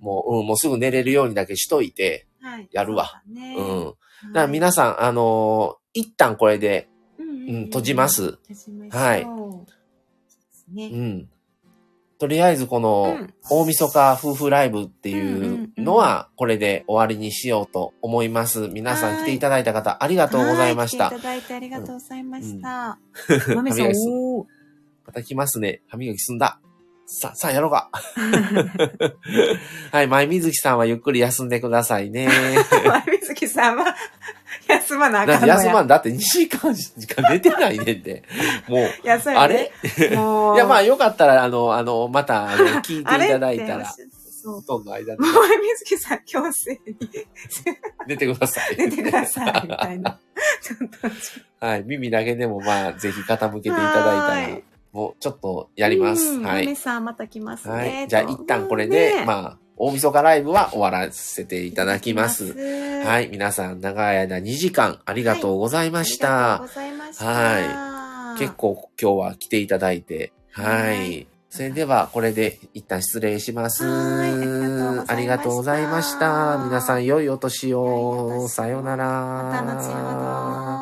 もう、うん、もうすぐ寝れるようにだけしといて、はい、やるわそうだね。うはい。ん。だから皆さん、あのー一旦これで、うんうんうん閉じます閉じましょう。はいそうですうね。ん。とりあえずこの、うん大晦日夫婦ライブっていうのうんは、これで終わりにしようと思います。皆さん来ていただいた方、ありあがとうございました。いただいてありがとうございました。うんまみさ歯ん、磨きすおーまた来ますね。歯磨き済んだ。さ、さあやろう か。はい、前水木さんはゆっくり休んでください ね。丸月さんは、 休まなあだかっんてのや。休まんだって2時間しか寝てないねん で。もう、いや、そうやあねれもう。いや、まあ、よかったら、あの、あの、また、 あの、聞いていただいたあれらっ、てそう。との間でもう丸月さん、強制に寝てください。 出てください、みたいな。ちょっと、はい。耳だけでも、まあ、ぜひ傾けていただいたはらい、もう、ちょっと やります。うんは梅い。さんまた来ますね。はい。じゃあ、一旦これねで、まあ、大晦日ライブは終わらせていただきます。は。はいい。皆さん、長い間2時間ありがとうございあまりしがとうたご。ざいました。は結構今日は来ていただいて、ははいい。それでは、これで一旦失礼します。はいあありりががととうごうござざいいままししたた。皆さん、良いお年良いおを。年をさようなら。また後ほど